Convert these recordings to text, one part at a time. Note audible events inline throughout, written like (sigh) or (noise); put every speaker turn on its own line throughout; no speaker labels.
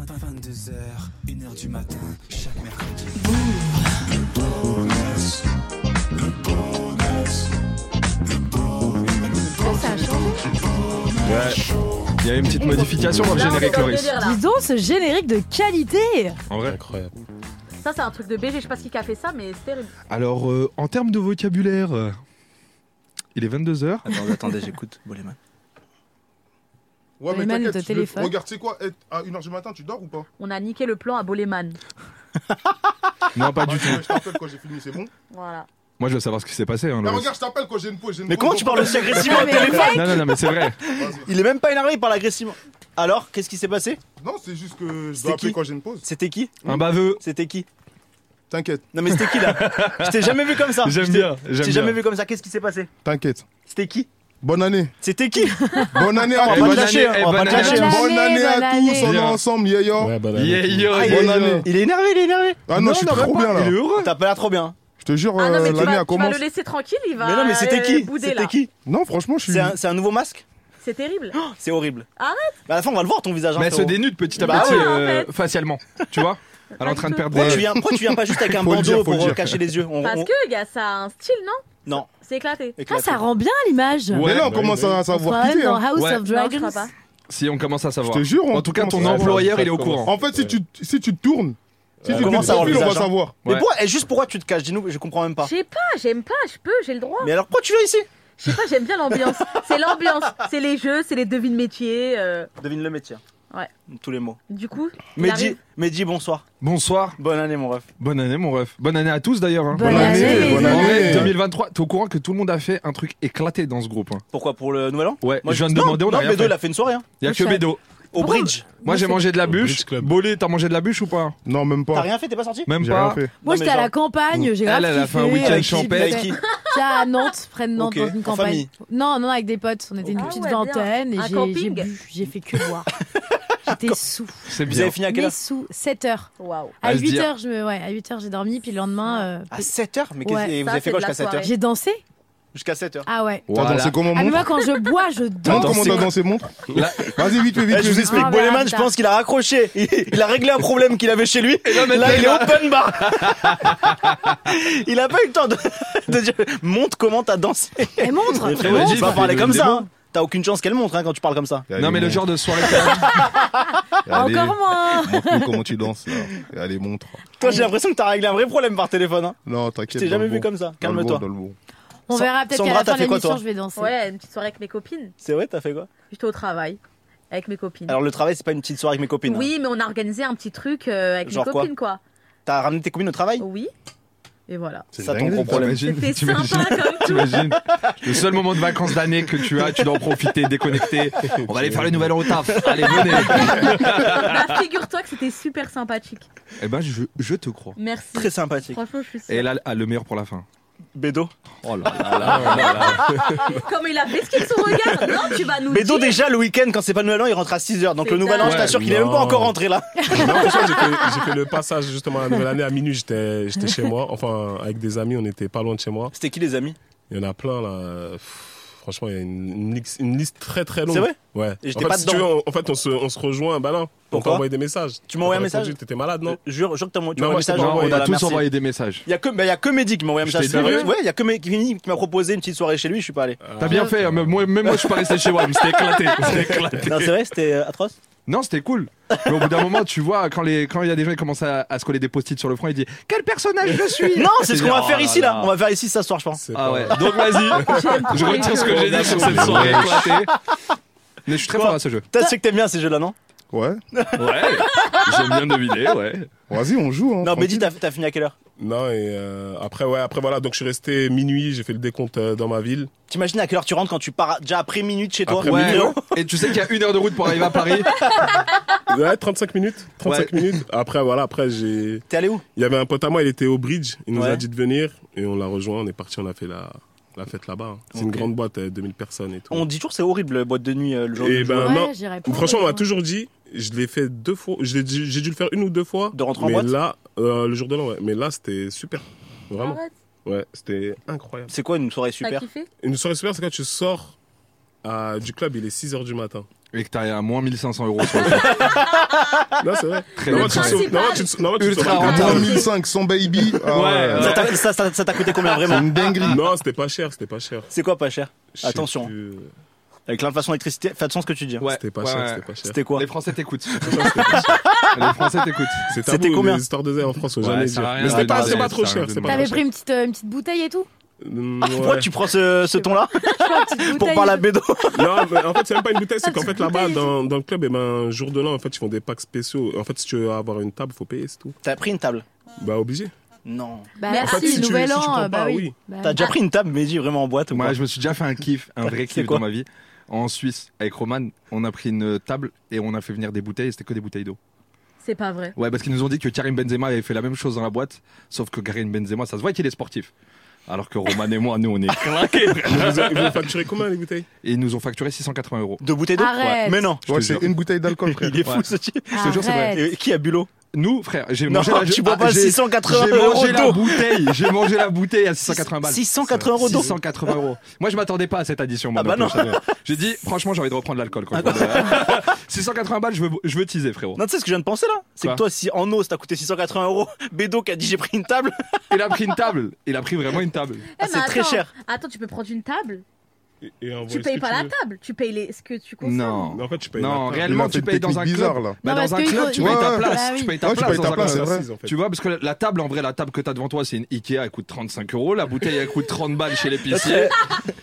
22h, 1h du matin, chaque mercredi.
Il y a une petite modification dans le
Là, on est
générique,
dans le
Loris.
délire, là.
Dis donc, ce générique de qualité
En vrai.
Incroyable.
Ça, c'est un truc de BG. Je sais pas ce qui a fait ça, mais c'est terrible.
Alors, euh, en termes de vocabulaire, euh, il est 22h.
Attendez, attendez, j'écoute Boleman.
Ouais, mais
Boleman est
t'inquiète,
au
tu le-
téléphone.
Regarde, tu sais quoi être À 1h du matin, tu dors ou pas
On a niqué le plan à Boleman.
(laughs) Non, pas
Bah,
du tout.
Je t'appelle quand j'ai fini, c'est bon.
Voilà.
Moi, je veux savoir ce qui s'est passé. hein,
Mais
Loris.
Bah, regarde, je t'appelle quand j'ai une pause. j'ai une
Mais
pause.
comment tu parles aussi agressivement
Non,
au
mais le
téléphone
mec,
Non, non, non, mais c'est vrai.
Vas-y.
Il est même pas énervé, il parle agressivement. Alors, qu'est-ce qui s'est passé
Non, c'est juste que je
C'est
dois appeler
qui
quand j'ai une pause.
C'était qui
Un baveux.
C'était qui
T'inquiète,
Non, mais c'était
(laughs)
qui là Je t'ai jamais vu comme ça.
J'aime
Je t'ai-
bien,
Je
j'aime
t'ai
bien.
jamais vu comme ça. Qu'est-ce qui s'est passé
t'inquiète.
C'était qui
Bonne année.
C'était qui
Bonne année à
On va
Et
pas
bonne
te
tous.
lâcher,
année,
hein, on
et
va pas te
bonne
lâcher.
année.
Bonne
Bonne année à
année.
tous, on est
Bien.
ensemble, yeah, yo.
Ouais, bah, Ah,
Yeah, yo,
il,
yo,
est,
Bonne année.
il est énervé, il est énervé.
Ah non, je suis trop bien là.
Il est heureux.
T'as pas l'air trop bien.
Je te jure,
Ah non,
euh,
mais
l'année
tu vas,
a
tu vas le
commencé.
laisser tranquille, il va.
Mais non, mais c'était
euh,
qui
bouder, là.
C'était qui Oh!
Non, franchement, je suis.
C'est un, c'est un nouveau masque
C'est terrible.
C'est horrible.
Arrête.
Bah, à la fin, on va le voir ton visage. hein,
Mais elle se
frérot.
dénude petit à
Bah
petit
ouais,
euh,
en fait.
facialement. Tu vois Elle est en train de perdre euh,
Pourquoi, tu
des.
viens, pourquoi tu viens pas juste avec un
Faut le dire,
bandeau
faut le
pour euh,
dire. (laughs)
cacher les yeux On-
Parce
on-
que, gars, ça a un style, non
Non.
C'est éclaté.
Ah,
Éclate.
ça rend bien l'image.
Ouais,
Mais là, on
bah
commence
oui, bah
à
On
savoir
sera
quitter.
même dans
hein.
House
Ouais.
of
Non, je
Dragons.
crois pas.
oui. Si on commence à
Je
savoir.
te jure, on
En tout cas, ton
commence à savoir.
employeur,
ça
il est au
commence.
courant.
En fait, si tu si tu te tournes, si
Ouais.
tu
Comment
tournes
ça,
ton
on
fil, on va
visage, hein.
savoir.
Mais
Ouais.
pourquoi, eh, juste pourquoi tu te caches Dis-nous, je comprends même pas.
Je sais pas, j'aime pas, je peux, j'ai le droit.
Mais alors pourquoi tu viens ici
Je sais pas, j'aime
(laughs)
bien l'ambiance. C'est l'ambiance, c'est les jeux, c'est les devines métiers. euh,
Devine le métier.
Ouais.
Tous les mots.
du coup, il
Mehdi,
arrive.
Mehdi, bonsoir.
Bonsoir.
Bonne année, mon ref.
Bonne année, mon ref. Bonne année à tous d'ailleurs. hein.
Bonne
Bonne année,
année,
bonne
les
En
amis.
vrai,
année.
2023, t'es au courant que tout le monde a fait un truc éclaté dans ce groupe. hein.
Pourquoi Pour le nouvel an
Ouais, je viens de
Non,
demander, on a
non,
rien
Bédo,
fait.
il a fait une soirée. hein.
Il y a que
Moi,
Bédo.
Au
Pourquoi
bridge.
Moi, j'ai
c'est-
mangé de la bûche.
Bridge Club.
Bolé, t'as mangé de la bûche ou pas
Non, même
T'as
pas.
rien fait, t'es pas sorti
Même
J'ai rien
pas.
fait.
Non,
Moi, j'étais
mais
à la
genre-
campagne, j'ai grave
Elle, elle a
kiffé, euh,
fait un week-end
avec qui
champêtre.
j'étais.
Avec qui
Tiens, à Nantes, près de Nantes,
Ok,
dans une
en
campagne.
famille.
Non, non, avec des potes. On était une
Ah
petite
ouais, bien.
vingtaine et
Un
j'ai- j'ai
camping.
bu, j'ai fait que boire. J'étais sous.
C'est
Vous
bien.
avez fini à quelle
Mais
heure
sous, 7 heures.
Waouh.
À
À se
8
dire.
heures, je me, ouais, à 8 heures, j'ai dormi, puis le lendemain, euh,
À 7h Mais
Ouais.
qu'est-ce- et vous
Ça,
avez
c'est
fait quoi
de la
jusqu'à 7h
soirée.
j'ai dansé.
Jusqu'à 7h.
Ah ouais.
T'as
Voilà.
dansé comment,
Ah, mais
montre
moi, quand je bois, je danse.
Montre comment
dansé
t'as dansé, montre.
Là-
Vas-y, vite, vite, vite.
Eh, je vous
vite.
explique,
Ah,
Boleman,
merde.
je pense qu'il a raccroché. Il a réglé un problème qu'il avait chez lui. Et là,
maintenant,
il
il
est
a-
open bar. il a pas eu le temps de, de dire Montre comment t'as dansé.
Elle montre.
Mais frérot,
montre.
j'ai
Tu vas
fait
parler
le-
comme
des
ça.
mots.
hein. T'as aucune chance qu'elle montre hein, quand tu parles comme ça.
Allez,
Non, mais le
montre.
genre de soirée. quand même.
Allez,
Ah, Encore moins.
Montre-nous comment tu danses. là. Allez, montre.
Toi, j'ai l'impression que t'as réglé un vrai problème par téléphone. hein.
Non,
Je
t'inquiète.
t'ai
dans le
jamais vu
bon.
comme ça.
Dans le bon,
Calme-toi.
dans le bon.
On
San-
verra peut-être qu'à
Sandra,
la
t'as
fin de
fait quoi, toi
l'émission, je vais danser.
Ouais, une petite soirée avec mes copines.
C'est vrai, t'as fait quoi
J'étais au travail avec mes copines.
Mm. Alors, le travail, c'est pas une petite soirée avec mes copines. hein.
oui, mais on a organisé un petit truc euh, avec
Genre
mes
quoi
copines, quoi.
T'as ramené tes copines au travail
Oui. Et voilà.
C'est
Ça, ton
dingue,
gros problème.
T'imagines-
C'était
t'imagines-
sympa comme tout.
T'imagines Le seul moment de vacances d'année que tu as, tu dois en profiter, déconnecter. On va aller faire le nouvel an au taf. Allez, venez.
Bah, figure-toi que c'était super sympathique.
Eh ben, je, je te crois.
Merci.
Très sympathique.
Franchement, je suis (laughs) sûre.
Et là, ah, le meilleur pour la fin.
Bédo.
Oh là là là là là.
Comment il a fait ce qu'il se regarde Non, tu vas nous
Bédo,
dire.
déjà, le week-end, quand c'est pas Nouvel An, il rentre à 6h. Donc,
C'est
le Nouvel An, je
dingue.
t'assure qu'il est
Ouais,
même pas
non.
encore rentré
(laughs)
là.
Non, franchement, j'ai fait, j'ai fait le passage justement à la nouvelle année à minuit. J'étais, j'étais chez moi, enfin avec des amis, on était pas loin de chez moi.
C'était qui, les amis
Il y en a plein là. Pff, Franchement, il y a une, une lix- une liste très très longue.
C'est vrai
Ouais.
Et j'étais
en fait,
pas
si
dedans.
tu veux, on, en fait, on se, on se rejoint. Bah non, on
Pourquoi
t'a envoyé des messages.
Tu m'as envoyé un
T'as répondu,
message
T'étais malade, non
Je Jure, jure que t'as envoyé tu m'as
Non,
envoyé un
moi, je t'ai pas
message.
Non, on a
Voilà,
tous
merci.
envoyé des messages.
Il y a que, bah, il y a que Mehdi qui m'a envoyé un
Je
message.
t'ai dit,
Ouais, il y a que Mehdi qui m'a proposé une petite soirée chez lui, je suis pas allé.
T'as bien fait, hein, mais moi- même moi je suis pas resté chez moi, mais c'était éclaté. C'était éclaté.
Non, c'est vrai, c'était euh, atroce.
Non, c'était cool. Mais au bout d'un moment, tu vois, quand les- quand il y a des gens qui commencent à, à se coller des post-it sur le front, ils disent Quel personnage je suis
Non, c'est ce qu'on va
Oh
faire
là
ici là.
là.
On va faire ici ce soir, je pense.
C'est
Ah
pas-
ouais, donc vas-y, je retire ce que j'ai dit sur cette soirée éclatée. Mais je suis très
Quoi
fort à ce jeu.
T'as sais que t'aimes bien ces jeux-là, non
Ouais.
Ouais, j'aime
(laughs)
bien deviner, ouais.
Vas-y, on joue. Hein,
Non,
tranquille.
Mehdi, t'as- t'as fini à quelle heure
Non, et euh, après, ouais, après voilà. Donc, je suis resté minuit, j'ai fait le décompte euh, dans ma ville.
T'imagines à quelle heure tu rentres quand tu pars déjà après minuit de chez toi
Après
Ouais,
Frérot
et tu sais qu'il y a une heure de route pour arriver à Paris.
Ouais, 35 minutes. 35 minutes. Après, voilà, après, j'ai.
T'es allé où
Il y avait un pote à moi, il était au bridge, il nous
Ouais.
a dit de venir et on l'a rejoint, on est parti, on a fait la, la fête là-bas. hein. C'est une
Ok.
grande boîte, euh, 2000 personnes et tout.
On dit toujours c'est horrible le boîte de nuit euh, le jour
Et
du jour.
ben non,
Ouais, j'irai pas.
franchement, on m'a toujours dit, je l'ai fait deux fois, je l'ai dit- j'ai dû le faire une ou deux fois.
De rentrer en
mais
boîte
là, euh, le jour de l'an, ouais. mais là c'était super. Vraiment.
Arrête,
Ouais, c'était incroyable.
C'est quoi une soirée
t'as
super
kiffé
Une soirée super, c'est quand tu sors à- du club, il est 6h du matin.
et que t'as à moins 1500 euros sur le compte.
(laughs) Non, c'est vrai.
Très
Non,
bien.
tu te sauves- non, tu te- non, tu te
Ultra
sauves-
Ah,
Moins
ok.
(laughs)
1500 baby. Ah
Ouais.
euh, Ça t'a- Ça ça- ça t'a coûté combien
C'est
vraiment
une dinguerie.
Non, c'était pas cher, c'était pas cher.
C'est quoi pas cher
Je sais
Attention. hein.
plus, euh,
Avec l'inflation électricité, fais attention à ce que tu dis. hein.
Ouais,
C'était pas
ouais,
cher,
ouais.
c'était pas cher.
C'était quoi
Les
(laughs)
Français t'écoutent. les Français t'écoutent.
C'est
C'était
tabou,
combien
les histoires de zèle en France, faut
Ouais,
jamais
ça a
dire.
rien
Mais
à
c'était pas,
demander,
c'est pas
ça
trop
a rien
cher,
à
c'était pas
T'avais
trop
pris une petite, euh, une petite bouteille et tout
cher. Mm,
Ah, Pourquoi
ouais.
tu prends ce, ce ton-là
Je prends une petite bouteille
Pour
et
parler à
tout.
Bédo
Non, mais en fait, c'est même pas une bouteille, c'est
Ah,
qu'en
c'est
fait,
une
là-bas,
bouteille.
dans, dans le club, eh ben, jour de l'an, en fait, ils font des packs spéciaux. En fait, si tu veux avoir une table, faut payer, c'est tout.
T'as pris une table
Bah, obligé.
Non.
Bah,
Mais
En fait,
si,
tu-
nouvel
si tu
an,
prends
euh, bah
pas,
oui.
oui.
Bah,
T'as déjà pris une table, mais dis vraiment en boîte ou quoi
Moi, je me suis déjà fait un kiff,
(laughs)
un vrai
C'est
kiff
quoi
dans ma vie. En Suisse, avec Roman, on a pris une table et on a fait venir des bouteilles. et C'était que des bouteilles d'eau.
C'est pas vrai.
Ouais, parce qu'ils nous ont dit que Karim Benzema avait fait la même chose dans la boîte, sauf que Karim Benzema, ça se voit qu'il est sportif. Alors que Roman et moi, nous,
(laughs)
on est claqués. frère.
Ils vous ont- ils vous ont facturé combien, les bouteilles
Et ils nous ont facturé 680 euros.
Deux bouteilles d'eau
Arrête.
Mais non.
Ouais, c'est une bouteille d'alcool, frère.
Il est fou
Ouais.
ce type.
Je te jure, c'est vrai. Arrête.
Et Qui a bu l'eau
Nous, frère, j'ai
Non,
mangé la
tu bois
ah,
pas
j'ai-
680
j'ai
euros
mangé la
d'eau.
bouteille. J'ai mangé la bouteille à 680 balles.
680 euros d'eau.
680 euros. Moi, je m'attendais pas à cette addition. moi,
Ah bah
donc,
non. Ah,
je savais. J'ai dit, franchement, j'ai envie de reprendre l'alcool. quoi. (laughs) 680 balles, je veux, je veux teaser, frérot.
bah. Non, tu sais ce que je viens de penser là C'est que
Quoi
toi, si en os t'as coûté 680 euros, (laughs) Bédo qui a dit j'ai pris une table,
(laughs) Il a pris une table. Il a pris vraiment une table.
Eh, mais
Ah, c'est très
attends,
cher.
Attends, tu peux prendre une table.
Et- et envoyer ce
Tu
que
payes pas la
veux.
table. Tu payes les... ce que tu consommes.
Non.
Mais En fait, tu payes.
Non,
la table.
réellement,
Il a fait
tu
une
payes dans un
technique bizarre,
club.
là.
Bah,
Non,
dans
parce
un
qu'il
club,
faut-
tu payes
Ouais,
Ah
ta
ouais.
place.
Bah
Tu
oui.
payes ta
Ouais, tu
place
payes
dans
ta
un
place,
club.
c'est vrai.
Assise, en fait.
Tu vois, parce que la- la table en vrai, la table que t'as devant toi, c'est une Ikea, elle coûte 35 euros. La bouteille, elle coûte 30 balles
(laughs)
chez l'épicier.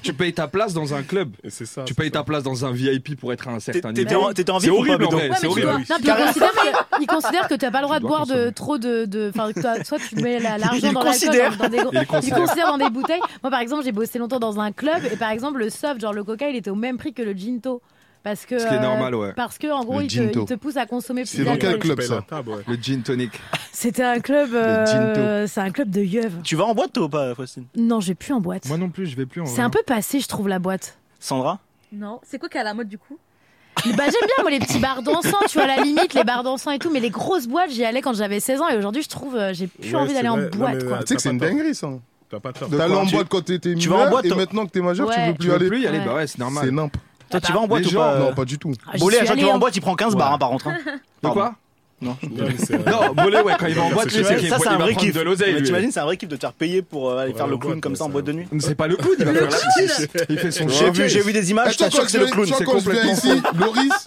tu payes ta place dans un club.
Et c'est ça.
Tu
c'est
payes
ça.
ta place dans un VIP pour être à un
t'é-
certain
t'étais
niveau.
en, t'étais en vie
C'est
ou pas,
horrible en
Bédo
vrai.
Ouais,
C'est
mais tu
horrible.
Non,
dois-
(laughs)
puis ils considèrent que, ils considèrent que t'as pas le droit de boire de trop de, de, enfin, que t'as- soit tu
(laughs)
mets la- l'argent
Ils
dans l'alcool,
considèrent.
dans, dans des gros-
Ils
ils
considèrent.
considèrent dans des bouteilles. Moi, par exemple, j'ai bossé longtemps dans un club et par exemple, le soft, genre le coca, il était au même prix que le ginto. Parce que.
Ce qui est
euh,
normal, ouais.
Parce que, en gros,
Le
il te,
gin to.
il te pousse à consommer plus
C'est dans
d'alcool.
quel club,
Tu payes
ça
la table, ouais.
Le gin tonic.
C'était un club. euh, C'est un club de yeuves.
Tu vas en boîte toi ou pas, Faustine
Non, j'ai plus en boîte.
Moi non plus, je vais plus en
C'est un peu passé, je trouve, la boîte.
Sandra
Non. C'est quoi qui est à la mode du coup
Bah j'aime bien moi les petits bars dansants, tu vois à la limite les bars dansants et tout, mais les grosses boîtes j'y allais quand j'avais 16 ans et aujourd'hui je trouve euh, j'ai plus
Ouais,
envie
c'est
d'aller en
vrai. Non,
boîte
mais,
quoi.
euh,
Tu sais que c'est une dinguerie, ça.
T'as pas tort.
T'allais en
tu-
boîte quand t'étais
tu vas en
mineur
boîte,
et
toi
maintenant que t'es majeur, tu
Ouais. Ah bah,
veux
Tu
plus
veux
aller.
plus y aller
Ouais.
Bah ouais, c'est
C'est
normal.
nimp.
Toi, tu vas en boîte
les
ou pas
gens,
euh,
Non, pas du tout.
Ah, j'y
Bolé, à chaque
suis
fois que tu
allée,
vas en
hein.
boîte, il prend 15
Ouais.
bars hein, par contre. hein.
De quoi
Non, mais c'est-
Non, Bolé, ouais, quand il va en
Ouais,
boîte,
c'est
lui,
sûr.
c'est qu'il
ça,
faut-
c'est
il
un
va
vrai
prendre
kiff.
de l'oseille.
Mais
lui.
T'imagines, c'est un vrai kiff de te faire payer pour euh, aller
Ouais,
faire le
en
clown
boîte,
comme ça en
ouais,
boîte de
c'est
nuit
C'est pas le clown, il va faire la Il fait son
J'ai
showcase.
vu, j'ai vu des
Eh,
images, je t'assure que c'est le
Tu vois,
clown.
c'est
quand je viens
complètement
ici, Loris,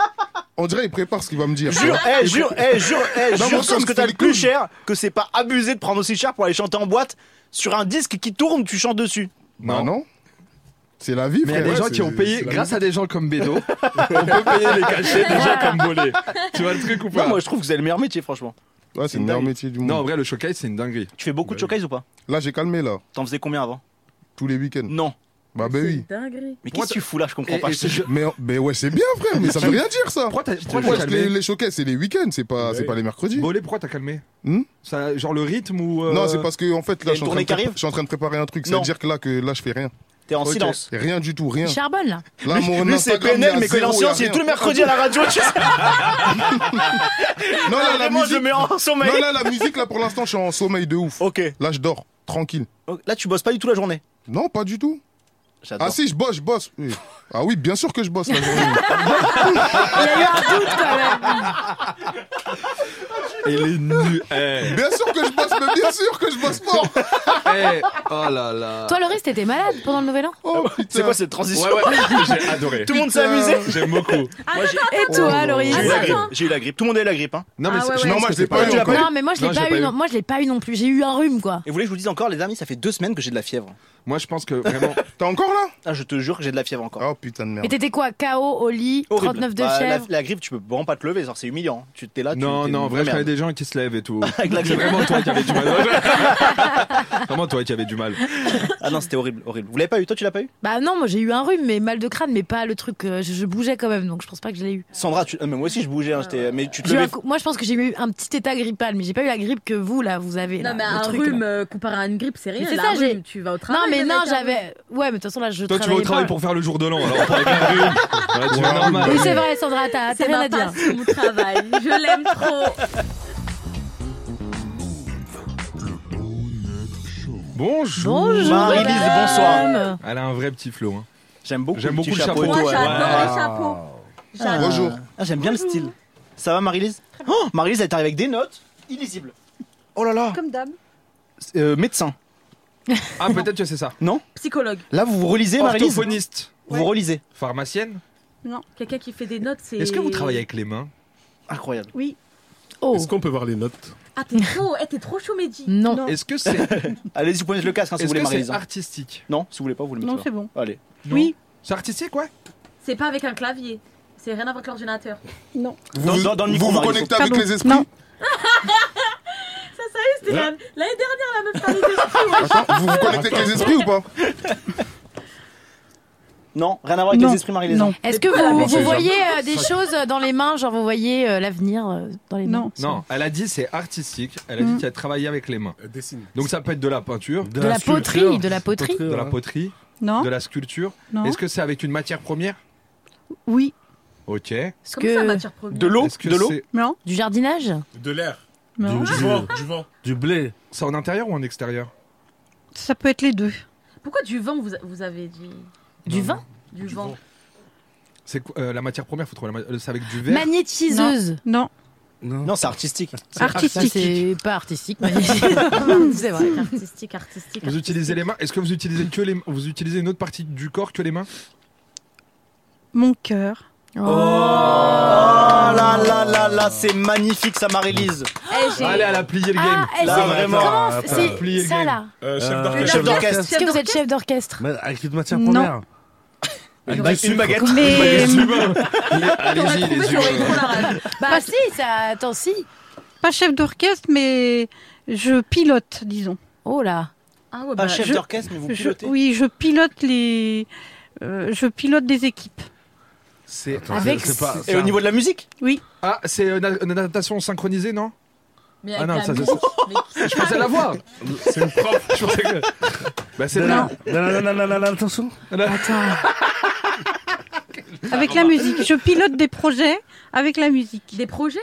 on dirait il prépare ce qu'il va me dire.
Jure, eh, jure, eh, jure, eh,
Non, mais
jure
comme
sur ce que
c'est
t'as
le
le plus
clown.
cher, que c'est pas abusé de prendre aussi cher pour aller chanter en boîte sur un disque qui tourne, tu chantes dessus.
Non, non. C'est la vie,
Mais il y a des
frère.
gens
c'est-
qui ont payé,
c'est la
(laughs)
grâce à des gens comme Bédo, on peut payer les cachets des gens comme Bolé. Tu vois le truc ou
Non,
pas
moi je trouve que vous avez le meilleur métier, franchement.
Ouais, c'est
une
le meilleur
dingue.
métier du
Non, en
monde.
vrai, le showcase, c'est une dinguerie.
Tu fais beaucoup de
Bah oui.
showcase ou pas
Là, j'ai calmé, là,
T'en faisais combien avant
tous les week-ends.
Non.
Bah, bah
C'est
oui.
dinguerie.
Mais qu'est-ce que tu fous là Je comprends
Et-
pas.
et
je te
c'est-
jure.
Mais, mais ouais, c'est bien, frère, mais ça veut rien dire, ça.
Pourquoi t'as pourquoi
Moi,
t'as
les,
calmé
les showcases, c'est les week-ends, c'est pas,
Ouais.
c'est pas les mercredis.
Bolé, pourquoi t'as calmé
Hmm
Ça, Genre le rythme ou. euh,
Non, c'est parce que, en fait,
y a
là, je suis
une
en train
tournée
de
qui
pré-
arrive
je suis en train de préparer un truc.
Non.
C'est-à-dire que là, que là, je fais rien.
T'es en
Ok.
silence.
Rien du tout, rien.
Il charbonne là.
Là, mon
Lui, c'est
Instagram, il
PNL,
est à
mais quand il est en
zéro,
silence,
y
il
a
est tout
rien.
le mercredi à la radio.
(laughs)
Tu sais,
Non, là, la
vraiment, je
musique,
mets en sommeil.
non, là, la musique, là, pour l'instant, je suis en sommeil de ouf.
Ok.
Là, je dors, tranquille.
Donc, Là, tu bosses pas du tout la journée.
Non, pas du tout.
J'adore.
Ah si, je bosse, je bosse. Oui. Ah oui, bien sûr que je bosse la
(laughs)
journée.
Il y a eu un doute quand même.
(laughs)
Il est nu. Eh.
Bien sûr que je bosse, mais bien sûr que je bosse fort.
Eh, Oh là là.
Toi Loris t'étais malade pendant le nouvel an
Oh putain.
(laughs) C'est quoi cette transition
Ouais, ouais, (laughs)
(laughs)
j'ai adoré.
Tout le monde s'est
Putain.
amusé.
J'aime beaucoup.
Moi, j'ai
(laughs) Et toi
Oh.
Loris
j'ai eu la
Attends.
grippe. J'ai eu la grippe. Tout le monde a eu la grippe. hein.
Non,
Ah ouais, ouais.
non,
Non, moi, je l'ai
c'était
pas eu
Tu l'as
encore.
Non mais moi je
Non,
l'ai pas,
j'ai pas
eu
eu.
non, moi je l'ai pas eu non plus, j'ai eu un rhume quoi.
Et vous voulez que je vous dise encore, les amis, ça fait deux semaines que j'ai de la fièvre.
Moi, je pense
(laughs)
que vraiment.
T'es encore là
Ah, je te jure que j'ai de la fièvre encore.
Oh putain de
Et
merde.
t'étais quoi KO au lit,
Horrible.
39 de
Bah, la-
fièvre.
La, grippe, tu peux vraiment pas te lever, genre, c'est humiliant. Tu t'es là, tu
Non,
t'es
non, en
une
vrai, je
merde.
connais des gens qui se lèvent et tout.
(laughs) Avec la
C'est
grippe.
vraiment toi qui
(laughs)
avais du mal. vraiment toi qui avais du mal.
Ah non, c'était horrible, horrible. Vous l'avez pas eu, toi tu l'as pas eu
Bah non, moi j'ai eu un rhume mais mal de crâne mais pas le truc euh, je, je bougeais quand même donc je pense pas que je l'ai eu.
Sandra, tu... ah, mais moi aussi je bougeais, hein, j'étais- mais tu te
J'ai eu un
levais.
coup- moi je pense que j'ai eu un petit état grippal mais j'ai pas eu la grippe que vous là vous avez là,
Non, mais
le
un
truc, là.
rhume euh, comparé à une grippe, (laughs) c'est rien.
Mais c'est
Là,
ça,
un
j'ai-
rhume, Tu vas au
Non
travail. hein.
mais
avec
non,
un rhume.
j'avais. Ouais, mais de toute façon là, je
Toi, tu vas au
travaillais
travail
pas.
pour faire le jour de l'an. Alors, on parle pas (laughs) de rhume. Voilà, tu vois,
Ouais.
normal.
Oui, c'est vrai, Sandra, t'as t'as
C'est
rien
ma
à dire.
passion, mon travail. Je l'aime trop.
Bonjour.
Bonjour.
Marie-Lise,
madame.
bonsoir.
Elle a un vrai petit flow. hein.
J'aime beaucoup,
J'aime
le petit
beaucoup le chapeau. Ah.
et tout,
Moi,
ouais.
j'adore
Ouais.
les chapeaux. J'adore.
Bonjour.
Ah, J'aime bien le style. Ça va, Marie-Lise oh, Marie-Lise, elle t'arrive avec des notes illisibles. Oh là là
Comme dame.
Euh, Médecin.
Ah, peut-être que c'est ça.
Psychologue.
Là, vous vous relisez, Marie-Lise
Orthophoniste.
Vous relisez.
Pharmacienne.
Non. Quelqu'un qui fait des notes, c'est.
Est-ce que vous travaillez avec les mains
Incroyable.
Oui.
Oh.
Est-ce qu'on peut voir les notes
Ah, t'es chaud. Eh, t'es trop chaud, Mehdi.
Non.
Est-ce que c'est
(laughs) Allez-y, vous pouvez le casque hein, si
est-ce
vous voulez,
que c'est
Marie-Lise. hein.
artistique
Non, si vous voulez pas, vous le mettez
Non,
là.
c'est bon.
Allez.
Oui.
C'est artistique, ouais
C'est pas avec un clavier. C'est rien à voir avec l'ordinateur.
Vous
Dans-
vous-
dans- dans le micro,
vous, vous
Marisol.
connectez avec
Pardon.
les esprits
Non.
Ça, sérieux, c'était la-
Là.
l'année dernière, la meuf parlait d'esprit. ouais.
Attends, vous vous connectez avec les esprits ou pas
Non, rien à voir avec
Non.
les esprits, Marie-Lise.
Non.
hein.
(laughs) Est-ce que
la
vous,
même
vous
chose.
voyez euh, des
Ça-
choses euh, dans les mains, genre vous voyez euh, l'avenir euh, dans les mains
Non.
Non, elle a dit c'est artistique, elle a dit qu'elle travaillait avec les mains.
Euh, Dessine.
Donc ça peut être de la peinture, de,
Mm. De la poterie, de la poterie.
la poterie,
Non,
de la sculpture.
non.
Est-ce que c'est avec une matière première
Oui,
Ok.
Est-ce
Comment ça,
que
matière première
De l'eau
Est-ce que
De l'eau
c'est-
non,
du jardinage
De l'air.
non.
Du vent. Du vent.
Du blé.
C'est en intérieur ou en extérieur
Ça peut être les deux.
Pourquoi du vent, vous, vous avez dit
Du vin
Du vent.
C'est quoi- euh, la matière première, faut trouver la ma- euh, c'est avec du verre.
Magnétiseuse.
Non,
Non.
Non, c'est artistique.
Ça,
artistique.
c'est pas artistique, magnétiseuse. c'est vrai.
Artistique, artistique.
Vous utilisez les mains Est-ce que vous utilisez que les vous utilisez une autre partie du corps que les mains
Mon cœur.
Ah là là là là, c'est magnifique ça, Marie-Lise.
Eh, j'ai-
Allez, elle a plié le game.
Ah, eh,
Là,
c'est-
vraiment.
comment
Ah,
f-
attends.
Plier
c'est
le
ça
game.
là
Euh, chef
Euh,
d'orchestre.
Chef d'orchestre.
Est-ce que vous êtes chef d'orchestre
(laughs)
Mais avec une matière
Non.
première.
Une
Avec
baguette.
du
Une
sucre.
baguette.
Mais
Allez-y, les yeux.
(laughs) Bah si, ça, attends si.
pas chef d'orchestre, mais je pilote, disons.
Oh là.
Ah ouais, bah,
Pas chef
je-
d'orchestre, mais vous
Je-
pilotez.
oui, je pilote les. euh, je pilote des équipes.
C'est
Attends,
Avec-
c'est- c'est pas-
Et
c'est
au
un-
niveau de la musique
Ah, c'est euh, na- une natation synchronisée, non
Mais
Ah
avec
non,
la
ça, ça,
bouche,
ça.
mais
Je pensais à
(laughs)
la voix.
C'est une prof.
Je pensais que- Bah c'est
Non,
là.
non, non, non, non, non, non, attention.
Avec la musique. Je pilote des projets avec la musique.
Des projets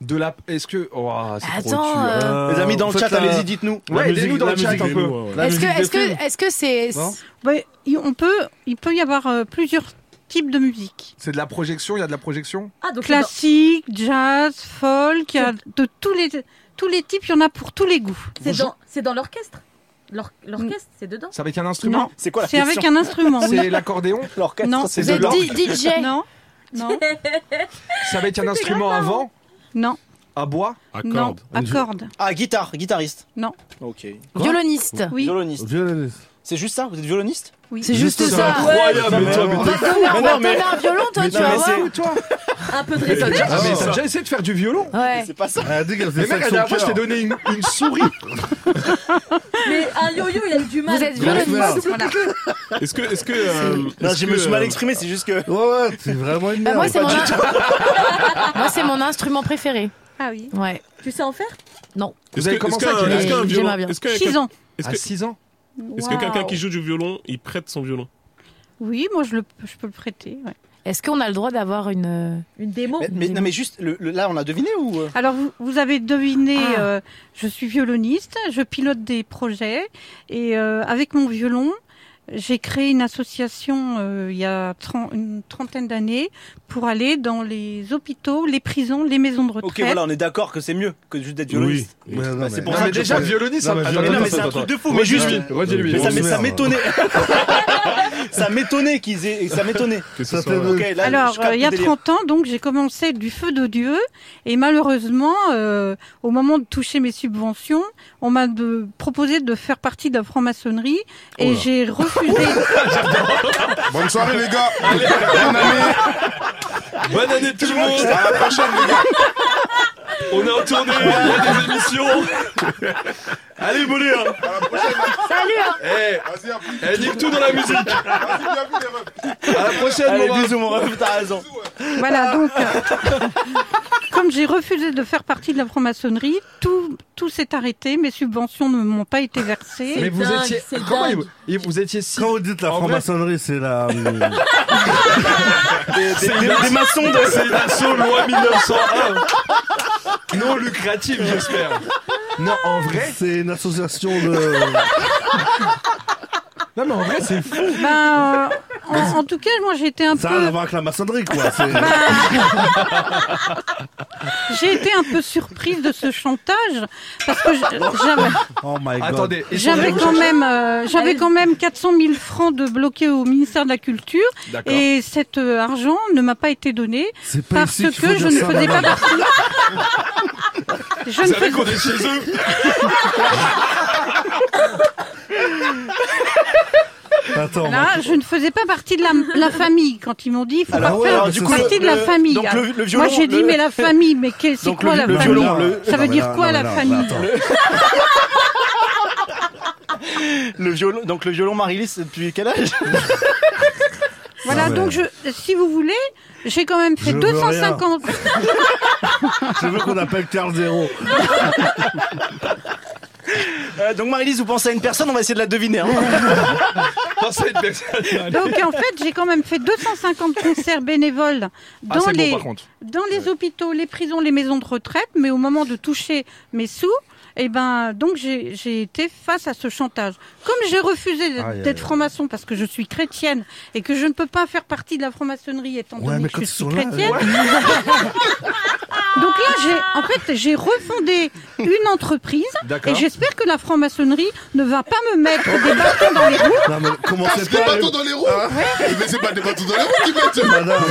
De la. Est-ce que. Oh, c'est trop
Attends.
dur.
euh,
Les amis dans le chat, allez-y, dites-nous.
la
Ouais,
musique-
aidez-nous dans
la
le chat
musique
un
des
peu.
mots, ouais.
Ah,
Est-ce que, est-ce que, est-ce que c'est
Non.
Ouais, il- on peut, il peut y avoir euh, plusieurs types de musique.
C'est de la projection, il y a de la projection
Ah, donc c'est
Classique, jazz, folk, il y a de tous les, tous les types, il y en a pour tous les goûts.
dans- c'est dans, c'est dans l'orchestre. L'or- L'orchestre, c'est dedans.
C'est avec un instrument
Non,
C'est quoi la
c'est
question
avec un instrument. oui.
C'est l'accordéon
L'orchestre,
Non.
c'est
Vous
de
êtes
l'orgue.
di-
(laughs)
DJ
Non, non,
C'est avec un instrument à vent
non,
À bois
À
non,
corde.
à corde.
Ah, guitare, guitariste.
Non.
Ok.
Violoniste.
Oui,
Violoniste.
Violoniste.
C'est juste ça Vous êtes violoniste
C'est juste
ça.
ça.
Incroyable, mais toi, Bah, mais
Bah,
On va te donner- on va te
mais-
donner un violon, toi, tu vas voir.
Ou toi
Un peu de respect.
Ah, mais
Ah.
t'as déjà essayé de faire du violon
Ouais.
C'est pas ça.
Ah, dès qu'elle
Mais
fait
mec,
ça
la
avec
dernière
son
fois, je t'ai
cœur.
donné une, une souris
Mais un yo-yo, il a eu du mal.
Vous êtes
Grosse merde.
violoniste. Voilà.
Est-ce que.
(laughs)
Est-ce que. euh,
Non,
est-ce
je
que,
me suis mal
euh,
exprimé, c'est juste que.
Ouais, ouais, c'est vraiment une
Bah,
merde.
moi, c'est mon... moi, c'est mon instrument préféré.
ah oui.
Ouais.
Tu sais en faire
Vous avez
que-
commencé
est-ce
à
qu'un-
quel
est-ce
âge
qu'un
Mais
violon-
j'aimerais bien.
Est-ce que,
Six ans.
est-ce
À
que-
6 ans
est-ce que quelqu'un qui joue du violon, il prête son violon
Oui, moi je, le, je peux le prêter. ouais.
Est-ce qu'on a le droit d'avoir une. euh,
Une démo
Mais, mais- non, mais juste, le- le- là, on a deviné ou. euh
Alors vous, vous avez deviné,
Ah.
euh, je suis violoniste, je pilote des projets et euh, avec mon violon, j'ai créé une association euh, il y a tren- une trentaine d'années pour aller dans les hôpitaux, les prisons, les maisons de retraite.
Ok, voilà, on est d'accord que c'est mieux que juste d'être
Oui.
violoniste.
Mais non,
Bah, c'est
mais-
pour
Non,
ça
mais
que je
déjà,
pose-
violoniste, ça
Non, mais
attends,
violon-
Mais non,
attends,
mais c'est un
attends,
truc
attends.
de fou. Mais juste.
Ouais.
Redis-lui.
Mais ça mais ça
Grosse merde.
m'étonnait. ça m'étonnait qu'ils aient. Ça m'étonnait.
Que ce
Ça
soit-
fait
Ok, là, je
Alors,
capte
euh, il y a
le délire.
30 ans, donc j'ai commencé du feu de Dieu et malheureusement, euh, au moment de toucher mes subventions, on m'a de, proposé de faire partie de la franc-maçonnerie
Oh
et j'ai refusé.
(laughs) Bonne soirée, les gars. Bonne année.
(laughs) Bonne année tout le monde À la prochaine, les gars On est en tournée, il y a des émissions Allez, bolé hein.
À la prochaine.
Salut hein.
Eh,
Vas-y, à plus.
eh, nique tout dans la musique À
Vas-y,
hein.
bien vu, les refs.
la prochaine, mon
Allez,
ref.
bisous, mon ref, t'as raison.
voilà, donc euh, (laughs) comme j'ai refusé de faire partie de la franc-maçonnerie, tout, tout s'est arrêté, mes subventions ne m'ont pas été versées.
Mais vous
dingue,
étiez.
c'est
Comment
dingue.
il- il- Vous étiez si.
Quand vous dites la
En vrai-
franc-maçonnerie, c'est
(laughs)
la. euh,
Des, des- des- des maçons de.
C'est une asso loi 1901 Non lucrative, j'espère Non, en vrai.
C'est une association de.
Non, mais en vrai, c'est fou
Ben, euh, en, en tout cas, moi, j'étais un
Ça a rien à
peu,
voir avec la maçonnerie, quoi. C'est-
j'ai été un peu surprise de ce chantage parce que je- j'avais.
Oh my god.
Attendez, est-ce qu'on
J'avais
vous
quand
cherche-
même, euh, j'avais quand même 400 000 francs de bloqués au ministère de la Culture
D'accord.
et cet euh, argent ne m'a pas été donné
C'est pas
parce
ici
que,
qu'il faut
je
dire
ne
ça,
faisais pas
madame.
partie. Je ne
Vous savez
faisais
qu'on est chez eux
Attends.
(laughs) Là, je ne faisais pas partie de la, la famille quand ils m'ont dit il faut
Alors,
pas
ouais,
faire
alors, du coup,
partie
le-
de la
le-
famille.
donc, le- le
Moi
violon,
j'ai dit
le-
mais la famille, mais quel- c'est
Donc,
quoi
le-
la
le
famille
violon, le-
Ça veut dire quoi la famille
Le violon, donc le violon Marie-Lise, c'est depuis quel âge
Voilà,
Ah ouais.
donc je, si vous voulez, j'ai quand même fait
Je veux
250.
Je veux qu'on appelle Carl Zéro.
(laughs) Euh, Donc Marie-Lise, vous pensez à une personne, on va essayer de la deviner. hein.
Pensez à une personne.
Donc en fait, j'ai quand même fait 250 concerts bénévoles
Ah,
dans
c'est
les
bon, par contre.
dans les hôpitaux, les prisons, les maisons de retraite, mais au moment de toucher mes sous, eh ben, donc j'ai j'ai été face à ce chantage. Comme j'ai refusé d'être-
Aïe, aïe,
d'être
aïe.
franc-maçon parce que je suis chrétienne et que je ne peux pas faire partie de la franc-maçonnerie étant
Ouais,
donné
mais
que
quand
je
ils
suis
sont là.
chrétienne. donc là, j'ai en fait, j'ai refondé une entreprise et
D'accord.
j'espère que la franc-maçonnerie ne va pas me mettre des bâtons dans les roues.
Non, mais comment Hein
Casse
c'est
les
pas
bâtons dans les roues Mais c'est pas des bâtons dans les roues qu'ils mettent
Madame,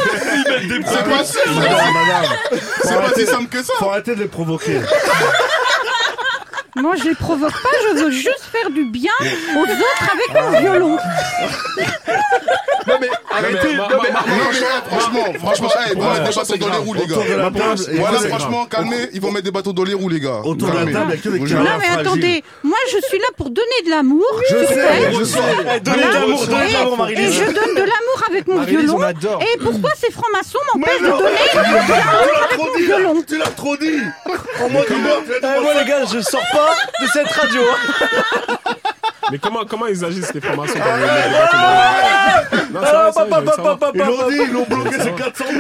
C'est pas ça
madame, madame. Faut
C'est pas
arrêter-
si simple que ça
Faut arrêter de les provoquer.
Moi, je les provoque pas, je veux juste faire du bien aux autres avec mon violon.
Non mais arrêtez.
ma-
Non mais
Non, mais ouais, franchement, franchement, hey, on va mettre des bâtons dans les roues, les
Autour de hein.
gars.
la table. et
Voilà,
vous-
franchement, calmez, ils vont mettre des bâtons dans les roues, les gars.
Autour de la
Calmez.
table, il y a que des
Vous
câlins.
Non mais
fragile.
attendez, moi je suis là pour donner de l'amour.
Je
tu
sais, je sais.
Eh, Donnez de l'amour, donnez de l'amour,
Et
Marie-Lise.
je donne de l'amour avec mon
Marie-Lise,
violon.
on adore.
Et pourquoi ces francs-maçons m'empêchent de
non. (laughs)
donner
Trop dit, Tu l'as trop dit En moins d'une heure, tu Ah, l'as dit.
Eh, moi les gars, je sors pas de cette radio. hein.
Mais comment, comment ils agissent les formations dans les- les débats qu'on a Non, c'est vrai, c'est vrai, je voulais savoir.
Ils l'ont dit, ils l'ont bloqué, c'est 400 000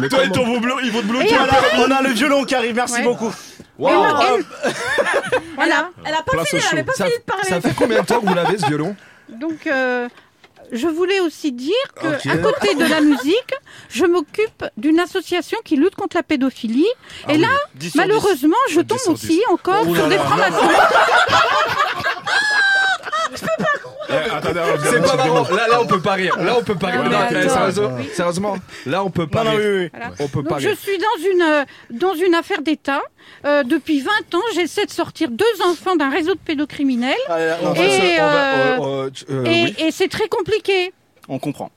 Mais
toi ils
comment-
t'ont vous blo- ils vont te bloquer.
Voilà, on a le violon qui arrive, merci
Ouais.
beaucoup.
Waouh.
(laughs)
Voilà. Elle a pas
Place
fini,
au
elle avait
show.
pas
Ça,
fini de parler.
ça fait combien de temps que vous l'avez ce
(laughs)
violon
Donc euh, je voulais aussi dire que
Ok.
à côté de la musique, je m'occupe d'une association qui lutte contre la pédophilie.
Ah
et là, malheureusement, je tombe aussi
Oh
encore sur des
(laughs)
francs-maçons.
Euh,
Eh, attendez, alors, je vais
C'est
mettre
pas
une démo.
marrant. Là là on peut pas rire. Là on peut pas rire.
Ouais,
Non,
ouais,
eh,
attends.
sérieusement- Sérieusement, là on peut pas
Non, non,
rire.
oui, oui, oui.
On peut pas
Donc je
rire.
suis dans une, euh, dans une affaire d'État. Euh, depuis 20 ans, j'essaie de sortir deux enfants d'un réseau de pédocriminels.
Allez, là,
On
on-
va
Et,
se- on va-
euh,
euh, euh, tu- euh,
Et,
oui.
et c'est très compliqué.
On comprend.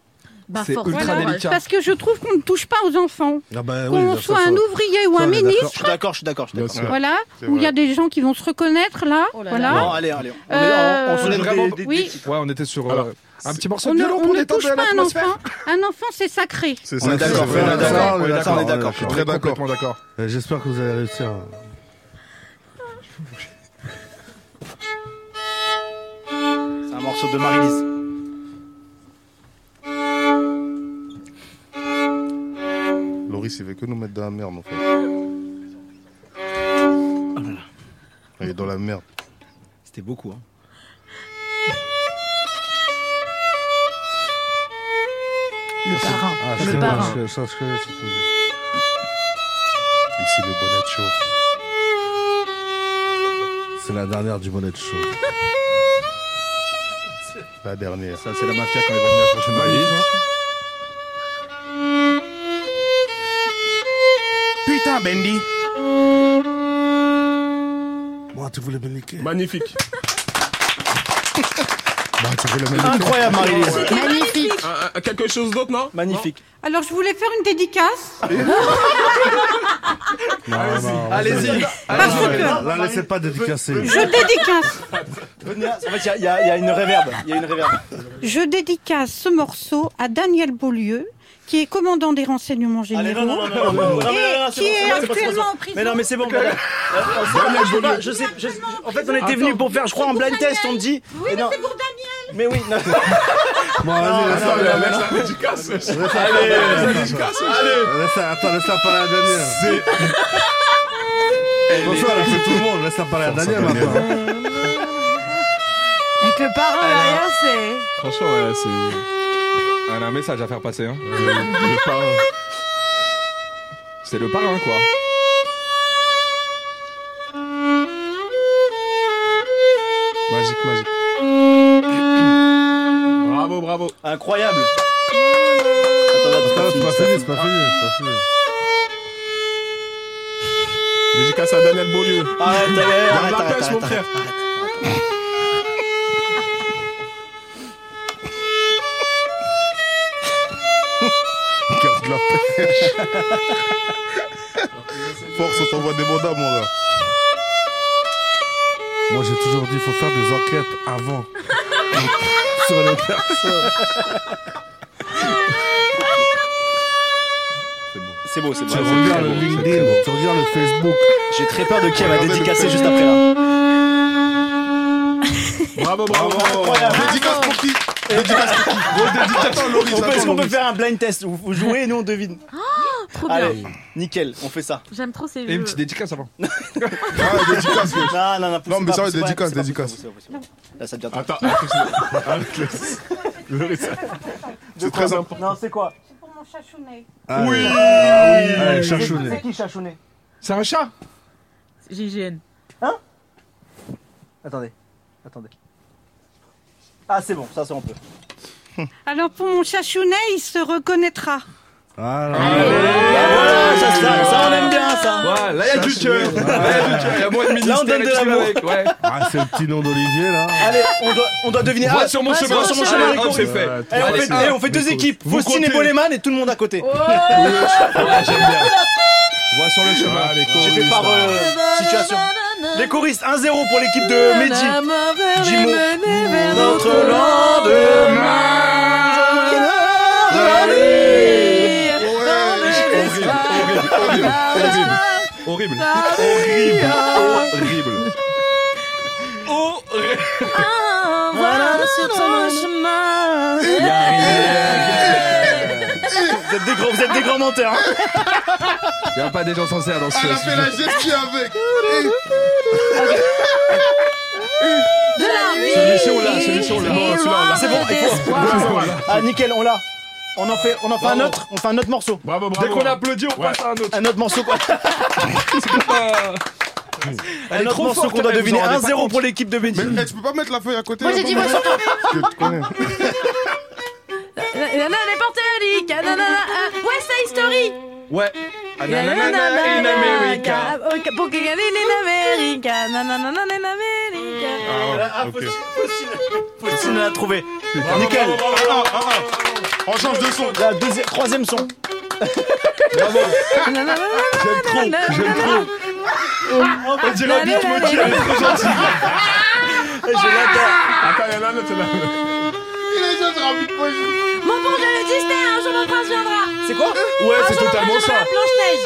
Bah,
C'est
forcément.
ultra délicat.
Parce que je trouve qu'on ne touche pas aux enfants.
Ah bah
Qu'on
ça,
soit
ça-
un ouvrier ou
ça,
un
on est
ministre,
Je suis d'accord, je suis d'accord, je suis
Bien
d'accord.
sûr.
voilà,
C'est
où il y a des gens qui vont se reconnaître là.
Oh là
voilà.
Non, allez, allez. on-
Euh,
on
On est
soulève
vraiment.
des- des-
Oui.
Ouais, on était sur
Alors,
euh, un petit morceau
On
de
ne,
violon
on
pour
ne touche
détendre
pas un
l'atmosphère.
enfant. Un enfant, c'est sacré.
C'est
On est
ça,
d'accord,
c'est vrai.
on
Ouais,
est d'accord, on est d'accord, on est d'accord.
ouais,
je suis
Très d'accord.
Complètement d'accord.
Euh, J'espère que vous allez réussir.
C'est un morceau de Marie-Lise.
Loris, il veut que nous mettre dans la merde, en fait. Il est dans la merde.
C'était beaucoup. Hein.
Ah,
Le
c'est
parrain.
bon, je- ça, je connais cette musique.
Ici, le bonnet chaud.
C'est la dernière du bonnet de show.
La dernière.
Ça, c'est la mafia quand ils vont venir chercher Marie-Lise. hein.
Putain, Bendy.
Moi, tu voulais me niquer.
Magnifique.
Bah, tu veux le mettre (laughs)
Incroyable, Marie-Lise.
Magnifique.
Un- un- quelque chose d'autre, non
Magnifique.
Alors, je voulais faire une dédicace.
Ah
Allez-y.
Parce que
Là, laissez pas dédicacer.
je dédicace,
Venez, En fait, il y a- il y, a il y a une réverbe. Il y a une réverbe.
je dédicace ce morceau à Daniel Beaulieu, qui est commandant des renseignements
Allez, non,
généraux.
non, non, non, non, non, non,
Et
non, non, non, c'est
qui est
bon, c'est bon, c'est bon, c'est bon, c'est bon.
actuellement en prison.
Mais non, mais (laughs) c'est bon. madame. Euh, euh, c'est bon, je sais pas, je sais, je sais- En fait, on était venu pour faire, je crois, un blind test. On me dit. mais non,
pour Daniel.
mais oui. non.
(laughs) Bon, vas-y, laisse-la. Laisse-la, attends, laisse-la parler à Daniel.
C'est
hein.
Bonsoir, elle a fait tout le monde. Laisse-la parler à Daniel maintenant.
Avec le parrain derrière, c'est.
Franchement, ouais, c'est.
Elle a un message à faire passer. Hein.
euh, le parrain.
C'est le parrain, quoi.
Magique, magique. Bravo, bravo.
Incroyable.
C'est pas c'est pas fini, c'est pas fini, c'est pas fini.
Dédicace à Daniel Beaulieu.
Arrête, allez,
Garde
arrête,
la
arrête,
pêche, mon
arrête,
frère.
Garde la (laughs)
(laughs)
pêche. Force, on t'envoie des mandats, mon gars. Moi, j'ai toujours dit, il faut faire des enquêtes
(laughs)
avant. Sur les personnes.
C'est beau, Oh, c'est
Tu
beau.
regardes le LinkedIn, tu regardes le Facebook.
J'ai très peur de qui elle va
Regardez le
dédicacer
petit-
juste après là.
Bravo, bravo.
Dédicace pour qui Dédicace pour qui Gros dédicace. Attends, Loris,
On peut- Est-ce
attends,
qu'on peut
Loris.
faire un blind test où vous jouez et nous on devine
Trop bien.
Allez, nickel, on fait ça.
J'aime trop ces
Et une petite
jeux.
dédicace
(laughs)
avant.
Ah, dédicace, oui.
Non, non, non, poussez
Non, mais
pas,
ça,
poussez pas,
dédicace,
poussez pas,
dédicace.
poussez pas, poussez pas, poussez pas. Là, ça devient trop.
Attends, attends, avec le. le risque.
De
très
quoi
important. Ah,
Non, c'est quoi
C'est pour mon chachounet.
Oui
Ah
Allez,
C'est
chachounet.
qui Chachounet
C'est un chat
GGN.
Hein Attendez, attendez. Ah, c'est bon, ça, ça on peut.
Alors pour mon chachounet, il se reconnaîtra.
Voilà, Ah, ça, ça, ça, on aime bien ça.
Ouais, là, il y a du cœur. Là, il y a du cœur. Il y a moins de ministère
Là, on donne
et
de
tout ce qu'il
l'amour.
y a avec, Ouais.
Ah, c'est le petit nom d'Olivier, là.
Allez, on doit, on doit deviner. Ah,
Moi, sur mon
ouais,
chemin,
sur mon
chemin,
chemin,
hop, c'est
les
fait.
Ouais,
Eh, on fait,
trois,
eh, on fait deux
Nico.
équipes, Faustine et
comptez.
Boleman et tout le monde à côté.
Ouais, j'aime bien. Vois sur le chemin.
Ah, les
J'ai fait
choristes,
par
là.
euh, situation. Les choristes, 1-0 pour l'équipe de Mehdi. Jimo. Notre lendemain.
Horrible, horrible, horrible, horrible, horrible, horrible, horrible. Horrible.
Ah
Euh,
Vous êtes des grands, vous êtes des grands menteurs. hein.
Il a pas des gens sincères dans ce
Elle a fait la gestion avec. Eh,
Solution là, solution là.
Bon, celui-là, on l'a.
C'est bon, il faut-
Bravo,
Ah, nickel, on l'a. On en fait, on en fait un
Bravo.
autre. On fait un autre morceau.
Bravo, bravo.
Dès qu'on applaudit, on passe à un autre.
Un autre (laughs) Ah, morceau, quoi.
Elle est
Un autre
trop
morceau
forte,
qu'on doit
elle, vous
deviner.
en rendez pas
1-0 pour l'équipe de Mehdi.
Mais eh, tu peux pas mettre la feuille à côté
Moi,
là,
j'ai dit,
pour
moi,
moi
surtout.
Parce que tu connais.
euh, Nanana, elle est portée à Ouais, ça historique.
Ouais.
Nanana,
Ananana in America.
America. Pour que gagner in America. Nanana, in America.
Ah, ouais, ok.
Faustine, Faustine l'a trouvé.
Bravo,
Nickel. Ah,
bravo, bravo, bravo, bravo. On change de son.
La deuxième, troisième (laughs) son.
J'aime trop, j'aime trop. On dirait un beatmaker, elle est trop gentille.
Et je l'adore.
Eh, Attends, il y en a un autre là.
Il est jeune, rapide, moi, je-
Mon bon Dieu, le Disney, un jour mon prince viendra.
C'est quoi
Ouais,
Un
c'est
jour mon
totalement
prince viendra,
ça.
Blanche-Neige.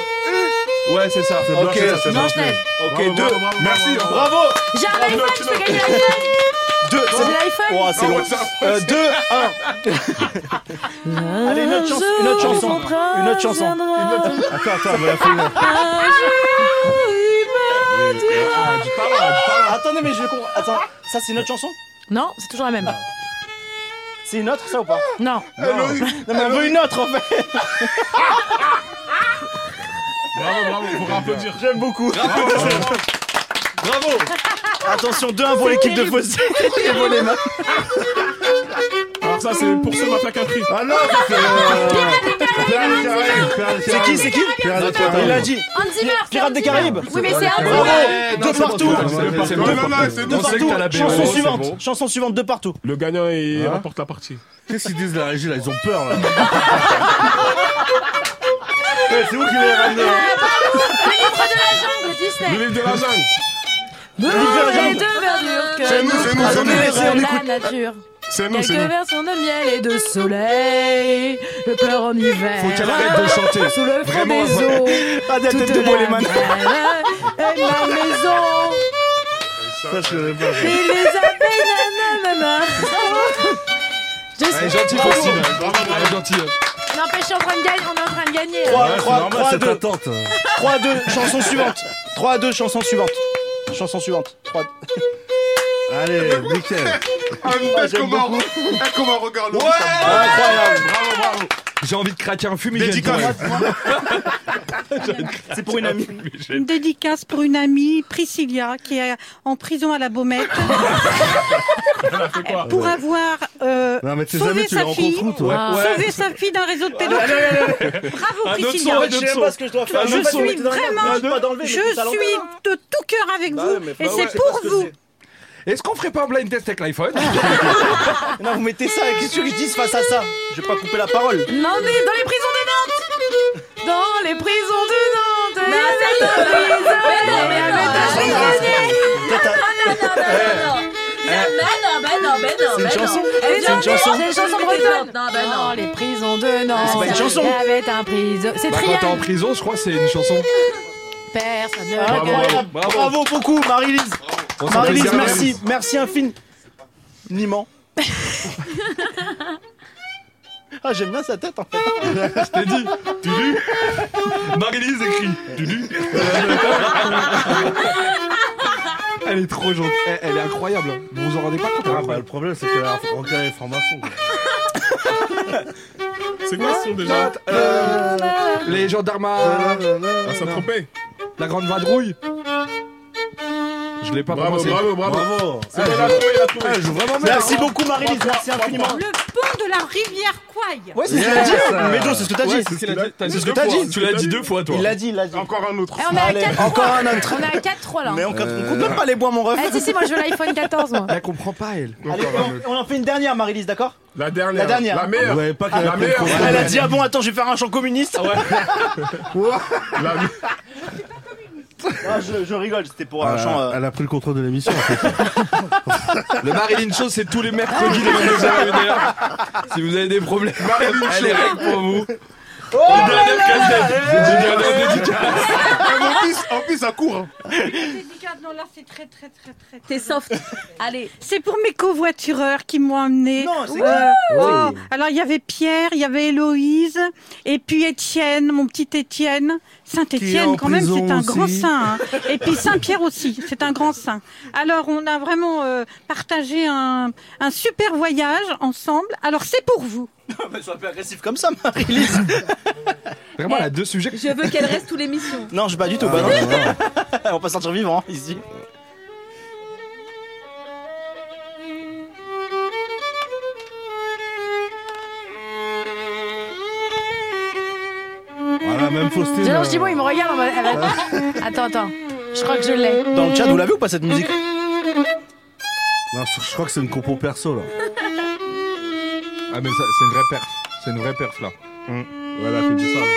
Ouais, c'est ça.
Ok,
Blanche-Neige.
ok, deux.
Merci.
Bravo.
J'ai un iPhone, je peux gagner l'iPhone.
Deux.
J'ai l'iPhone.
Oh, c'est long. 2, 1. Allez, une autre, chans- une autre chanson. Une autre chanson.
Attends, attends, mais la feuille, là.
Ah, du talent, du talent.
Attendez, mais je comprends. Attends, ça c'est une autre chanson Ah.
Non, c'est toujours la même.
C'est une autre, ça ou pas
Non.
Non, mais on veut une autre en fait.
Bravo, bravo, faut applaudir.
J'aime beaucoup.
Bravo.
Attention,
Ah,
2-1 pour l'équipe de (laughs) Faustine. Et pour les mains.
Alors, ça, c'est pour ceux qui un prix.
Ah non, ça, c'est. euh, Pierre des Caraïbes, Pierre des
C'est qui
Caraïbes. Pierre des
C'est qui Il l'a
Caraïbes.
dit.
Hans Zimmer. c'est
Pirates
Hans
des
Zimmer.
Caraïbes.
Oui, mais c'est Hans
Bravo.
Zimmer.
De partout.
C'est bon, non, non, c'est
De
bon.
sait que t'as la
partout.
BO,
Chanson
c'est
suivante.
bon.
Chanson suivante de partout.
Le gagnant, il
Hein
remporte la partie.
Qu'est-ce qu'ils disent la régie là Ils ont peur
(laughs)
là. Ouais, c'est vous qui l'avez ramené. hein.
Le livre de la jungle, Disney.
Le livre de la jungle.
Olivier
Les deux verdures que
C'est nous, c'est nous, c'est nous.
nous
on
la nature.
C'est nous,
Quelques
c'est nous.
versions de miel et de soleil. Le pleur en hiver.
Faut qu'elle arrête de chanter.
Sous le fond
Vraiment,
des eaux.
Ah, de la
toute
tête de
la
Boleman.
terre Et ma maison.
Ça, je l'avais pas.
Et les abeilles, nanana. Je
Elle est
sais.
gentille, Faustine.
hein.
Elle est gentille.
N'empêche, je suis en train de gagner. On est en train de gagner.
3,
C'est
3,
normal
3,
cette
2.
attente.
3 2, chanson suivante. 3 2, chanson suivante. Chanson suivante. 3
Allez, nickel.
Est-ce qu'on m'en est-ce qu'on m'en regarde Ouais Incroyable Bravo, bravo J'ai envie de craquer un fumigène.
Dédicace.
pour elle.
C'est pour une amie.
Une dédicace pour une amie, Priscilla, qui est en prison à la Baumette.
Ah
pour avoir euh,
Non, mais tes
sauvé
amis, tu les
sa
rencontres
fille,
où, toi Ah.
sauvé
Ouais.
sa fille d'un réseau de
Allez, allez,
pédophiles. Bravo
Un autre
Priscilla.
son, un autre Je sais son. pas ce que je dois faire. Un
Je
autre son.
suis
Mais
vraiment,
je peux pas d'enlever, mais
je
c'est pas longtemps,
suis
hein.
de tout cœur avec
Bah
vous,
ouais, mais
et
bah ouais,
c'est
je sais pas
pour
ce que
vous.
Est-ce qu'on ferait pas un blind test avec l'iPhone
(laughs) Non, vous mettez ça, et qu'est-ce que je dis face à ça Je vais pas couper la parole.
Non, mais dans les prisons de Nantes Dans les prisons de Nantes
Non,
et
ça,
la
non,
prison
non, non, non,
et la
non,
prison
non,
prisonnière.
non, bah non, bah non,
C'est une
bah non.
chanson
Eh
C'est
bien,
une chanson
C'est une chanson bretonne. Non, bah
Dans
non.
les prisons de Nantes.
C'est pas une chanson.
Il y avait un prison. C'est
Bah, quand t'es en
Trial.
prison, je crois que c'est une chanson.
Personne ne
Ah.
Bravo,
regarde.
bravo.
Bravo beaucoup, Marie-Lise.
On s'en
Marie-Lise,
fait
merci. Merci infiniment. Ah, j'aime bien sa tête en fait. Je
t'ai dit, tu dis Marie-Lise écrit. Dudu.
Elle est trop gentille. Elle, elle est incroyable. Vous vous en rendez pas compte hein.
Ah, bah, le problème, c'est qu'elle a encore les formations. quoi.
(laughs) C'est quoi ce son déjà
Euh, les gendarmes à...
Ah, ça trompait.
La grande vadrouille Je l'ai pas
Bravo,
prononcé.
bravo, bravo.
Bravo.
C'est bon, il a trouvé, il a trouvé.
Ah, je joue vraiment bien.
Merci beaucoup, Marie-Lise. Merci infiniment.
Le pont de la rivière Quaille.
Ouais, c'est ce
Yes.
que t'as dit.
Mais non, c'est ce que t'as
Ouais,
dit.
c'est ce qu'il a dit. T'as
C'est
dit
ce
deux
que t'as
fois.
dit.
Tu l'as dit deux fois, toi.
Il l'a dit, il l'a dit.
Encore un autre.
Eh, on est à
Allez,
4
encore un autre.
On est à 4-3 là.
Mais on, ne compte même pas les bois, mon ref.
Eh si, si, moi je veux l'iPhone 14 moi.
Elle comprend pas, elle.
Allez,
Encore un autre.
on, on en fait une dernière, Marie-Lise, d'accord
La dernière.
La dernière.
meilleure.
Ouais, pas qu'elle
la
a pris le
meilleure. Ah
programme.
Elle a dit Ah bon, attends, je vais faire un chant communiste.
La meilleure.
Ah, je, je rigole, c'était pour
Ah,
un chant. euh, (laughs)
Elle a pris le contrôle de l'émission, en fait.
(laughs) Le Marilyn Show, c'est tous les mercredis de 22h à 1h. Si vous avez des problèmes, Marilyn Show. Elle est règle pour vous.
Oh
Une dernière cassette. Une dernière
Ah,
En plus, en plus, ça court. hein.
Non, là, c'est très, très, très, très. (laughs)
C'est soft. Allez.
C'est pour mes covoitureurs qui m'ont amené.
Non, c'est
oh, alors il y avait Pierre, il y avait Héloïse, et puis Étienne, mon petit Étienne. Saint
Qui est
Étienne,
en
quand même, c'est
prison
un grand
aussi.
(laughs)
saint. hein. Et puis Saint Pierre aussi, c'est un grand saint. Alors on a vraiment euh, partagé un, un super voyage ensemble. Alors c'est pour vous.
Mais sois pas agressif comme ça, Marie-Lise.
Vraiment,
Eh,
elle a deux sujets.
Je veux qu'elle reste toute l'émission.
(laughs) non, je pas du tout. bah non. (laughs) on va pas sortir vivant hein, ici.
Voilà, Ah, même Faustine.
Genre, je dis
euh,
bon, il me regarde en mode. elle va- Attends, attends. Je crois que je l'ai.
Dans le chat, vous l'avez ou pas cette musique
Non, je je crois que c'est une compo perso, là.
Ah, mais ça, c'est une vraie perf. C'est une vraie perf, là.
Hum.
Ouais, elle a fait du sale.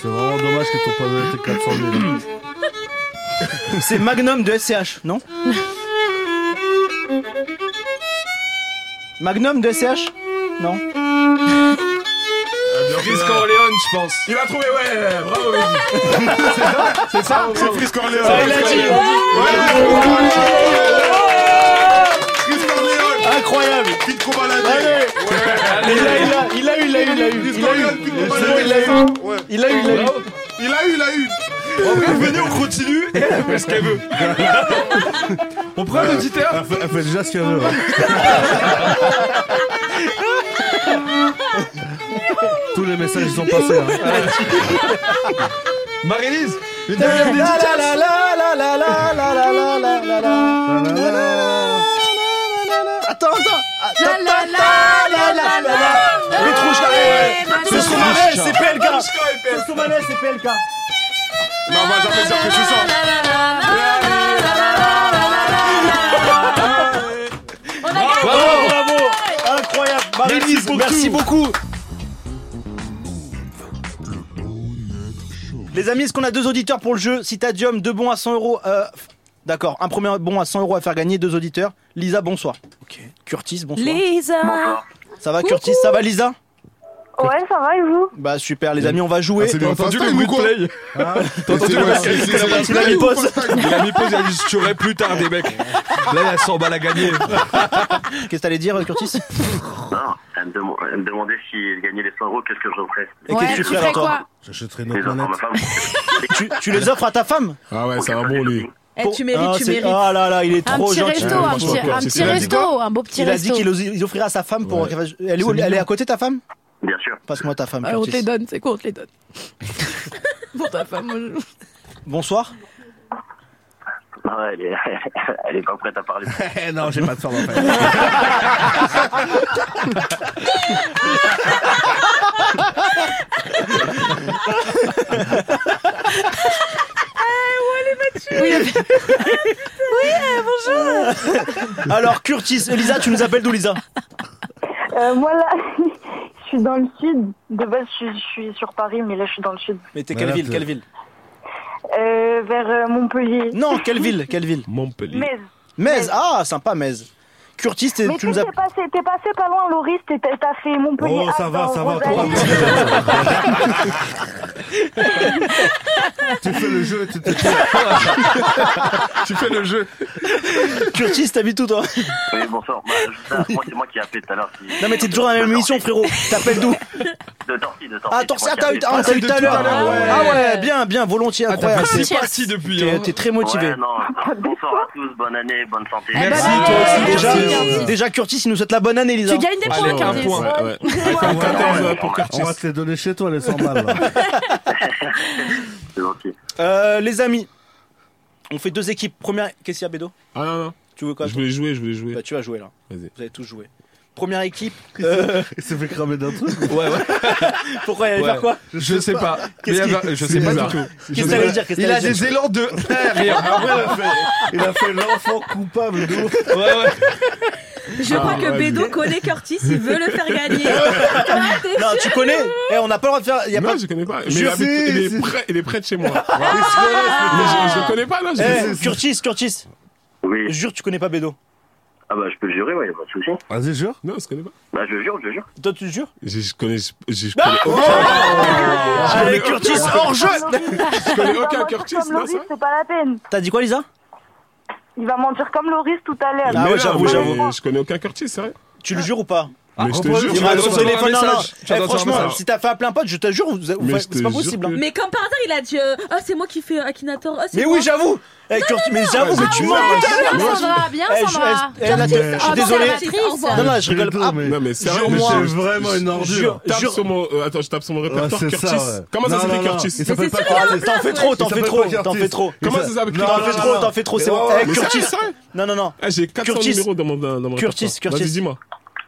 C'est vraiment dommage que t'aies pas donné tes 400 000. là.
C'est Magnum de SCH, non Magnum de SCH Non
Chris Corleone, je pense.
Il a trouvé, ouais. Bravo, Mehdi.
C'est ça
C'est Fris Corleone.
Ah, il l'a dit.
Fris Corleone.
Incroyable
Vite trop baladé.
Allez Il l'a eu, il l'a eu, il l'a eu, il l'a eu, il l'a eu,
Corleone, vite trop
C'est bon, il l'a eu.
baladé. Ouais.
il l'a eu, il l'a eu.
Il a eu, il a eu.
Venez, on
(laughs)
continue. Elle fait ce qu'elle veut. On prend un auditeur
Elle fait, elle fait déjà ce qu'elle veut, là.
(laughs)
Tous les messages ils sont passés. Hein.
Marie-Lise, une dernière
La
dédicace.
la la la la la la la la la la la.
La, la, la.
Attends, attends. Attends, attends, la, la, la, la. Les trous, je l'arrête. C'est son marais, c'est PLK. C'est son marais, c'est PLK.
Non, on va jamais dire que je suis ça.
Bravo, bravo. Incroyable.
Bah,
Marie-Lise, merci beaucoup. Les amis, est-ce qu'on a deux auditeurs pour le jeu Citadium, deux bons à 100 euros. euh, f- D'accord, un premier bon à 100 euros à faire gagner, deux auditeurs. Lisa, bonsoir. Ok. Curtis, bonsoir.
Lisa
Ça va, Curtis Ça va, Lisa
Ouais, ça va et vous
Bah super, les amis, on va jouer.
c'est bien
entendu
Fast
le
Time
bruit
ou
de
quoi
play T'as entendu
C'est
le
vrai,
mec
c'est- c'est-
Il a mis pause.
Il a mis pause, il a dit je tuerai plus tard des mecs. Là, il y a 100 balles à gagner.
Qu'est-ce que t'allais dire, Curtis
(laughs) Non, elle me, demand- elle me demandait si je gagnais les 100 euros, qu'est-ce que j'en ferais
Et qu'est-ce que tu ferais, alors, toi
J'achèterai une
Les
autre
enfants, ma
manette.
femme
tu, tu les offres à ta femme
Ah ouais, c'est un bon, lui.
Eh, tu mérites,
Ah,
tu
c'est-
mérites.
Ah là là, il est
Un
trop
petit
gentil.
resto, un petit- un petit
Il a dit
resto,
quoi
un beau petit
Il a dit
resto.
qu'il os- il offrirait à sa femme pour. Elle est où Elle
C'est
est à
mignon.
côté ta femme
Bien sûr.
Passe-moi ta
Euh,
femme.
Ah, on te
Curtis.
les donne, c'est quoi, on te les donne Pour ta femme. moi, je-
Bonsoir. (laughs)
Ah, elle, est, (laughs) elle est pas prête à
(laughs)
parler.
non, j'ai pas de forme en fait.
Oui, euh, bonjour
Alors Curtis, Elisa, tu nous appelles d'où Lisa
Euh, moi là, (laughs) je suis dans le sud. De base, je, suis- je suis sur Paris, mais là, je suis dans le sud.
Mais
Bah
t'es quelle ville Quelle ville
Euh, Vers euh, Montpellier.
Non, quelle ville Quelle ville
Montpellier.
Metz.
Metz. Ah, sympa Metz. Curtis, t'es-
Mais
tu
tu
nous
t'es
appelles.
passé, t'es passé pas loin, Loris, t'es- t'es- t'as fait Montpellier.
Oh, ça
Arles
va,
dans
ça va,
Rosalie. (laughs)
tu fais le jeu, tu te
tu fais le jeu.
Curtis, t'habites où toi
Oui, bonsoir. Bah, juste là, moi, c'est moi qui ai appelé tout à l'heure. qui-
Non mais t'es toujours dans la même émission frérot. T'appelles d'où
De Torcy, de Torcy.
Ah,
c'est
Torcy,
moi
ah,
qui ai
t'as eu
appelé.
ah, on t'a eu tout à l'heure. Ah ouais, bien, bien,
Ah,
volontiers, incroyable.
pris
C'est-
cher. Merci depuis,
T'es-
hein.
T'es très motivé.
Ouais, non, bonsoir à tous, bonne année, bonne santé.
Eh ben, Merci, toi aussi. bah, Déjà, déjà, Curtis, il nous souhaite la bonne année, Lisa.
Tu gagnes des points, Avec un Curtis. point. Ouais, ouais.
on, va,
14,
on
pour
va-
Curtis.
on va te les donner chez toi, les 100 balles. là.
Euh, les amis, on fait deux équipes. Première, qu'est-ce qu'il y a, Bédo
Ah non, non.
Tu veux quoi
Je voulais jouer, je voulais jouer.
Bah, tu vas jouer là.
Vas-y.
Vous avez tous joué. Première équipe.
(laughs)
euh,
Il s'est fait cramer d'un truc.
(laughs)
(laughs)
Ouais, ouais. Pourquoi il allait
Ouais.
faire quoi
Je sais
Ah,
pas.
Qu'est-ce
Mais
qu'il-
elle va- je
c'est
sais pas
bizarre.
du tout.
Qu'est-ce
Je
qu'il
sais
allait
pas.
dire Qu'est-ce qu'il
Il a
allait
des
dire
élans de rire.
Après, il a fait, il a fait l'enfant coupable de ouf.
Je
Ah,
crois que
ouais,
Bédo
mais-
connaît Curtis, il veut le faire
(laughs)
gagner.
Non, tu connais Eh, on n'a pas le droit de faire. Y a
non,
pas...
je connais pas. Mais
Je
il, habite-
sais,
il est
c'est-
près, il est près de chez moi.
Ah.
Ah, Mais
Mais je, je le connais pas, là. je-
Eh, Curtis, Curtis.
Oui.
Jure, tu connais pas Bédo.
Ah bah, je peux le jurer, ouais, y a pas de souci.
Vas-y, jure.
Non, je connais pas.
Bah, je jure, je jure.
Toi, tu le jures
Je, je connais. Je, je
Ah
connais aucun. Je connais
Allez,
Oh aucun-
Curtis, hors jeu
Je connais aucun Curtis,
Mentir comme
non,
Loris, c'est pas la peine.
T'as dit quoi, Lisa
Il va mentir comme Loris tout à l'heure.
Ah ouais, j'avoue, j'avoue.
Je connais aucun Curtis, sérieux.
Tu le jures ou pas
Mais je te
Ah,
jure,
il
tu
m'a
vas
son
recevoir un
téléphone, non, non.
message. Tu vas
Eh,
recevoir un
franchement,
message.
si t'as fait appeler un pote, je te jure, vous- vous-
Mais je te
c'est pas
jure
possible. hein.
Mais comme par hasard, il a dit euh, Ah, c'est moi qui fais Akinator. Ah, c'est
Mais
moi.
oui, j'avoue Eh, Curtis, mais j'avoue, mais tu
Ouais,
mens
ouais,
tout à
ouais,
l'heure.
ouais.
Sandra, bien,
Eh, je-
Sandra.
eh, là, je
Curtis,
suis
oh,
désolé.
conservatrice.
Au revoir.
Non, non, je rigole
Bédo,
pas.
mais-
Non, mais sérieux,
Jure-moi.
je-
C'est vraiment une ordure.
Jure, tape
Jure.
sur mon. euh, attends, je tape sur mon répertoire.
c'est
Curtis.
ça, ouais.
Comment ça
Non,
s'écrit
non, non.
Curtis
Il s'appelle
Mais
pas
c'est
Curtis.
celui-là,
T'en fais trop, t'en fais trop, t'en fais trop.
Comment
Mais
ça
ça-
s'appelle
Non,
Curtis
T'en fais trop, t'en fais trop, c'est
Mais
bon.
ouais,
Eh,
mais
Curtis
sérieux, sérieux
Non, non, non.
Ah, j'ai 400
Curtis.
numéros dans mon, dans mon
Curtis,
répertoire.
Curtis.
Vas-y, dis-moi.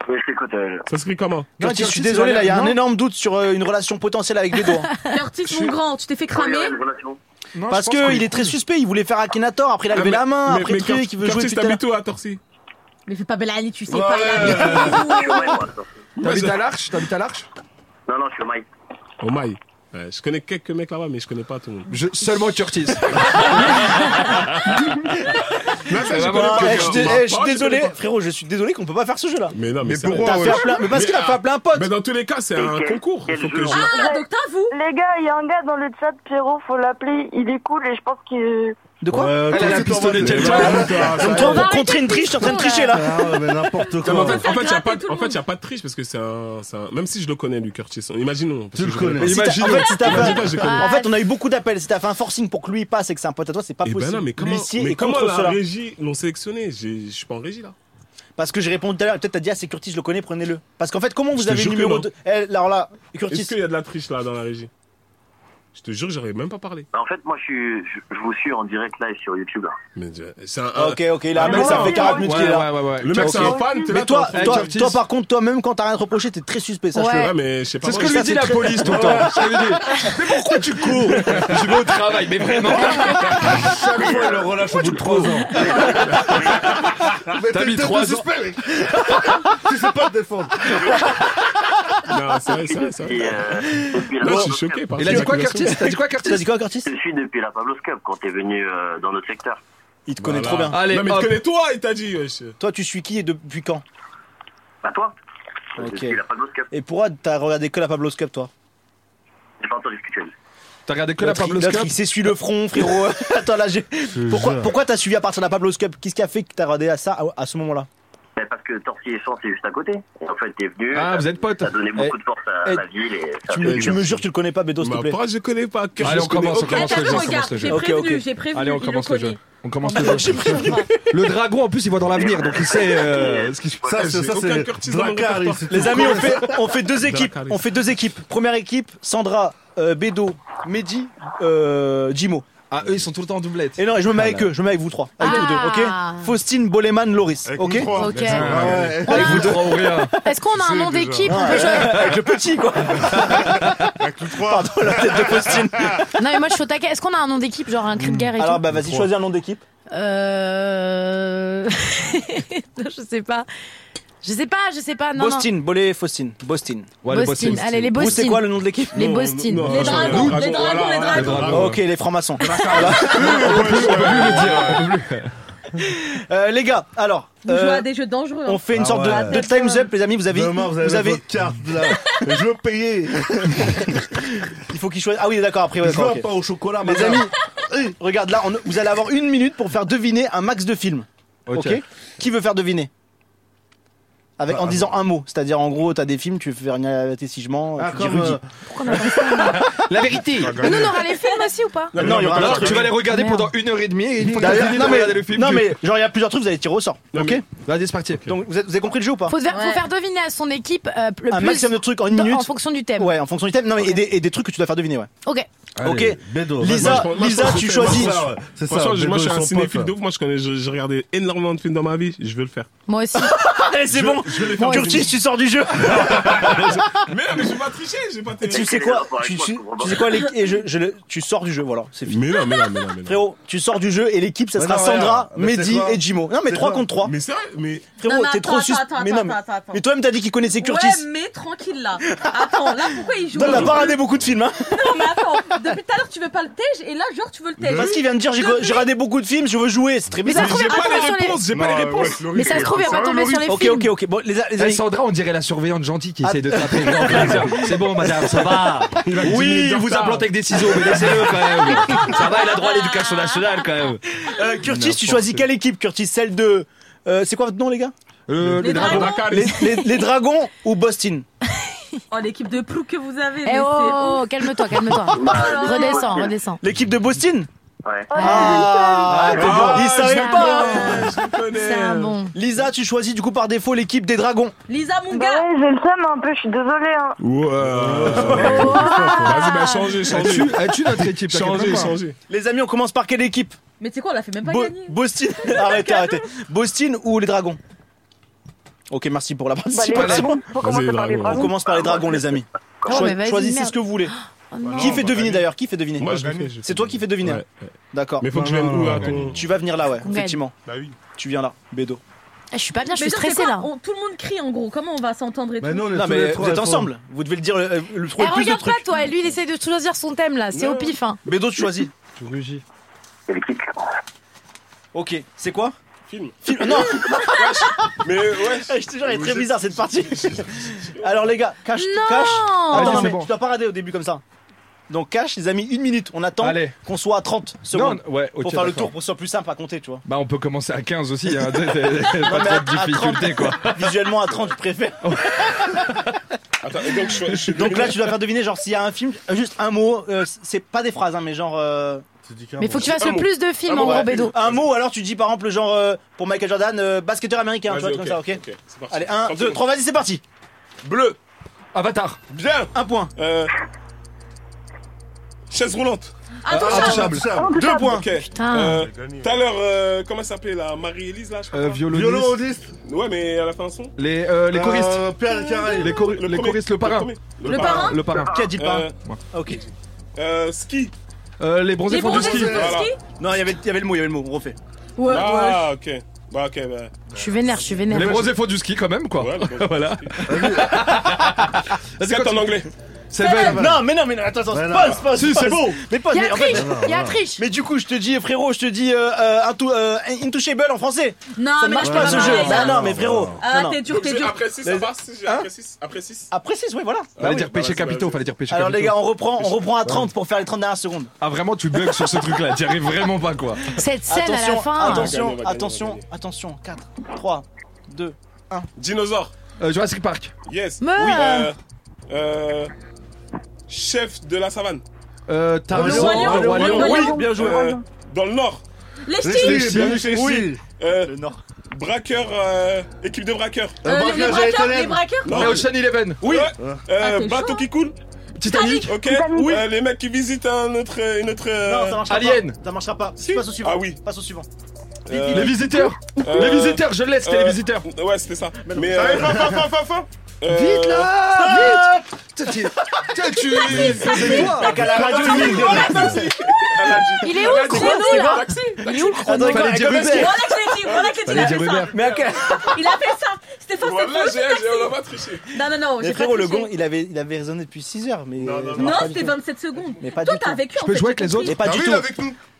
Oui, je t'écoute. euh,
Ça s'écrit comment
Curtis, je suis
Curtis,
désolé,
il a
là, il y a
l'air-
un
non.
énorme doute sur euh, une relation potentielle avec Bédo. hein.
Curtis, mon grand, tu t'es fait
il y
cramer.
aurait une relation.
Non,
Parce
je pense
que il est très suspect, il voulait faire Akinator, après il a levé la main, après le truc, il veut jouer
Curtis,
depuis tout à l'heure.
t'habites où à Torcy
Mais fais pas belle année, tu sais
Ouais,
pas.
ouais,
il a-
Je suis au Mail, moi, Torcy.
T'habites à l'Arche T'habites à l'Arche
Non, non, je suis au Mail.
Au Maï. Ouais, Je connais quelques mecs là-bas, mais je connais pas tout le monde.
Je- Seulement
(laughs)
Curtis.
Non, ça, je
vraiment
connais pas.
Ah, eh, je, dé-
Bah,
eh, je suis
bah, je
désolé,
connais pas.
(laughs) frérot, je suis désolé qu'on peut pas faire ce jeu là.
Mais non, mais,
Mais
c'est
pourquoi, euh,
vrai.
T'as
ouais.
fait appeler un- Mais parce qu'il a fait appeler un pote.
Mais dans tous les cas, c'est un
quel-
concours.
quel
Faut que
jeu,
je.
hein.
Ah, donc t'avoues.
Les gars, il y a un gars dans le chat, Pierrot, faut l'appeler. Il est cool et je pense qu'il.
De quoi
Ouais,
Elle a
Curtis,
un pistolet
t'en vas-
James Bond.
Ouais, toi, ça-
Comme toi,
va
pour contrer
arrêter
une
de
triche, je suis en train de tricher
tricher, là.
là.
Ah ouais, mais n'importe
Non, mais en
quoi.
fait, en fait, y a pas,
gratter tout
en
le
fait, y a pas de triche parce que c'est un, c'est un- même si je le connais, lui, Curtis. Imaginons. parce
Tu
que
le
je
connais.
pas.
Si t'as-
Imagine.
en fait, si t'as
Imagine,
fait-
je connais.
en fait, on a eu beaucoup d'appels. Si t'as fait un forcing pour que lui il passe et que c'est un pote à toi, c'est pas
Eh ben non,
possible.
mais comment,
L'huissier
mais
est
comment
contre
la
cela.
régie l'ont sélectionné J'ai- Je suis pas en régie là.
Parce que j'ai répondu tout à l'heure, peut-être t'as dit ah c'est Curtis, je le connais, prenez-le. Parce qu'en fait, comment
Je
vous
te
avez le
jure que
numéro
non.
de. Eh, alors là, Curtis.
Est-ce qu'il y a de la triche là dans la régie Je te jure, j'aurais même pas parlé.
Bah, En fait, moi, je, suis, je, je vous suis en direct live sur YouTube. là.
Mais euh, c'est un.
Ah,
un-
Ok, ok, il a
Ah,
appelé,
mais
ça
non,
fait 40 minutes
Ouais,
qu'il est là.
ouais, ouais, ouais.
Le mec, c'est un
Ok.
fan. t'es là,
Mais toi,
t'es en-
toi,
Curtis.
toi, par contre, toi même quand t'as rien de reproché, t'es très suspect, sache-le.
Ouais.
Ouais, Ah, mais je sais pas.
C'est ce
moi,
que
je-
lui dit la police
(laughs)
(laughs) tout le temps. Je lui dis, mais pourquoi tu cours Je vais au travail, mais vraiment.
(laughs) Chaque fois, il le relâche au bout de 3 ans.
Mais
T'as
t'es
mis
le tête
trois ans.
de
(laughs)
suspect, mec. Tu sais pas te défendre.
(laughs) Non, c'est vrai, c'est vrai, c'est
Et,
vrai.
euh, depuis la
Là, je suis
Pablo's Cup.
choqué par
Il a
cette
dit quoi,
accusation.
Curtis T'as dit quoi, Curtis
T'as dit quoi, Curtis
Je te suis depuis la Pablo's Cup quand t'es venu euh, dans notre secteur.
Il te connaît
Voilà.
trop bien.
Allez,
non, mais
hop.
tu connais toi, il t'a dit. wesh.
Toi, tu suis qui et depuis quand
Bah, toi
Ok.
Depuis la Pablo's Cup.
Et pourquoi t'as regardé que la Pablo's Cup, toi
J'ai pas entendu ce que tu as dit.
T'as regardé Ah, que la
L'autre, il-
Pablo
l'autre,
Scope
il s'essuie le
(laughs)
front, frérot. (laughs) Attends, là, j'ai.
te
Pourquoi,
jure.
pourquoi t'as suivi à partir de la Pablo's Cup Qu'est-ce qui a fait que t'as regardé à ça à, à ce moment-là
Mais parce que Torcy et Champ, c'est juste à côté. Et en fait, t'es venu.
Ah,
t'as-
vous êtes potes.
T'as donné beaucoup
Eh,
de force à
eh,
la ville et ça
tu,
fait
me,
du
tu
bien.
me jures que tu le connais pas, Bédo, s'il te
Bah,
plaît
Moi, je connais pas. Curtis,
Allez, on
je connais
commence, on
aucun.
commence.
Attends,
le jeu, on
regarde,
commence le
j'ai
jeu.
Ok,
prévenu,
ok.
j'ai prévenu.
Allez, on
il
commence
le
le jeu.
connaît.
On commence le Le dragon, en plus, il voit dans l'avenir, donc il sait euh, ce qui se
Ça, c'est- ça, c'est Drakkar, il- c'est
Les
tout
amis,
con.
on fait, on fait deux équipes. On fait deux équipes. Première équipe, Sandra, euh, Bédo, Mehdi, euh, Jimo.
Ah, eux, ils sont tout le temps en doublette.
Et non, et je me mets avec
Ah là.
eux, je me mets avec vous trois. Avec vous deux,
Ah.
ok Faustine, Boleman, Loris.
Avec
ok
nous trois. Ok. Ah ouais.
Avec vous deux. (laughs)
Est-ce qu'on a un nom d'équipe on peut jouer avec-
Avec le petit, quoi. Avec le 3. Pardon, la tête de Faustine.
Non, mais moi je suis au taquet. Est-ce qu'on a un nom d'équipe, genre un cri de guerre et
Alors,
tout
bah, vas-y, choisis un nom d'équipe.
Euh. (laughs) non, je sais pas. Je sais pas, je sais pas. Ah, Non, non.
Bostin, Bolé, Faustine. Bostin.
les Bostin. Bostin. Allez, les
Vous, c'est
Bostin.
quoi le nom de l'équipe
Les Non, Bostin. non, Les non, dragons, les dragons,
voilà,
les
voilà,
dragons.
Ok, les francs-maçons. (laughs) Euh, Les gars, alors.
Vous
euh,
jouez à des jeux dangereux. hein.
On fait une sorte de- de, time's up, les amis. Vous avez,
Ah Demain, vous avez votre
carte (laughs) là. je veux payer. (laughs) Il faut qu'ils choisissent. Ah oui, d'accord. Après, ouais,
Je veux
d'accord,
un
ok.
pain au chocolat,
Les
madame.
amis, eh, regarde là, on- vous allez avoir une minute pour faire deviner un max de films. Ok.
Ok.
Qui veut faire deviner Avec
Ah,
en disant un mot, c'est-à-dire en gros, t'as des films, tu fais faire une testigement,
Ah,
tu dis
comme,
Rudy.
euh,
La vérité.
Mais nous, on aura les films aussi ou pas
Non, il y aura un
Alors,
truc.
tu vas les regarder pendant une heure et demie et une fois que t'as
D'ailleurs,
fini de
non, mais,
regarder le film.
non,
tu-
mais genre il y a plusieurs trucs, vous allez tirer au sort. ok
Vas-y, c'est parti.
Donc vous êtes- vous avez, compris le jeu ou pas
Faut, faire- faut faire deviner à son équipe euh, le
Un
plus.
maximum de trucs en une
dans-
minute.
En fonction du thème.
Ouais, en fonction du thème. Non mais et, des, et des trucs que tu dois faire deviner, ouais.
Ok.
ok.
Bédo.
Lisa, Lisa, tu choisis.
C'est ça. Moi, je suis un cinéphile de ouf. Moi, je connais, je- j'ai regardé énormément de films dans ma vie. Je veux le faire.
(laughs)
Moi aussi.
Allez, c'est
Je-
bon.
je vais les faire
Curtis,
deviner.
tu sors
(laughs)
du jeu.
Mais non, mais j'ai pas triché, j'ai pas
Et
triché.
tu sais quoi tu, tu- tu sais quoi les- et je, je le- Tu sors du jeu, voilà, c'est fini.
Mais non, mais non, mais non, mais non.
Frérot, tu sors du jeu et l'équipe, ça
Mais
sera
non,
Sandra,
regarde. Mais c'est
Mehdi
quoi
et Jimo. Non, mais
C'est
3
quoi
contre 3.
Mais sérieux, mais.
Frérot,
Non, mais
t'es trop
attends,
sus.
attends,
Mais non,
attends, attends, attends.
mais toi-même, t'as dit qu'il connaissait Curtis.
Ouais, mais tranquille là. Attends, là pourquoi il joue
Toi, t'as pas raté beaucoup de films, hein
Non, mais attends, depuis tout à l'heure tu veux pas le tège et là, genre, tu veux le tège.
Parce qu'il vient de dire, j'ai- j'ai raté beaucoup de films, je veux jouer, c'est très
Mais ça
bizarre.
se trouve, il va pas tomber sur les-
Non, ouais, Laurie, c'est ça, Laurie.
Ok, ok, ok. Bon, les, les
Eh,
amis.
Sandra, on dirait la surveillante gentille qui
Ah.
essaie de trapper. les gens pour leur dire, C'est bon, madame, ça va.
Il a dix
Oui,
minutes de
vous
retard.
implantez avec des ciseaux, mais laissez-le quand même. Ça va, il a droit à l'éducation nationale quand même.
Euh, Curtis, tu choisis quelle équipe, Curtis Celle de. euh, c'est quoi votre nom, les gars
Euh,
Les les dragons. dragons.
Les, les- les dragons ou Boston
Oh, l'équipe de plou que vous avez.
Eh
mais
oh,
c'est
calme-toi,
(laughs)
calme-toi. redescends, redescends.
L'équipe de Boston
Oh,
Ouais.
Ah, t'es bon.
Ah,
il
je
savait
le
pas. hein.
connais.
Lisa, tu choisis du coup par défaut l'équipe des dragons.
Lisa, mon
Bah ouais, j'ai le seum un peu, je suis désolée. Hein.
Ouais. Vas-y, bah, changez, changez.
As-tu- as-tu notre équipe, t'inquiète
Changez,
pas.
changez.
Les amis, on commence par quelle équipe
Mais tu sais quoi, on l'a fait même pas
Bo-
gagner.
Boston, (laughs) arrêtez, arrêtez. Boston ou les dragons Ok, merci pour la participation.
dragons. Faut commencer
Vas-y, par les dragons. dragons.
On commence par les dragons, les amis.
Oh,
Choi-
mais vas-y,
Choisissez
merde. Oh,
ce que vous voulez.
non.
Qui fait deviner d'ailleurs Qui fait deviner
Moi, je le fais, je le
C'est toi qui fais deviner.
Ouais, ouais.
D'accord.
Mais faut que je vienne où à ton.
Tu vas venir là, ouais,
Qu'on gagne.
effectivement.
Bah oui.
Tu viens là, Bédo.
Ah, Je suis pas bien, je
Mais
suis
genre, c'est
stressée
quoi
là.
On- Tout le monde crie en gros, comment on va s'entendre
Bah
et tout
Bah non, on est
Non,
tous les
mais
trois,
vous êtes
elles sont-
ensemble. Vous devez le dire, euh, le
Eh,
trouver le plus de
regarde pas
trucs.
toi, lui il essaie de choisir son thème là, c'est au pif. Hein.
Bédo, tu choisis.
Tu rugis.
C'est l'équipe.
Ok, c'est quoi
Film.
Film- Non
Mais ouais.
Eh, Je te jure, elle est très bizarre cette partie. (laughs) Alors les gars, cache,
Non Ah,
cache. Attends,
Allez,
non,
c'est
mais
bon.
tu dois pas rader au début comme ça. Donc cache, les amis, une minute. On attend
Allez.
qu'on soit à 30
Non,
secondes.
ouais, ok,
pour faire le
d'accord.
tour, pour que ce soit plus simple à compter, tu vois.
Bah, on peut commencer à 15 aussi, hein. (laughs) T'as- t'as
Non, mais
pas trop
à- à
de
30.
difficulté quoi.
(laughs) Visuellement à 30, je préfère. (laughs)
Attends, et donc je je suis.
Donc là, tu dois faire deviner, genre, s'il y a un film, euh, juste un mot, euh, c'est pas des phrases, hein, mais genre. euh, Ah
Tu dis qu'un
Mais
mot.
faut que tu fasses
Un
le
mot.
plus de films
Un
en
mot,
gros,
ouais.
Bédo.
un mot, alors tu dis par exemple, genre, euh, pour Michael Jordan, euh, basketteur américain, tu
Vas-y,
vois,
ok,
comme ça, ok
ok, c'est parti.
Allez, 1,
30
2,
secondes.
3, vas-y, c'est parti
Bleu.
Avatar.
Bien.
Un point
Euh. Chaise roulante.
Ah,
Intouchable.
Euh, Deux points. Ok.
Putain.
Euh, Tout à l'heure, euh, comment elle s'appelait la Marie-Élise là je crois
Euh,
pas.
violoniste.
Violoniste.
Ouais, mais elle a fait un son.
Les, euh, les choristes.
Euh, Pierre Carré.
Les, chori- les
premier.
choristes, le parrain.
premier.
Le parrain.
Le parrain.
Qui a dit le parrain
Euh,
Ok.
euh, ski.
Euh, les bronzés
Les
font du
bronzés
ski.
font du
Voilà.
ski
Non, il y avait- il y avait le mot, il y avait le mot, on refait.
Ouais, ouais.
Ah, ok. Bah, ok, bah.
Je suis vénère, je suis vénère.
Les bronzés font du ski quand même quoi.
Ouais, bah,
Voilà.
Skate en anglais.
C'est vrai.
Non, mais non, mais non, attends, attends,
Ouais, non.
pause, pause,
Si,
pause.
c'est bon.
Mais pause,
Y'a
mais en fait,
triche, y'a triche.
mais du coup, je te dis, frérot, je te dis, euh, euh, intou- euh, intouchable en français.
Non,
ça
mais
ne marche
là,
pas
c'est
ce
pas
jeu.
pareil,
Bah
ça.
non, mais frérot.
Ah,
non, non.
t'es dur, t'es
Je-
dur. Hein
Après 6, ça va si, j'ai- Après 6, après 6.
Après 6, ouais, voilà.
Fallait
Ah oui.
dire péché
Bah, vas-y,
capitaux,
vas-y.
fallait dire péché
Alors les
capitaux.
gars, on reprend, on reprend à 30 pour faire les 30 dernières secondes.
Ah vraiment tu bugs sur ce truc là, t'y arrives vraiment pas (laughs) quoi.
Cette scène à la
attention,
fin.
On va
attention,
gagner, on va
attention,
gagner.
attention. 4, 3, 2.
Dinosaure.
Euh, Jurassic Park.
Yes.
Meurs. Oui.
Euh, euh, chef de la savane.
Euh, Tarzan,
Le Roi Lion,
Oh,
le Roi
le
Lion.
Roi Lion.
bien joué. dans le nord.
Les Ch'tis.
Les Ch'tis, bienvenue chez les
Oui.
Ch'tis. Euh, Braqueur, euh, équipe de braqueurs.
Euh, Euh, braqueurs, les- les j'allais braqueurs, connaître. les braqueurs.
Non.
Mais Ocean Eleven.
Oui.
Ouais.
Euh,
Ah, t'es
bateau
chaud.
qui coule.
Titanic.
Ok.
Titanic.
Oui. Euh, les mecs qui visitent un autre, une autre.
Non, ça marchera
Alien.
pas. Ça marchera pas. Passe au suivant.
Ah oui.
Passe au suivant.
Euh,
Les visiteurs.
euh,
Les visiteurs, je laisse, c'était
euh,
les visiteurs.
Ouais, c'était ça. Mais.
Ça
euh,
va, fin, fin, fin,
(laughs) euh,
Vite,
là
Vite Putain, tu.
C'est toi T'as qu'à la radio,
Vas-y,
Miguel.
on l'a pas, si.
Il est où, le chrono, là
Il est où le
chrono Attends,
Fallait dire
comment est-ce
Hubert.
qu'il-
Voilà que je l'ai dit, voilà que je l'ai dit, il a fait ça.
Mais à quel-
Il a fait ça. Stéphane, c'est faux, c'est taxi. Non, non, non, j'ai
Mais
pas
frérot, le
triché.
gong, il avait, il avait résonné depuis 6 heures. Mais ça marche
Non,
pas du
c'était
tout.
27 secondes.
Mais pas
Toi,
du
t'as
tout.
vécu, en fait, j'ai compris.
Mais pas du tout.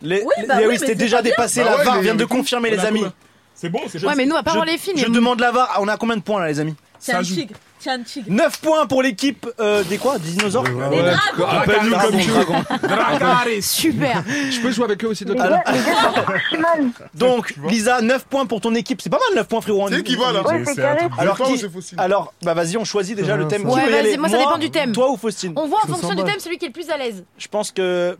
Les,
Oui, bah
les- oui,
oui, mais
c'était
c'est
déjà
pas bien.
dépassé.
Bah
la
ouais,
VAR
mais
vient de
avec nous,
confirmer,
on
les
a
amis.
tout, là.
C'est bon, c'est
Je-
Ouais, mais nous, à part,
je-
on les filme.
Je demande la VAR. On a combien de points, là, les amis
Tiens, un tigre. Tiens, un tigre.
9 points pour l'équipe euh, des quoi Des dinosaures
Ouais, tu- Appelle-nous comme tu veux. (laughs) Dracarys.
Super.
Je peux jouer avec eux aussi d'autres
Alors-
(laughs)
Donc, Lisa, 9 points pour ton équipe. C'est pas mal 9 points, frérot.
C'est
On-
qui va, là Ouais, c'est carré.
Alors,
Je sais pas
qui-
où c'est Faustine.
Alors, bah vas-y, on choisit déjà le thème.
Ouais,
Qui veut y
vas-y,
aller
moi, ça dépend du thème.
Toi ou Faustine
On voit en fonction du thème celui qui est le plus à l'aise.
Je pense que.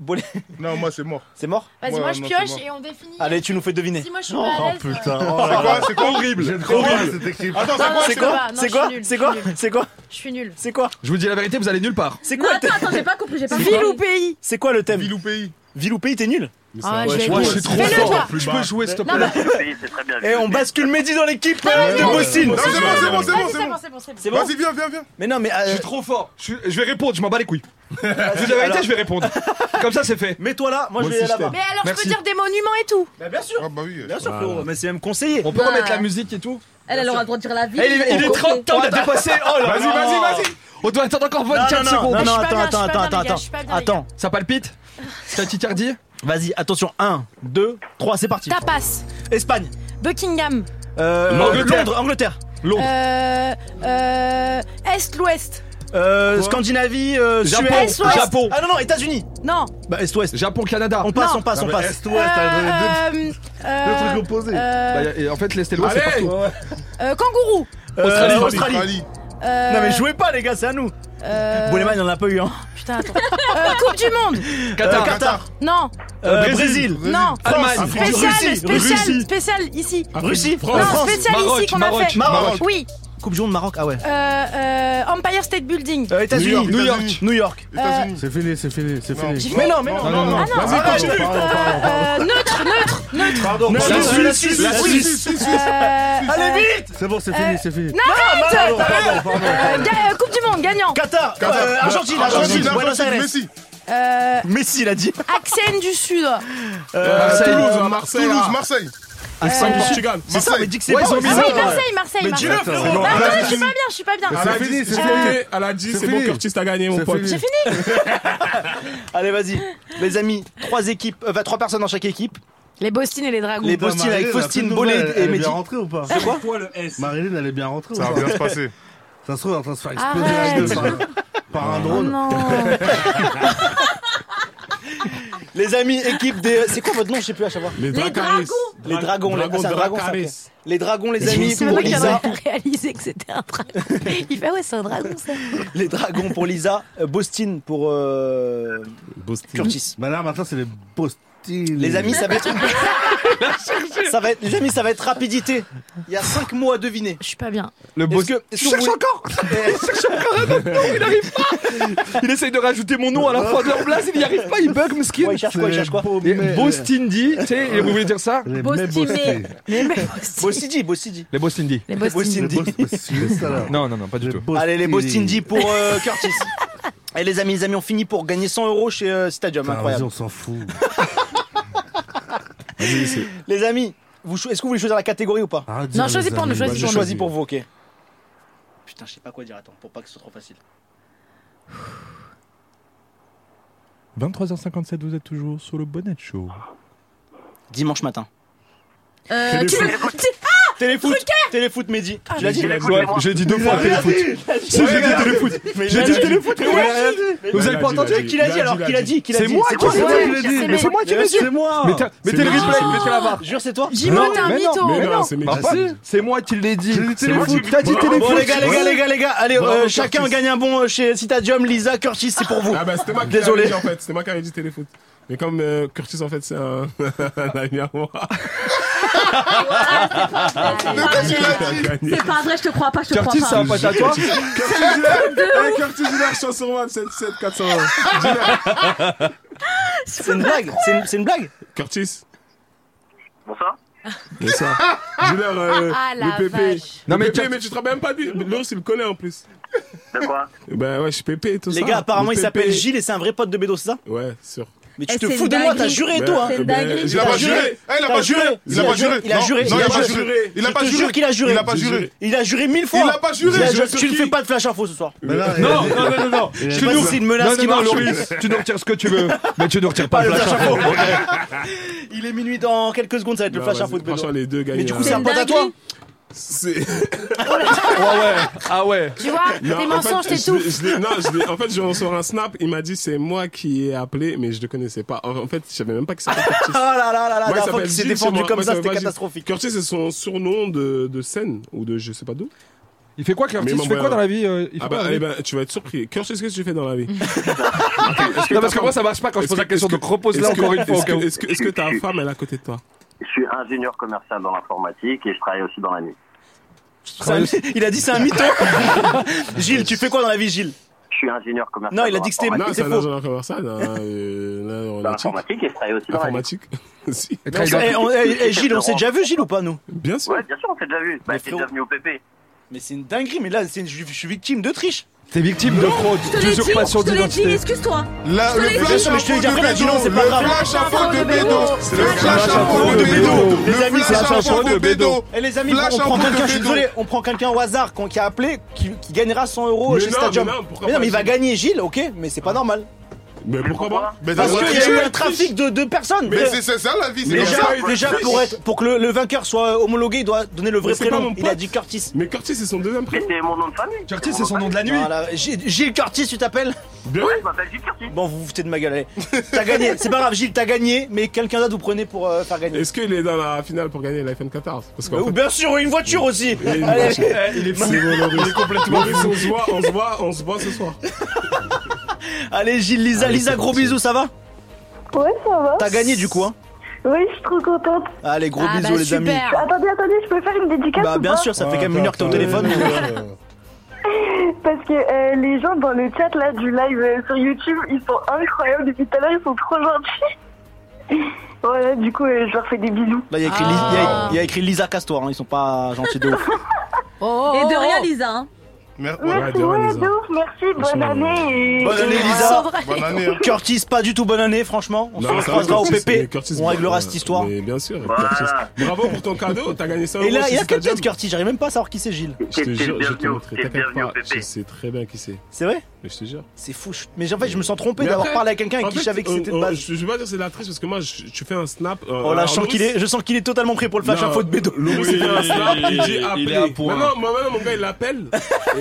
Non, moi, c'est mort. C'est mort
Vas-y, moi, je pioche et on définit.
Allez, tu nous fais deviner.
Si moi, je suis pas à l'aise.
putain.
Oh là là. C'est quoi horrible.
J'aime
Trop
trop
horrible.
mal, cette équipe.
Attends, c'est
Non,
quoi,
non,
c'est
je
quoi
peux pas. Non,
C'est
je
quoi
suis nulle,
C'est
quoi C'est quoi
Je suis nulle.
C'est quoi
Je vous dis la vérité, vous allez nulle part.
C'est
Non,
quoi le
attends,
thème
attends, j'ai pas compris, j'ai pas compris.
Ville ou pays C'est quoi le thème Ville
ou pays
Ville ou pays, t'es nul
Ah, je vais
être
Moi, je
nul.
suis trop
Fais-le, toi.
fort.
Je peux jouer, s'il te plaît.
Et on bascule Mehdi dans l'équipe
Ah,
euh, de
non,
Bostine.
non, c'est bon, c'est bon, c'est bon,
Ouais, c'est bon, c'est bon, c'est bon.
C'est bon
Vas-y, viens, viens, viens.
Mais non, mais. euh,
Je suis trop fort. Je, suis- je vais répondre, je m'en bats les
(laughs)
couilles. Je vous dis la vérité,
alors.
je vais répondre. Comme ça, c'est fait.
Mets-toi là, moi, je vais là-bas.
Mais alors, je
Merci.
peux dire des monuments et tout.
bien sûr.
Ah bah oui.
Bien sûr,
Ah.
euh,
frérot, mais c'est même conseillé.
On peut remettre la musique et tout
Elle, elle aura le droit de dire la vie.
Eh, il, est- il est 30 ans, on a dépassé. Oh là
Vas-y,
là.
vas-y, vas-y.
On doit attendre encore 24
non, non,
secondes.
non, non,
Je suis pas
attends,
bien, je
attends,
suis pas
attends,
bien, les gars,
attends,
je suis pas bien, les gars.
attends.
Ça palpite T'as titardie
Vas-y, attention, 1, 2, 3, c'est parti.
Tapas.
Espagne.
Buckingham.
Euh,
L'Angleterre.
Londres, Angleterre.
Euh, euh, Est, l'Ouest.
Euh, Scandinavie, euh,
Japon.
Suède.
Est, Ouest.
Japon.
Ah non, non, États-Unis.
Non.
Bah, Est-Ouest.
Japon, Canada.
On passe,
Non.
on passe,
Non,
on
mais
passe.
Euh, euh, euh,
Bah, y a- et en fait, l'Est et l'Ouest, c'est
Allez.
partout.
euh, kangourou.
Euh,
Australie.
Australie.
Euh,
Non mais jouez pas les gars, c'est à nous.
euh,
Boleman, il en a pas eu hein.
Putain, attends. Euh, coupe du Monde.
Euh,
Qatar.
Qatar.
Non.
Euh,
Brésil.
Brésil.
Non.
Allemagne.
Spécial,
Russie.
spécial,
Russie.
spécial ici.
Russie.
non,
France.
spécial
Maroc,
ici qu'on a
Maroc,
fait.
Maroc.
Oui.
Coupe du monde Maroc. Ah ouais.
Euh, euh, Empire State Building.
Euh, États-Unis.
New York.
New York.
Euh,
C'est fini, c'est fini, c'est fini.
Mais non, mais non.
non, non.
Ah non.
Vas-y,
Arrête.
pardon, pardon, pardon, pardon.
euh, neutre, neutre, neutre.
Pardon.
Non,
La
non,
Suisse,
non,
la
non,
Suisse,
non,
la
non,
Suisse.
Euh,
Allez vite.
C'est bon, c'est
Euh,
fini, c'est fini.
non, arrête.
Pardon, pardon, pardon.
Euh, ga- euh, coupe du Monde, gagnant.
Qatar.
Qatar.
Euh, Argentine.
Argentine,
Argentine. Buenos
Argentine,
Aires.
Messi.
Euh,
Messi, il a dit.
Axène du Sud.
Marseille.
Ah,
Toulouse, Marseille. Toulouse, Marseille.
Espagne, Ah, Portugal.
Euh, C'est ça, mais dis que c'est
Ouais,
pas.
ils ont mis
Ah
ça,
oui, Marseille, Marseille,
Mais dis-le,
Marseille.
frérot.
Bah,
Non,
attends,
arrête.
je suis pas bien, je suis pas bien. Ah,
Elle a
C'est
dit,
fini, c'est
c'est
fini.
ok, Elle a dit,
C'est
c'est bon,
fini.
Curtis, t'as gagné, mon
C'est
pote.
fini.
J'ai fini.
(laughs) Allez, vas-y. Les amis, trois équipes, euh, bah, trois personnes dans chaque équipe.
Les Bostines et les Dragons.
Les Bostines avec Faustine, Bollet et
Elle est
Mehdi.
bien rentrée ou pas
C'est quoi
Marilyn, elle est bien rentrée ou
Ça
pas
va bien se passer.
Ça se trouve, elle est en train de se faire exploser la
Arrête.
gueule par- par un
Oh
drone.
non.
Les amis, équipe des. C'est quoi votre nom Je sais plus à chaque fois.
Les
dragons.
Dracarys.
Les dragons, les- ah, c'est un dragon, ça,
Dracarys.
ok. Les dragons, les
Je
amis,
sais
pour
pas qu'il
(laughs)
Lisa.
avait réalisé que c'était un dragon. Il fait ouais, c'est un dragon ça.
Les dragons pour Lisa. euh, Bostine pour euh, Curtis.
Bah là, maintenant, c'est les postines.
Les amis, ça
(laughs)
va être. ça va être... Les amis, ça va être rapidité. Il y a cinq mots à deviner.
Je suis pas bien.
Le
Est-ce
boss.
que- est-ce que
cherche
vous-
encore (laughs) Eh, Il essaye de rajouter mon nom à la fois de leur place, il n'y arrive pas, il bug,
Eh,
mesquin.
ouais, il cherche quoi Il cherche quoi
Et Bostindi, tu sais, et vous voulez dire ça
Les
Bostimé.
mébostés.
Mais mais
Bossidi, Bossidi.
Les Bostindi.
les Bostines.
Bostindi.
Les bosses- c'est ça, là.
Non, non, non, pas du tout.
Allez, les
Bostini.
Bostindi pour euh, (laughs) Curtis. Et les amis, les amis, on finit pour gagner 100 euros chez euh, Stadium.
Putain, Vas-y,
Incroyable.
on s'en fout.
Les amis, vous cho- est-ce que vous voulez choisir la catégorie ou pas
Arrête de
Non,
dire
choisis
les
pas, on ne
amis.
choisit
Je
Vas-y,
choisis pour vous, ok. Putain, je sais pas quoi dire, attends, pour pas que ce soit trop facile.
23h57, vous êtes toujours sur le bonnet show.
Dimanche matin.
Euh, qui veut-
Téléfoot Téléfoot, Mehdi. Tu l'as dit
Ouais, j'ai dit deux fois téléfoot. Si, j'ai dit téléfoot. J'ai dit téléfoot, mais ouais. Vous avez pas entendu
Qui l'a dit alors Qui l'a dit Qui l'a
C'est
dit
moi qui
toi,
l'ai
toi.
dit. Mais c'est moi qui l'ai dit.
C'est moi
Mais t'as- mettez le
moi.
replay, mettez la barre.
Jure, c'est toi Ah,
Jimo, t'es un
mais non,
mytho.
Mais
Mais
non,
non.
c'est
Bah,
Mehdi.
pas- C'est moi qui l'ai dit. C'est moi
téléfoot.
qui- T'as dit
Bon les gars, les gars,
téléfoot.
les gars, les gars, allez, euh,
Bravo,
chacun
Curtis.
gagne un bon euh, chez Citadium, Lisa, Curtis, c'est pour vous.
Ah bah c'était moi qui l'avais
Désolé.
dit en fait, c'était moi qui avais dit téléfoot. Mais comme euh, Curtis, en fait, c'est un, (laughs) un ami à moi. Ah,
C'est pas vrai, je te crois pas, je te
Curtis,
crois pas.
c'est un pote à toi
C'est un truc de ouf.
Curtis Hiller, chanson One, 77 400.
(laughs)
C'est une blague C'est une, c'est une blague
euh, Curtis
Bonsoir.
Et ça Dealer, euh,
Ah, la
le pépé.
vache.
Non,
Non,
mais,
mais
pépé,
Curtis-
mais tu te rappelles même pas de lui. L'autre, il le connaît en plus.
De quoi
Ben ouais, je suis pépé et tout ça.
Les gars, apparemment,
Le
il s'appelle
Pépé.
Gilles et c'est un vrai pote de Bédo, c'est ça
Ouais, sûr.
Mais tu
Eh,
te
c'est
fous
une
de moi, t'as
dinguerie.
juré et
Ben,
toi hein.
c'est une dinguerie. Il a pas
T'as
juré. Eh, il a
T'as
pas juré.
Il a pas juré
Non, non, il a pas juré.
Il a pas juré Je te jure qu'il a juré
Il a pas juré.
Il a juré mille fois
Il a pas juré.
Il a
Je jure sur
Tu ne
qui
fais pas de flash info ce soir
Non, non, non, non, non.
Je
Tu
sais pas
nous-
si c'est une menace
non,
qui
non, non,
marche.
Loris, tu nous retires ce que tu veux, mais tu nous retires pas
Pas
le
le
flash
flash
info.
Il est minuit dans quelques secondes, ça va être le
Non,
flash
Bah, vas-y,
info de Bédo.
franchement, les deux gagnent,
Mais du
hein.
coup, c'est un pote à toi
C'est.
(laughs)
Ah ouais, ah ouais.
Tu vois,
Non,
tes
en
mensonges
fait, je l'ai-
t'étouffent.
je l'ai- Non, je l'ai- en fait, je reçois un snap, il m'a dit c'est moi qui ai appelé, mais je le connaissais pas. En en fait, je savais même pas que
(laughs)
c'était Curtis.
Oh là
Moi,
là là là,
il
la fois
s'appelle
qu'il s'est
Gilles,
défendu
moi-
comme
moi,
ça,
il s'appelle
c'était
Gilles.
catastrophique.
Curtis, c'est son surnom de, de scène ou de je sais pas d'où.
Il fait quoi, Curtis Tu fais quoi dans la vie euh, il fait
ah
quoi
bah,
dans la
eh
vie
ben, tu vas être surpris. Curtis, qu'est-ce que tu fais dans la
(laughs)
vie
Non, parce que moi, ça marche pas quand je pose la question, donc repose-la encore une fois,
Est-ce
au cas
que,
où.
est-ce que- est-ce que ta femme, elle est à côté de toi
Je suis ingénieur commercial dans l'informatique et je travaille aussi dans la nuit.
C'est un- Il a dit c'est un mytho. (laughs) Gilles, tu fais quoi dans la vie, Gilles
Je suis ingénieur commercial.
Non, il a dit que c'était
Non, c'est
c'est
un
faux.
agent commercial. hein,
(laughs) Bah,
L'informatique,
et je travaille aussi
dans l'informatique. (laughs) Si.
Non, ça- eh, on- eh, eh, Gilles, on s'est déjà vu, Gilles, ou pas, nous
Bien sûr.
Ouais, bien sûr, on s'est déjà vu. Bah, t'es déjà venu au PP.
Mais c'est une dinguerie, mais là, c'est une- je je suis victime de triche.
T'es victime de fraude,
Je te l'ai dit,
d'usurpation
je te l'ai dit,
d'identité.
hein.
excuse-toi.
La-
Je te
le
l'ai
flash
dit.
info
dit
de
après,
Bédo,
non, c'est pas
le
grave.
flash info de Bédo, c'est le
Flash
flash
info de Bédo. Les amis, c'est
flash
la chanson
info de Bédo.
Et Eh, les amis,
Flash
on
info
prend
de
quelqu'un, je suis
Bédo.
désolé, on prend quelqu'un au hasard qu'on- qui a appelé, qui, qui gagnera 100 euros
Mais
chez
non,
Stadium.
mais non, pourquoi
mais
pas,
il va
Gilles
gagner Gilles, ok, mais
Ah.
c'est pas normal.
Mais pourquoi pas Mais
Parce
dans-
qu'il y a eu un trafic de deux personnes.
Mais
Euh,
c'est- c'est ça, la vie, c'est
déjà,
comme ça, il faut
déjà,
être
pour,
riche.
être, pour que le, le vainqueur soit homologué, il doit donner le vrai
Mais c'est pas
prénom.
mon
Il a
pote.
dit Curtis.
Mais Curtis, c'est son deuxième
Mais
prénom.
c'est mon nom de famille.
Curtis, c'est son nom de la nuit.
Voilà, Gilles, Gilles Curtis, tu t'appelles
Bien.
Ouais, je m'appelle Gilles Curtis.
Bon, vous vous foutez de ma
(laughs)
gueule. allez. T'as gagné, c'est pas grave, Gilles, t'as gagné, mais quelqu'un d'autre vous prenez pour euh, faire gagner.
Est-ce qu'il est dans la finale pour gagner l'iPhone 14 Parce qu'en
Ou
fait,
bien sûr, une voiture aussi.
une
Allez. Eh,
voiture.
Il est
c'est mon Loris.
il est complètement
Loris, on se voit, on se voit, on se voit ce soir.
(laughs) Allez Gilles, Lisa,
Allez,
Lisa,
c'est
gros
parti.
bisous, ça va
Ouais, ça va.
T'as gagné du coup, hein
Oui, je suis trop contente.
Allez, gros
Ah,
bisous
bah,
les amis.
super.
Attendez, attendez, je peux faire une dédicace
Bah
ou
bien
pas
sûr, ça fait quand même une heure que t'es au téléphone.
Parce que euh, les gens dans le chat là du live euh, sur YouTube, ils sont incroyables depuis tout à l'heure, ils sont trop gentils. voilà, du coup, euh, je leur fais des bisous.
Là, il y a écrit, Li- il y a- il
Ah.
y a écrit Lisa Castor, hein, ils sont pas gentils de ouf.
Oh,
Et de
oh,
rien,
oh.
Lisa. hein.
Merde, ouais,
Merci,
de rien,
ouais,
Lisa.
de ouf, merci, bonne année. et-
Bonne année,
C'est
Lisa.
vrai.
bonne année. hein.
Curtis, pas du tout bonne année, franchement. On se recroisera au PP. On réglera cette histoire.
hein. Mais bien sûr,
Voilà.
Curtis. Bravo pour ton cadeau, t'as gagné ça.
Et là, il y a quelle tête, Curtis J'arrive même pas à savoir qui c'est Gilles.
Je te
T'es- t'es
jure,
le
je te
bienvenu,
montrerai,
t'es le
t'inquiète
bienvenu
pas,
au
je
PP.
sais très bien qui c'est.
C'est vrai
Mais je te jure.
C'est fou. je- Mais en fait, je me sens trompé
Mais
d'avoir
après-
parlé à quelqu'un
en
avec qui
fait,
je savais que
euh,
c'était de
euh,
base.
Je je vais pas dire c'est de la triche parce que moi, je tu fais un snap. euh,
Oh là,
alors,
je sens qu'il est, je sens qu'il est totalement prêt pour le flash
Non.
info de Bédo.
Loris, il fait un snap, il dit appelez.
Il est à point.
Mais non, moi, maintenant, mon gars, il
(laughs)
l'appelle.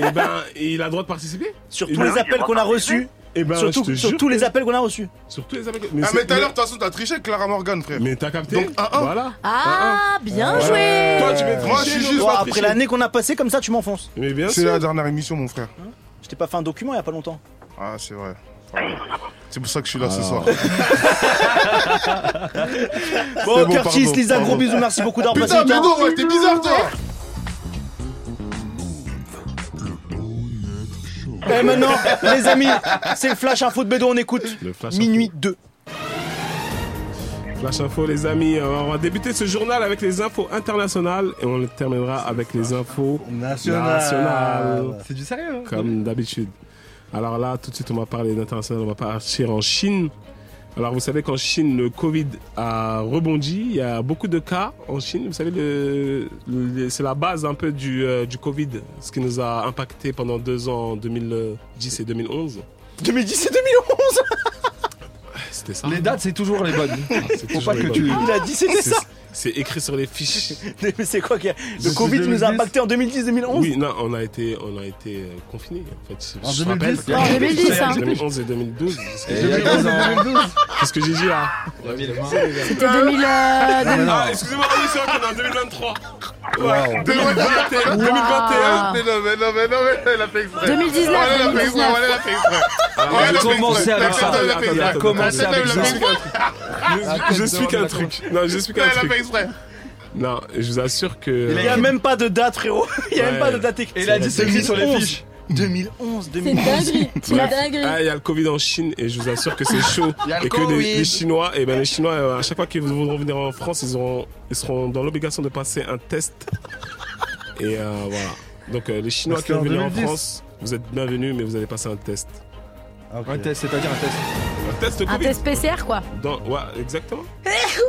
et ben, il a le droit de participer.
Sur
Et
tous
ben,
les appels qu'on a reçus.
Et ben,
Surtout-
je te
Sur
jure
tous les
que-
appels qu'on a reçus.
Sur tous les appels.
Ah,
c'est-
mais tout à l'heure, de toute façon, t'as triché avec Clara Morgan, frère.
Mais t'as capté
Donc, un, un.
Voilà.
Ah, bien
Voilà.
joué
Toi, tu veux
Moi,
tricher,
je suis
non
juste
Bon,
pas
après
triché.
l'année qu'on a passée, comme ça, tu m'enfonces.
Mais bien
C'est la
sûr.
dernière émission, mon frère.
Je t'ai pas fait un document il y a pas longtemps.
Ah, c'est vrai. C'est pour ça que je suis là ce soir.
Alors.
Bon,
bon,
Curtis,
pardon,
Lisa, gros
pardon.
bisous, merci beaucoup d'avoir passé
Putain,
le
mais
temps.
non, ouais, t'es bizarre, toi
Et Eh, maintenant, les amis, c'est le flash info de Bédo, on écoute.
Le flash info.
Minuit 2.
Flash info, les amis. Alors, on va débuter ce journal avec les infos internationales et on le terminera avec les infos nationales.
C'est du
hein
sérieux.
(laughs) Comme d'habitude. Alors là, tout de suite, on va parler d'international. On va partir en Chine. Alors, vous savez qu'en Chine, le Covid a rebondi. Il y a beaucoup de cas en Chine. Vous savez, le, le- c'est la base un peu du, euh, du Covid, ce qui nous a impacté pendant deux ans, 2010 et 2011.
2010 et 2011
C'était ça. Ah,
Les dates, c'est toujours les bonnes.
C'est
Faut pas
toujours
que
les
tu.
bonnes.
Il a dit c'était
C'est-
ça
C'est écrit sur les fiches.
Mais c'est quoi qu'il y a Le
Depuis
Covid nous
2010.
a impacté en 2010-2011
Oui, non, on a été, on a été euh, confinés, en fait.
En
Je me
2010,
rappelle.
hein.
En 2010, hein.
2011 et 2012. c'est ce que
Il y a
j'ai dit.
15 ans.
Qu'est-ce que j'ai dit là
C'était 2000... euh,
Ah, excusez-moi, oui, c'est vrai qu'on est en 2023.
quoi. 2021, 2021. Mais non, mais non, mais non, mais elle a fait exprès.
2019,
Ouais, elle a fait exprès,
2019.
ouais, elle a fait exprès. Ouais, elle
Elle
a
a
fait
commencé
exprès.
avec
La
ça.
tête, elle a fait
Elle a
exprès.
commencé
La tête,
avec
elle a
ça.
fait exprès.
Je, je suis qu'un truc. Non, je suis qu'un
Elle a
truc.
fait exprès.
Non, je vous assure que.
Il y a même pas de date, frérot. (laughs) Il y a même pas de date écrite.
Et la date écrite sur les
2011,
fiches.
2011,
C'est
2011.
Bref. Ah, il y a le Covid en Chine et je vous assure que c'est chaud.
Il y a le
et que
Covid.
les, les Chinois, et ben les Chinois, euh, à chaque fois qu'ils vont revenir en France, ils, auront, ils seront dans l'obligation de passer un test. Et euh, voilà. Donc euh, les Chinois
Ah,
Parce
qui vont
qu'en
venir en
2010.
France, vous êtes bienvenus, mais vous allez passer un test.
Un test, c'est-à-dire un test.
Un test
Un
Covid.
test PCR, quoi.
Dans- ouais, exactement.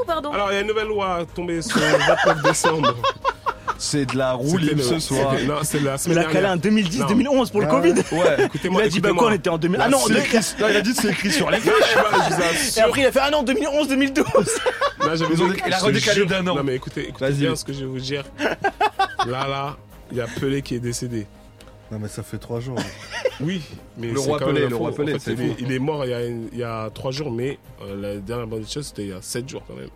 Pardon.
Alors il y a une nouvelle loi tombée sur le 29 décembre.
C'est de la roue
C'était
libre
le-
ce soir.
c'était- non, c'est la semaine
Il a calé
dernière.
un 2010,
Non.
2011 pour le
Ah
Covid.
Ouais,
Il a dit,
ben,
bah quoi, on était en 2000. Ah non,
c'est
deux-
écrit-
Non, il a dit c'est écrit
(laughs)
sur les
Non, je vous
Et
assure-
après, il a fait, ah non, 2011, 2012. (laughs)
Là, j'avais
Ils ont-
dit-
il a
je te
redécalé
jure-
d'un an.
Non, mais écoutez, écoutez
Vas-y.
bien ce que je vais
(laughs)
vous dire. Là, là, il y a Pelé qui est décédé.
Non, mais ça fait 3 jours.
(laughs) Oui, mais
Le
c'est
roi
quand même
Pelé,
la
le
faux.
roi
En
Pelé,
fait,
c'est
il, est,
faux.
il est mort il y, a, une- il y a trois jours, mais euh, la dernière bonne chose, c'était il y a sept jours quand même.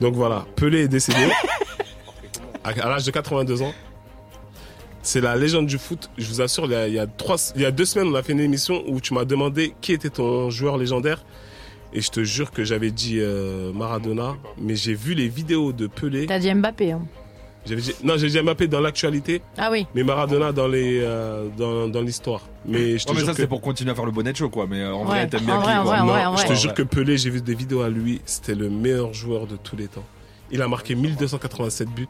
Donc voilà, Pelé est décédé
(laughs)
à, à l'âge de 82 ans. C'est la légende du foot. Je vous assure, il y, a, il y a trois, il y a deux semaines, on a fait une émission où tu m'as demandé qui était ton joueur légendaire. Et je te jure que j'avais dit euh, Maradona, mais j'ai vu les vidéos de Pelé.
T'as dit Mbappé. Hein.
J'avais dit- non, j'ai dit Mbappé dans l'actualité.
Ah oui.
Mais Maradona dans les euh, dans, dans l'histoire. Mais je te
Ouais, mais
jure
ça,
que
c'est pour continuer à faire le bonnet de show, quoi. Mais euh, en
Ouais,
vrai, t'aimes bien
en
qui,
vrai, en
quoi.
vrai, en
Non,
vrai, en vrai.
je te jure que Pelé, j'ai vu des vidéos à lui, c'était le meilleur joueur de tous les temps. Il a marqué 1287 buts.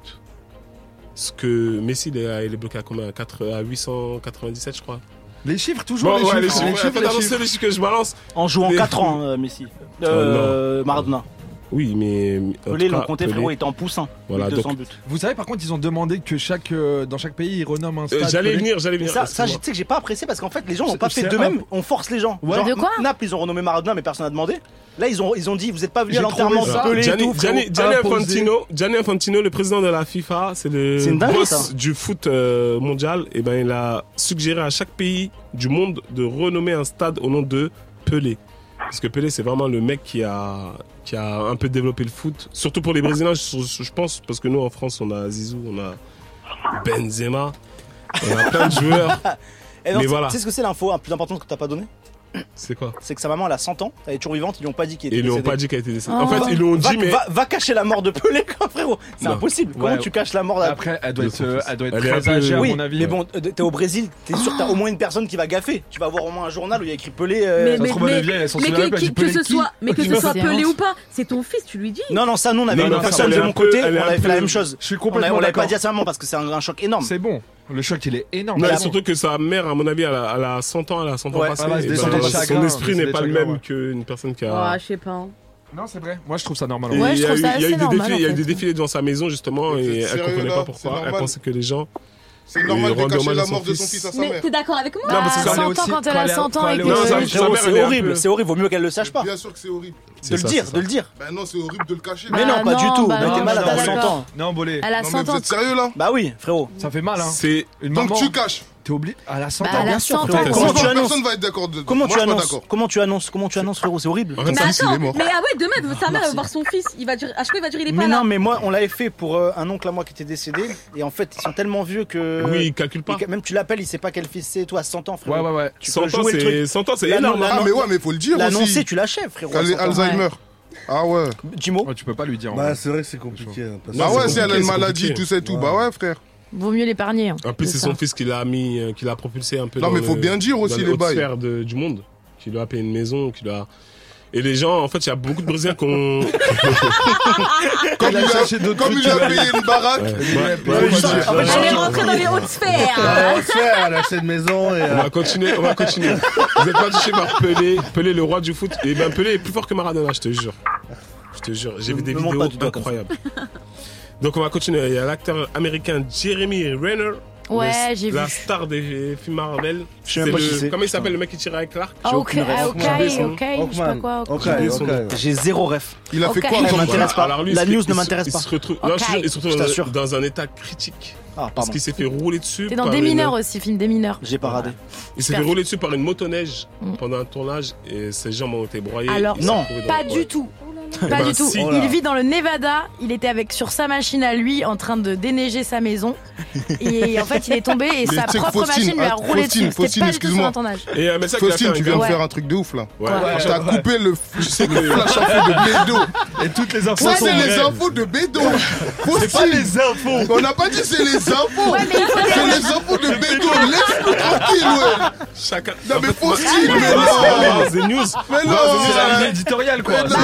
Ce que Messi, il est, il est bloqué à combien 4 à 897, je crois.
Les chiffres, toujours
Bon,
les,
ouais,
chiffres,
les chiffres, ouais, faites attention, les chiffres que je balance.
En jouant
Mais-
4 ans, euh, Messi. Euh, Maradona.
Oui, mais. en tout
Pelé,
cas,
l'ont compté,
Pelé-
frérot, il était en poussin.
Voilà,
200
donc-
buts.
Vous savez, par contre, ils ont demandé que chaque, euh, dans chaque pays, ils renomment un stade.
Euh, j'allais
Pelé.
venir, j'allais
Mais
venir.
ça, ça je-
excuse-moi.
tu sais que j'ai pas apprécié parce qu'en fait, les gens
C'est-
n'ont pas fait
c'est
d'eux-mêmes.
imp-
On force les gens.
Ouais.
Genre,
De
quoi
Naples, ils ont renommé Maradona, mais personne n'a demandé. Là, ils ont, ils ont dit, vous êtes pas venu à
J'ai trouvé
l'enterrement de
ça.
Pelé et
Gianni,
tout. frérot.
Gianni- Gianni
imposé.
(laughs)
Infantino, Gianni Infantino, le président de la FIFA, c'est le
C'est une dinguerie,
boss
ça.
du foot euh, mondial. Et ben, il a suggéré à chaque pays du monde de renommer un stade au nom de Pelé. Parce que Pelé, c'est vraiment le mec qui a, qui a un peu développé le foot. Surtout pour les Brésiliens, je, je pense, parce que nous en France, on a Zizou, on a Benzema, on a plein de
(laughs)
joueurs.
Eh non,
Mais
tu-
voilà.
Tu sais ce que c'est l'info la plus importante que t'as pas donné
C'est quoi
C'est que sa maman, elle a 100 ans, elle est toujours vivante, ils lui ont pas dit qu'elle
Et
était
ils lui ont
décédée.
pas dit qu'elle était décédée.
Oh.
En fait, ils lui ont
va,
dit, mais.
va, va cacher la mort de Pelé, quoi, frérot. C'est
Non.
impossible.
Ouais.
Comment tu caches la mort d'un
Après, elle doit être, euh, elle doit être
Elle est un
très
peu-
âgée, à
oui,
mon avis.
mais bon, euh, t'es au Brésil, t'es sûr que t'as au moins une personne qui va gaffer. Tu vas avoir au moins un journal où il y a écrit Pelé. euh,
Ça se trouve, elle est vieille, elle s'en
mais
souvient même
que,
pas,
qui-
elle dit
que
Pelé
ce
qui
soit, mais que
Tu
ce
vois,
soit
c'est
Pelé
honte.
ou pas, c'est ton fils, tu lui dis.
Non, non, ça, nous, on avait
Non,
une
non, ça,
personne
elle est
de
un
mon
peu-
côté,
elle est
on
un
avait fait
peu-
la même chose.
Je suis
On
complètement
l'avait- on l'avait pas
d'accord.
dit à sa maman parce que c'est un, un choc énorme.
C'est bon. Le choc, il est énorme.
Non,
Mais
et
la-
surtout que sa mère, à mon avis, elle a, elle a 100 ans, elle a 100 ans
Ouais.
passé.
Ah bah,
et
c'est
ben,
des- c'est des
son
chagrins,
esprit
c'est
n'est
des
pas le
chagrins,
même
ouais.
qu'une personne qui
Oh,
a.
je sais pas. hein.
Non, c'est vrai. Moi, je trouve ça normal. en
Et
vrai.
Ouais,
il
je
y a
trouve
eu,
ça
il y a eu
assez
des
normal,
défilés, il y a eu
en
des
fait.
défilés devant sa maison justement
Mais
et
c'est
elle
sérieux,
comprenait
là
pas
C'est
pourquoi.
normal.
Elle pensait que les gens.
C'est
Et
normal de
rendre
cacher
hommage
la
à son
mort de son
fils.
fils à sa
Mais
mère.
t'es d'accord avec moi
Non, parce que
quand elle
Ah,
est
100 ans
aussi-
quand elle a
quand
100 ans
elle
et
est
que...
Non,
aussi-
ça-
Frérot,
sa mère, elle est
c'est
un
horrible,
peu-
c'est horrible. Vaut mieux qu'elle le sache pas.
Bien sûr que c'est horrible.
De le
ça,
dire,
c'est
de le dire.
Ben non, c'est horrible de le cacher.
Mais
Ah,
non, pas
non,
du tout.
bah
Elle
non,
était
je
malade
suis
à
pas
100 ans.
Non, bolé.
Elle a
Non, mais
100
vous
ans.
êtes sérieux là
Bah oui, frérot.
Ça fait mal, hein.
C'est
Une
Donc
maman.
tu caches.
T'es obligé. Elle a 100
Bah,
ans.
elle a
bien
100
sûr.
ans.
frère.
Comment
Franchement,
tu annonces
Personne va être d'accord. de-
Comment
Moi,
tu
je suis pas
annonces
d'accord.
Comment tu annonces Comment tu annonces, frérot C'est horrible.
En fait,
Mais
ça, c'est
attends,
les morts.
mais ah ouais, demain, sa mère elle va voir son fils. Il va dire, à chaque fois, il va dire, il est pas
Mais
là.
non, mais moi, on l'avait fait pour euh, un oncle à moi qui était décédé. Et en fait, ils sont tellement vieux que.
Oui, il calcule pas.
Et que- Même tu l'appelles, il sait pas quel fils c'est. Toi, à 100 ans,
Ouais,
frérot.
ouais, ouais.
Tu peux
100 ans,
jouer le
c'est
truc.
100 ans, c'est
La-
énorme.
la-
hein.
Ah, mais ouais, mais faut le dire
L'annoncer,
aussi.
tu l'achèves, frérot. à
Qu'elle ait
100 ans.
Alzheimer. Ah ouais.
Dis moi
Ouais, tu peux pas lui dire. hein. en
Bah,
vrai.
c'est vrai que c'est compliqué. hein, parce
Bah
que-
ouais,
c'est
si elle a une
compliqué,
maladie,
c'est compliqué.
tout ça
et tout. Bah ouais, frère.
Vaut mieux l'épargner. hein,
En plus,
de
c'est
ça.
son fils qui l'a mis, euh, qui l'a propulsé un peu.
Non,
dans
mais
le-
faut bien dire
dans
aussi
les
les
hautes
bails.
sphères de- du monde, qui lui a payé une maison, qui lui a. Et les gens, en fait, il y a beaucoup de Brésiliens qui ont.
(laughs) Comme il
cherché
a-
d'autres
comme
trucs,
il a
elle
payé une baraque.
Ouais,
Ouais,
ouais,
je sens-
ouais.
en fait,
Elle est rentrée dans les hautes sphères.
Ah, on sait, elle a acheté une maison et.
On va continuer, on va continuer. Vous êtes pas touché par Pelé, Pelé le roi du foot. Et ben Pelé est plus fort que Maradona, je te jure. Je te jure, j'ai
Me-
vu des
me montre
vidéos
pas du doigt comme ça.
incroyables. Donc on va continuer. Il y a l'acteur américain Jeremy Renner.
Ouais,
le-
j'ai
La
vu.
star des films Marvel.
Je sais même pas
le-
qui c'est.
Comment il s'appelle le mec qui tirait avec Clark
Ah, ok,
aucune
ah,
raison.
ok,
J'ai
son-
ok, je sais pas quoi. ok.
Ok,
J'ai son-
ok.
J'ai zéro ref.
Il a fait
Ok.
quoi
Ça
comme
m'intéresse
Voilà,
pas.
alors lui,
La
il se-
news
il
ne
se-
m'intéresse
Il
pas.
se retrouve, non, je te jure, il se
Je
retrouve
t'assure. Ah,
dans, dans un état critique. Parce qu'il s'est fait rouler dessus.
T'es dans
par
Des
une-
mineurs aussi, film Des mineurs.
J'ai pas radé.
Il s'est fait rouler dessus par une motoneige pendant un tournage et ses jambes ont été broyées.
Mm. Alors,
Il s'est
non,
retrouvé dans-
pas
ouais.
du tout.
Eh
Pas
ben,
du tout.
Oh
si.
Il vit dans le Nevada. Il était avec sur sa machine à lui en train de déneiger sa maison. Et en fait, il est tombé et
(laughs)
Mais
sa
tu sais que
propre machine lui a
ah,
roulé
Faustine,
dessus. C'était
Faustine,
pas du tout son
excuse-moi.
entendage.
Faustine, tu viens de faire un truc de ouf là. T'as coupé le, le flash info de Bédo.
Et toutes les infos
Ça,
sont
c'est les
vraies.
infos de Bédo.
C'est pas les
infos. On n'a pas dit c'est les infos.
Ouais, mais il faut
c'est
des-
les infos de Bédo. Laisse-nous tranquille, ouais.
Chacun.
Non, mais Faustine,
Allez,
mais
allez,
non.
c'est news.
Mais non.
c'est la ligne éditoriale quoi.
Mais non.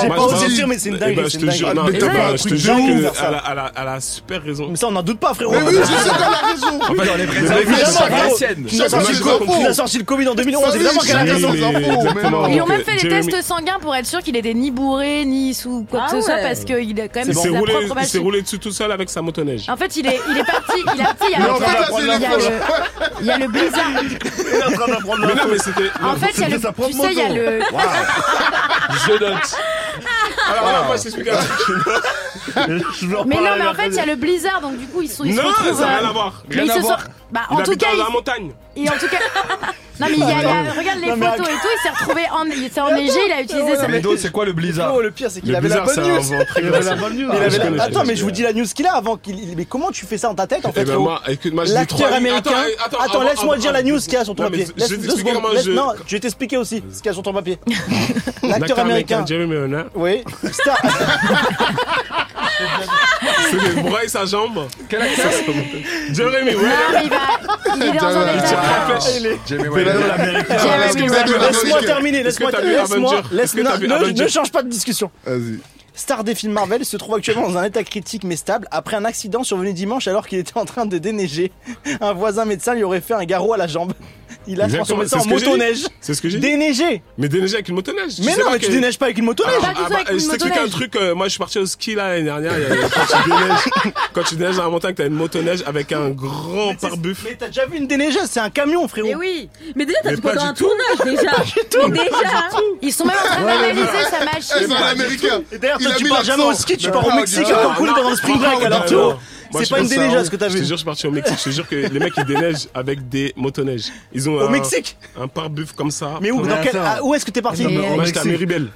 J'ai
Moi,
pas
je
osé
pense-
dire, mais c'est une
Eh
dinguerie,
ben,
c'est
je
une
te jure,
dinguerie.
non,
Mais
t'as
ouais.
pas-
Un
je
truc
te
de
jure
ouf,
que
faire ça.
elle a- elle a- elle a super raison.
Mais ça, on n'en doute pas, frérot.
Mais oui, je
(laughs)
sais qu'elle a
raison.
En fait, dans les présents,
Mais évidemment,
c'est chacun
frérot.
la sienne.
Qui nous a
Chacun
sorti
ses
le co-
infos.
qui nous a sorti le Covid en 2011
Ça,
Évidemment qu'elle a
oui,
raison.
mais exactement.
Ils ont même
Donc,
fait les
Jeremy-
tests sanguins pour être sûr qu'il était ni bourré, ni sous quoi que
Ah
ce soit,
ouais.
parce qu'il a quand même
Il s'est
sa
roulé-
propre
il s'est
machine.
roulé dessus tout seul avec sa motoneige.
En fait, il est, il est parti, il a, tu sais, Ah, il y a,
Mais en fait, là,
il
c'est
y a
l'info,
le- (laughs)
(laughs)
il y a le blizzard.
Mais non, mais c'était.
En fait, il y a le, tu sais, il y a le,
Je
(laughs)
note. (laughs) Alors, voilà, moi, je t'explique un truc.
mais non, mais en fait, il y a le blizzard, donc du coup, ils sont, ils se
Non,
retrouvent.
ça n'a
euh,
rien à voir.
mais
Rien
ils
à
se sont-
voir.
Bah,
Il
en tout
habite
cas,
dans la
ils-
montagne.
Et en tout cas. Non, mais il y a, il y a- regarde les
Non, mais
photos et tout, il s'est
(laughs)
retrouvé en, il s'est enneigé, il a utilisé sa
Mais
c'est quoi le blizzard
Le pire, c'est qu'il
Le
avait la
blizzard,
bonne
c'est un
news.
vent très
Il avait la
classique.
bonne news.
Ah,
Il
je
avait la-
connais, je
Attends,
connais,
mais
je
je vous dis la news qu'il a avant qu'il. Mais comment tu fais ça dans ta tête en fait
ben,
Léo
moi, écoute, moi, je dis
L'acteur
trois-
américain.
Attends, attends,
Attends,
avant-
laisse-moi
avant-
dire la news qu'il y a sur ton
Non, mais je-
papier.
je
Laisse-
vais
deux
t'expliquer
secondes.
comment
Laisse-
je-
Non, je vais t'expliquer aussi ce qu'il y a sur ton papier. L'acteur
L'acteur
américain.
Jeremy Renner.
Oui. Star.
(laughs) C'est les bras et sa jambe. Quel acteur Jeremy
Non, mais
Renner.
Ah, il va, il est dans un
Il tire
état.
la flèche.
Jeremy
Fais-le
Renner.
l'américain.
Jeremy
Est-ce que t'as vu-
Laisse-moi
est-ce que-
terminer, laisse-moi
Est-ce que t'as vu
laisse-moi,
Avenger Est-ce
laisse
que t'as vu
ne,
Avenger
ne change pas de discussion.
Vas-y.
Star des films Marvel se trouve actuellement dans un état critique mais stable après un accident survenu dimanche alors qu'il était en train de déneiger. Un voisin médecin lui aurait fait un garrot à la jambe. Il a
Exactement,
transformé ça
c'est
en
ce que j'ai dit.
motoneige.
C'est ce que j'ai dit.
Déneiger
Mais déneiger avec une motoneige.
Mais
sais
non, mais tu
que-
déneiges pas avec une motoneige.
Ah,
Pas du
ah,
tout
bah,
avec une
Je t'explique un
motoneige.
truc. euh, moi, je suis parti au ski là, l'année dernière. il y a- quand, tu déneiges, (laughs) quand tu déneiges dans la montagne, t'as une motoneige avec un grand pare-buff.
Mais t'as déjà vu une déneigeuse, c'est un camion frérot. Mais
oui. Mais déjà
t'as Mais dit (laughs) pas pendant du un tout.
tournage, déjà.
Pas du tout.
Mais déjà, ils sont même en train d'analyser sa machine.
Eh, c'est un Américain. Et d'ailleurs, toi, tu pars jamais au ski, tu pars au Mexique à Cancun pendant le spring break, alors tu vois. C'est pas une déneigeuse que t'as
hein. Je
vu.
te jure, je suis parti au Mexique. Je te jure que les mecs, ils déneigent avec des motoneiges. Ils ont
Au
un,
Mexique
Un pare-buff comme ça.
Mais où, dans quel- ah, où est-ce que t'es parti
Non, mais Moi, j'étais à Méribel.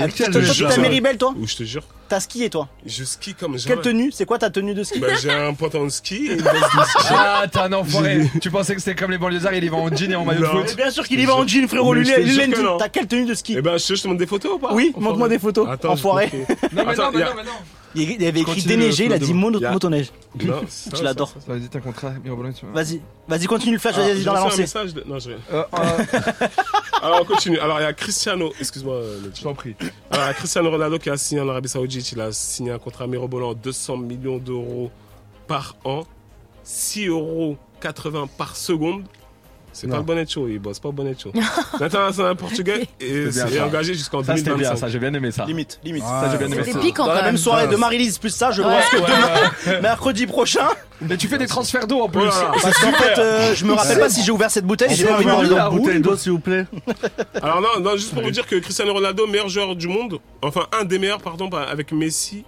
Ah, putain, toi, t'es à Méribel, toi
Où je te jure.
T'as skié, toi
Je skie comme jamais.
Quelle tenue C'est quoi ta tenue de ski
Bah, j'ai
(laughs)
un pantalon de ski
(laughs)
et une veste de ski.
Ah, t'es un enfoiré. Tu pensais que c'était comme les banlieusards, il y va en jean et en maillot de
Non.
foot.
Bien sûr qu'il y va en jean, frérot.
Mais je te
Lulé,
jure
Lulé,
que non.
t'as quelle tenue de ski
Eh ben, je je te montre des photos ou pas
Oui,
Enfoiré.
montre-moi des photos,
Attends,
enfoiré.
je vais
Non, mais
Attends,
non, mais
y a-
non, mais non.
Il y avait écrit
Continue le
déneigé, il a
flot
dit
d'eau.
mono-
Il y a-
motoneige. Hum,
Non,
Je l'adore.
Ça vas-y, t'as un contrat. mais on va le mettre.
Vas-y, vas-y, continue le flash,
Ah,
vas-y,
j'ai
dans la
reçu un
lancée.
message de- Non, je vais.
Euh,
(laughs) Alors, on continue. Alors, il y a Cristiano. Excuse-moi, euh, Nadji. Alors, il y a Cristiano Ronaldo qui a signé en Arabie Saoudite. Il a signé un contrat mirobolant de 200 millions d'euros par an. 6,80 euros par seconde. C'est pas le Bonetcho, il bosse pas
(laughs)
Bonetcho. L'international
(laughs)
portugais est,
C'était bien,
est
ça.
engagé jusqu'en
Ça, c'était
2025.
bien, ça, j'ai bien aimé ça.
Limite, limite.
Ça, j'ai bien aimé ça.
Dans la même soirée
(laughs)
de Marie-Lise plus ça, je
Ouais.
pense que
Ouais,
demain, mercredi prochain.
Mais tu fais des transferts d'eau en plus.
Voilà. Parce qu'en fait, euh, je me rappelle pas si j'ai ouvert cette bouteille, j'ai pas ouvert
la bouteille
Ah,
d'eau, s'il vous plaît.
Bah,
Alors non, non, juste pour vous dire que Cristiano Ronaldo, meilleur joueur du monde, enfin un des meilleurs, pardon, bah, avec Messi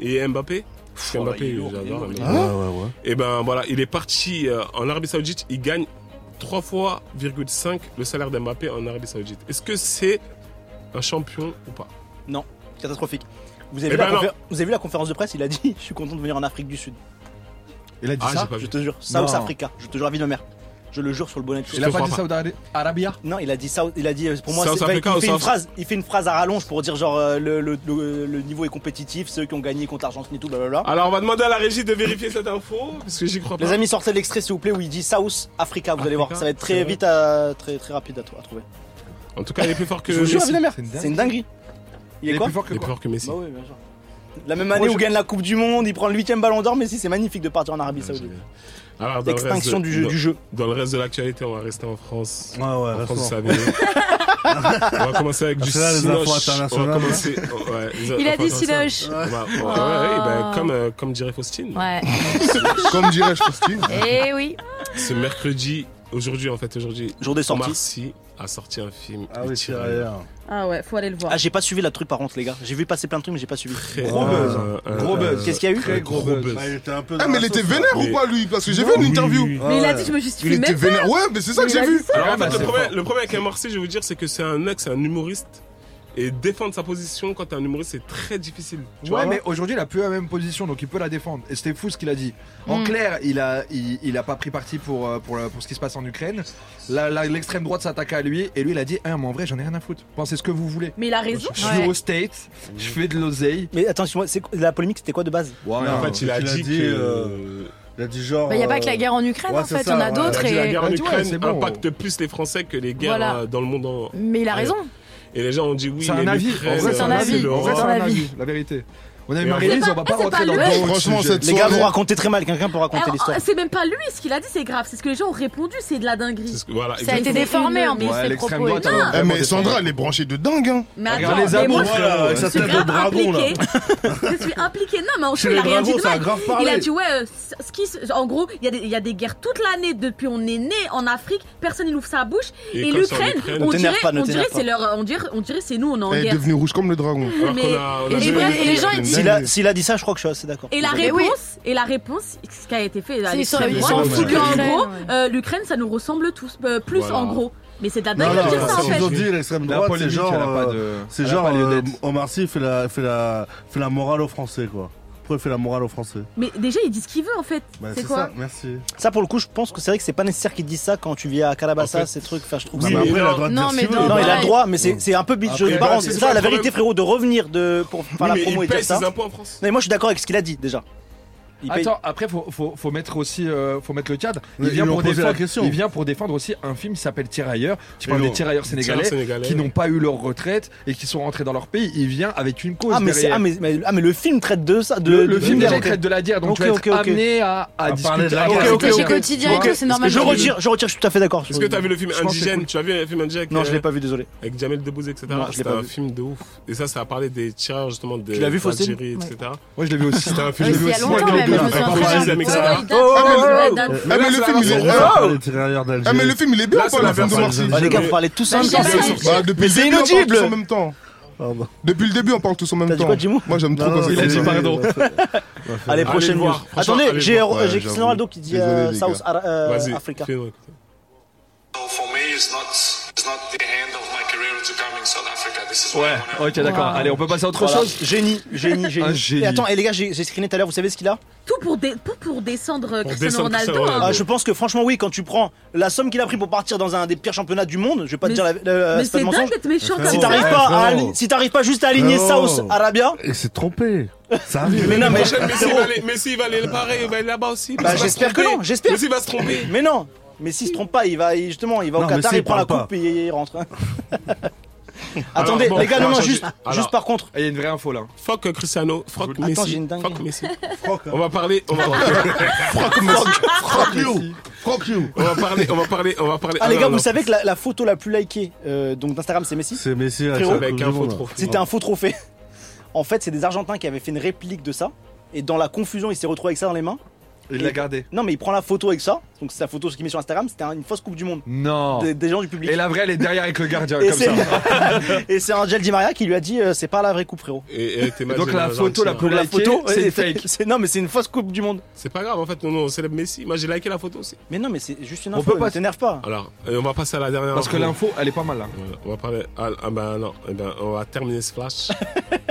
et Mbappé. Parce que Mbappé, j'adore. Mbappé.
Ah,
Ah,
Ouais, ouais, ouais.
Et ben voilà, il est parti euh, en Arabie Saoudite, il gagne 3 fois 5 le salaire d'Mbappé en Arabie Saoudite. Est-ce que c'est un champion ou pas
Non, catastrophique. Vous avez,
Eh
vu la
ben non.
confé- vous avez vu la conférence de presse Il a dit Je suis content de venir en Afrique du Sud.
Il a dit
Ah,
ça
j'ai pas vu. Je te jure, South
Non.
Africa. Je te jure, la vie de ma mère. Je le jure sur le bonnet de
Il a pas dit Saudi Arabi- Arabia
Non, il a dit ça. Il a dit euh, pour moi.
South
c'est- enfin,
Africa
il, fait
ou
une
South-
phrase, il fait une phrase à rallonge pour dire genre euh, le, le- le- le niveau est compétitif, ceux qui ont gagné contre l'Argentine et tout, blablabla.
Alors on va demander à la régie de vérifier cette info, parce que j'y crois pas.
Les amis, sortez l'extrait s'il vous plaît où il dit South Africa. Vous allez voir, ça va être
c'est
très
vrai.
vite, à, très très rapide à, à trouver.
En tout cas, il est plus fort que
Je vous jure, la vie de ma mère.
Messi.
C'est une dinguerie. Il est quoi
Il est plus fort que Messi.
Bah oui, bien sûr. La même année où gagne la Coupe du Monde, il prend le 8ème ballon d'or, mais si c'est magnifique de partir en
Ah,
Arabie Saoudite.
Alors, dans le reste
Extinction
de-
du jeu-
dans-
du jeu.
Dans le reste de l'actualité, on va rester en France.
Ouais, ouais,
en
restons.
France, ça va venir. On va commencer avec
Ah,
du
c'est là, les
Sinoche.
infos
On va
internationales,
commencer.
hein.
oh, ouais, les
Il a
infos
dit
internationales.
Sinoche.
On va- on va-
Ah.
ouais, ouais, ben, comme, euh, (laughs) comme dirait Faustine.
Ouais.
Comme dirais-je, Faustine.
Eh oui.
Ce mercredi Aujourd'hui, en fait, aujourd'hui.
Jour des sorties.
Omar Sy a sorti un film.
Ah oui,
Les Tirailleurs.
Tirailleurs.
Ah ouais, faut aller le voir.
Ah, j'ai pas suivi la truc par contre, les gars. J'ai vu passer plein de trucs, mais j'ai pas suivi.
Gros buzz, hein. euh, Gros buzz.
Qu'est-ce qu'il y a eu
Très gros Gros buzz. buzz.
Ah, il était un peu
Ah, mais il était vénère ou quoi, lui Parce que j'ai vu une interview.
Mais il a dit, je me justifie
Il était
même pas.
vénère. Ouais, mais c'est ça que
Il a
j'ai
dit
vu.
ça.
Alors, en fait, le, problème, le problème avec Omar Sy, je vais vous dire, c'est que c'est un mec, c'est un humoriste. Et défendre sa position quand t'es un humoriste, c'est très difficile. tu vois. hein
Ouais, mais aujourd'hui, il a plus la même position, donc il peut la défendre. Et c'était fou ce qu'il a dit. En
Hmm.
Mm.
clair, il a, il, il a pas pris parti pour, euh, pour, le- pour ce qui se passe en Ukraine. La- la- L'extrême droite s'attaque à lui, et lui, il a dit Eh, mais en vrai, j'en ai rien à foutre. Pensez ce que vous voulez.
Mais il a raison.
Je suis au States, je fais de l'oseille.
Mais attends, excuse-moi, c'est- la polémique, c'était quoi de base
Ouais,
Non,
en
fait, il a dit que-
euh,
Il a dit genre.
Bah, y a pas que
euh,
la guerre en Ukraine, en fait, on a d'autres.
La
Et...
guerre en
Ouais,
Ukraine
c'est bon.
impacte plus les Français que les guerres
Voilà.
euh, dans le monde en-
Mais il a raison.
Et les gens ont dit oui,
C'est un
mais
avis.
l'Ukraine,
En vrai, c'est un
euh,
avis.
le
En vrai, c'est un
Rwanda.
avis. La vérité. On a
Mais
une
en
marie
fait-
on va pas
c'est
rentrer
pas
dans
le-
le
Franchement, cette Les gars, vous racontez très mal. Quelqu'un peut raconter
Alors,
l'histoire.
euh, c'est même pas lui ce qu'il a dit, c'est grave. C'est ce que les gens ont répondu, c'est de la dinguerie.
Voilà,
Ça a été
(laughs)
déformé en plus,
Ouais,
les
l'extrême
propos.
droite,
Non,
elle a Eh, mais Sandra, elle est branchée de dingue, hein.
Mais Regarde attends, les mais amours, moi, je-
euh,
là, avec sa je suis tête de grave dragon, là. impliquée. je suis impliqué. Non, mais en
Chez
fait, il a
les
rien dit
dragons,
de
ça a
mal.
grave parlé.
Il a dit, ouais, euh, ce qui se- en gros, il y a des- il y, a des guerres toute l'année depuis on est né en Afrique, personne n'ouvre sa bouche.
Et
Et,
comme ça, en
l'Ukraine,
Ukraine- Ne
on dirait,
t'énerve pas, ne
on dirait
t'énerve
c'est
pas.
leur, on dirait, on dirait c'est nous, on est en
Elle est
guerre.
devenue rouge comme le dragon.
Alors Mais- qu'on a- on a et- joué- et- et les gens, ils-
S'il a- S'il a dit ça, je crois que je suis assez d'accord.
Et la
Mais oui.
réponse, et la réponse, ce qui a été fait, à
C'est- ils s'en-
l'extrême
ils
droite,
s'en
c'est
foutent
que,
de
en
l'Ukraine,
gros, euh, l'Ukraine, ça nous ressemble tous, euh, plus
Voilà.
en gros. Mais c'est de la
Non,
dinguerie
non,
de dire ça en
ce qu'ils ont
fait.
dit, l'extrême
La
droite, c'est
polémique,
genre,
elle a
euh,
pas de-
c'est
elle a
genre,
pas lieu
euh,
d'être.
Omar Sy fait la, fait la, fait la morale aux Français, quoi. Pourquoi il fait la morale aux Français
Mais déjà, il dit ce qu'il veut en fait.
Bah,
c'est
c'est
quoi
ça, merci.
Ça, pour le coup, je pense que c'est vrai que c'est pas nécessaire qu'il dise ça quand tu vis à Calabassa,
En fait-
ces trucs. Enfin, je trouve
Oui,
ça.
mais après, il a le droit de
non,
dire ce
mais
qu'il veut.
non, il a le
Ouais.
droit, mais c'est c'est un peu bitch.
Après,
Je
bah,
balance.
c'est
C'est
ça
ça, la
le
vérité, frérot, de revenir de pour faire la
mais il
promo et
paye
dire ça.
ses impôts en France.
Non, mais moi, je suis d'accord avec ce qu'il a dit déjà. Il paye-
Attends, après faut, faut, faut mettre aussi euh, faut mettre le cadre. Il
Mais ils
vient,
lui ont
pour
posé la
défendre,
question.
il vient pour défendre aussi un film qui s'appelle Tirailleurs.
Et
Tu parles
non.
des tirailleurs sénégalais,
Tirailleurs sénégalais,
qui
ouais.
n'ont pas eu leur retraite et qui sont rentrés dans leur pays. Il vient avec une cause
Ah mais, c'est-
derrière.
ah, mais, mais- ah, mais le film traite de ça. De,
Le- le
de-
film
de-
déjà
ok.
traite de la guerre, donc
Ok,
tu vas être
ok, ok.
amené à- à À parler de la discuter. guerre.
Ok, ok,
C'était chez
ok.
Quotidien et
Ok.
tout, c'est normal.
Je retire, je retire, je suis tout à fait d'accord.
Est-ce que t'as vu le film
Je pense que c'est
Indigène
cool.
Tu as vu le film Indigène avec,
Non, je
euh,
l'ai pas vu, désolé.
Avec Jamel Debbouze, etc.
Non, je l'ai
C'était
pas
un
vu.
film de ouf. Et ça, ça a parlé des tireurs justement de
Tu l'as vu, Faustine
d'Algérie,
Ouais.
etc.
Moi, je l'ai vu aussi.
C'était un
Ouais,
film
c'est il y a longtemps,
Ouais, ouais, ouais,
même, je me souviens très
ouais,
bien.
islamique,
Ouais,
ça.
ouais, il date. Ah, mais le- ouais, date.
Mais
Ah,
là,
mais le
c'est
film,
la
il est-
version-
Ah,
Oh
Ouais.
les Ah, mais le film, il est bien,
Là,
pas,
c'est
la
la
fin de
version
Marseille.
algérienne.
Bah, Ah, les gars, vous parlez tous en même temps.
Bah, depuis
Mais
le
c'est
début, on parle
inaudible.
tous en même temps.
bah.
Depuis le début, on parle tous en même temps. Moi, j'aime trop quand
Il a dit
(laughs)
pardon. Allez, prochaine news. Attendez, j'ai euh, j'ai Cristiano Ronaldo qui dit euh, South Ara- euh, Africa.
For me, it's not, it's not the end of my career to come in South Africa. This is
Ouais,
what I
ok, d'accord.
Wow.
Allez, on peut passer à autre
Voilà.
chose.
Génie,
(laughs)
génie,
Un
génie.
génie.
Et attends, et les gars, j'ai j'ai screené tout à l'heure, vous savez ce qu'il a
Tout pour, dé- pour, pour descendre euh, Cristiano Ronaldo. hein.
Ah, je pense que franchement, oui, quand tu prends la somme qu'il a pris pour partir dans un des pires championnats du monde, je vais pas te
Mais
dire la, la- c'est pas de
mais c'est dingue
mensonge.
d'être méchant
Si
comme
t'arrives
ça.
pas, à
Ouais,
ali-
frérot.
si t'arrives pas juste à aligner
Frérot.
South Arabia.
Et c'est trompé. Ça arrive.
Mais non, mais-
Prochaine, Messi, il
Frérot.
va aller- Messi, il va aller pareil, il va aller là-bas aussi.
Bah,
Messi va se
j'espère que
tromper.
non, j'espère.
Messi va se tromper.
Mais non, mais s'il se trompe pas, il va il- justement, il va
Non,
au
mais
Qatar,
si,
il prend la
il parle
coupe et il
Ah,
rentre. Attendez, les gars, non, non, juste, juste par contre.
Eh, Il y a une vraie info là.
Fuck Cristiano, fuck
Attends, j'ai
Messi,
une dingue.
fuck Messi. On va parler, on va
(laughs)
Fuck Messi. Fuck
you.
Fuck you.
On va parler, on va parler, on va parler.
Ah, les
non,
gars,
non.
vous savez que la, la photo la plus likée euh, donc d'Instagram, c'est Messi.
C'est Messi avec
Frérot,
sa Avec Coupe un du faux Monde, là. trophée.
C'était un faux trophée. En fait, c'est des Argentins qui avaient fait une réplique de ça. Et dans la confusion, il s'est retrouvé avec ça dans les mains.
Il
Et-
l'a gardé.
Non, mais il prend la photo avec ça. Donc, c'est la photo qu'il met sur Instagram. C'était un- une fausse Coupe du Monde.
Non.
Des, des gens du public.
Et la vraie, elle est derrière avec le gardien,
Et
comme
c'est-
ça.
(laughs) et c'est Angel Di Maria qui lui a dit euh, c'est pas la vraie coupe frérot.
Et elle était mal
Donc
gênée
la
en
photo la
Argentine.
plus likée, c'est fake.
Non mais c'est une fausse coupe du monde.
hein. C'est pas grave en fait, non, non, on célèbre Messi. Moi j'ai liké la photo aussi.
Mais non mais c'est juste une
On
info.
peut pas-
ne t'énerve pas.
Alors, euh, on va passer à la dernière.
Parce que l'info, elle est pas mal hein. là.
Voilà, on va parler. Ah, ah, bah non, eh ben, on va terminer ce flash
(laughs)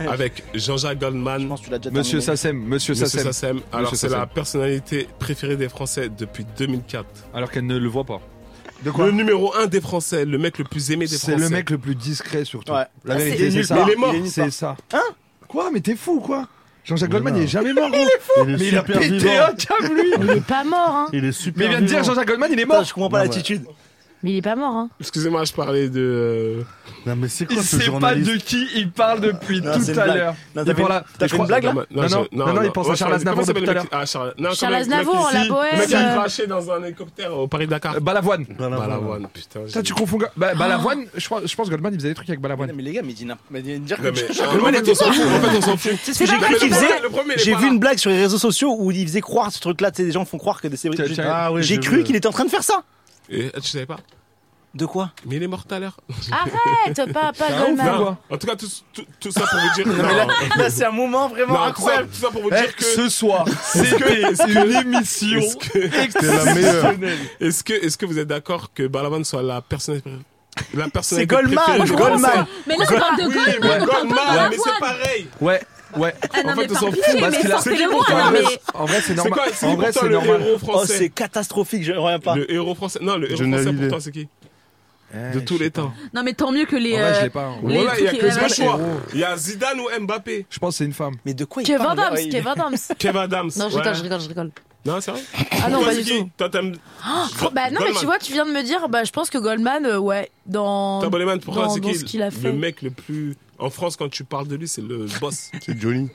avec Jean-Jacques Goldman.
Monsieur terminé. Sassem, monsieur Sassem. Monsieur
Alors, c'est
Sassem.
la personnalité préférée des Français depuis 2004.
Alors qu'elle ne le voit pas. De
le numéro 1 des Français, le mec le plus aimé des Français.
C'est le mec le plus discret surtout.
Ouais.
La
Ah,
vérité,
c'est-
c'est
il est
ça.
nul, mais il est mort.
C'est ça. Hein Quoi Mais t'es fou quoi Jean-Jacques Goldman, il est jamais mort.
Il
gros.
est fou.
Mais il a
super
pété
vivant.
un câble lui.
Il est pas mort, hein.
Il est super.
Mais il vient de dire Jean-Jacques Goldman, il est mort.
Je comprends
pas
l'attitude.
Mais il est pas mort, hein.
Excusez-moi, je parlais de. euh,
Non, mais c'est
Il sait pas de qui il parle depuis
Non, c'est
tout
une
à
blague.
l'heure.
Non,
Il
t'as fait-
parle à-
t'as
je
fait une
crois-
blague, là
Non,
Non, je-
non,
non,
non, non, il
non.
pense
Moi,
à
je
Charles
parlais- comment
Aznavour
s'appelle
depuis tout
le
à l'heure.
mec- Ah, Charles- non,
Charles
comment- le mec
Aznavour,
qui-
la
Le mec qui
Bohème. euh,
a craché dans un hélicoptère au Paris-Dakar.
Balavoine.
Balavoine, putain.
Ça,
j'ai-
tu confonds. Ga- Bah, Balavoine, je, crois- je pense Goldman, il faisait des trucs avec Balavoine.
Mais les gars, mais dis n'importe- mais dis- dire
Non,
que
mais-
Jean-Jacques
en
Goldman
fait,
était
on s'en fout, en fait, on s'en
fou.
fout.
C'est ce que j'ai
Non, mais
cru
le
qu'il
premier-
faisait.
le premier, il est
J'ai
pas
vu
là.
une blague sur les réseaux sociaux où il faisait croire ce truc-là, tu sais, des gens font croire que des
Tiens,
célébrités.
tiens. Ah oui,
J'ai
j'ai
cru
vu.
qu'il était en train de faire ça.
Et, ah, tu savais pas
De quoi
Mais il est mort tout à l'heure.
Arrête, pas, pas
Non,
Goldman.
En tout cas, tout, tout- tout ça pour vous dire.
Non, mais là- là, c'est un moment vraiment
Non,
incroyable.
Tout ça, tout ça pour vous
Eh,
dire que
ce
(laughs)
soir, c'était
une
une émission
Est-ce que,
la meilleure.
Est-ce que, est-ce que vous êtes d'accord que Balaban soit la personne la
C'est
personnalité
Goldman,
préférée de-
Goldman.
Mais là, on parle de
Oui,
Goldman,
mais
on parle pas de
Goldman, mais
Balavoine.
c'est pareil.
Ouais, ouais.
Ah non,
En
mais
fait, on
par
s'en
pitié,
fout
mais
parce qu'il a
sortez-le
C'est
moi,
qui
non,
pour toi,
mais-
le- En vrai, c'est normal.
quoi- c'est
En
qui
vrai,
pour toi
c'est
le
normal.
héros
Oh,
français
c'est catastrophique, je ne reviens pas. Eh,
Le héros français. Non, le héros
Je n'ai
français pour
idée.
toi, c'est qui De tous les temps.
Non, mais tant mieux que les. euh, les
Voilà, il y a
trucs-
que
ouais,
ce
ouais.
choix. Il y a Zidane ou Mbappé.
Je pense que c'est une femme.
Mais de quoi
Kev Adams, Kev Adams.
(laughs) Kev Adams.
Non, je
ouais.
rigole, je rigole, je rigole.
Non, c'est vrai
Ah non,
Toi,
pas
c'est
du
qui
tout.
Toi, t'aimes.
Oh, bah non, mais
Goldman.
tu vois, tu viens de me dire, bah je pense que Goldman, euh, ouais, dans.
Tom Goldman, pour toi,
dans-
c'est
dans
qui
ce qu'il a
Le
fait.
mec le plus. En France, quand tu parles de lui, c'est le boss.
C'est Johnny.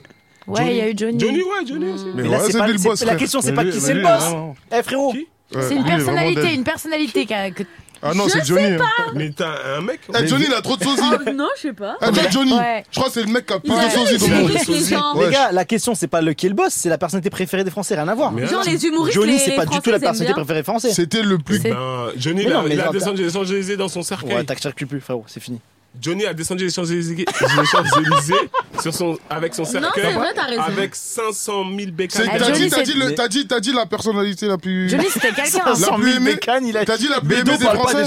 Ouais, il y a eu Johnny. Mm.
Johnny, ouais, Johnny aussi.
Mais là, c'est pas- c'est- La question, c'est pas qui c'est le boss. Eh frérot.
C'est une personnalité, une personnalité qu'a- que.
Oh,
Ah non, c'est Johnny. hein.
Mais t'as un mec.
Eh, Johnny, il a trop de sosie.
(laughs)
Oh, non, je sais pas.
Ah, t'as Johnny.
Ouais.
Je crois que c'est le mec qui a
Il
plus
a-
de sosie
il
dans
a
le monde.
les gens.
Ouais.
Les gars, la question c'est pas le qui est le boss, c'est la personnalité préférée des Français, rien à voir.
Mais
Genre, alors- les humoristes,
Johnny,
les
c'est pas du tout
Français,
la
ils aiment
personnalité
bien.
préférée des Français.
C'était le plus.
Ben, Johnny,
Mais
il a-
non, mais
il a
genre,
descendu les Champs-Élysées dans son cercueil.
Ouais, t'as que plus, frérot, c'est fini.
Johnny a descendu les Champs-Élysées les Champs-Élysées (laughs) sur son, avec son
Non,
cercueil.
c'est vrai, t'as raison.
Avec 500 000
C'est-
bécanes.
T'as dit, t'as dit, le- t'as dit, t'as dit la personnalité la plus.
Johnny, c'était quelqu'un.
La plus aimée. T'as dit la plus aimée des Français.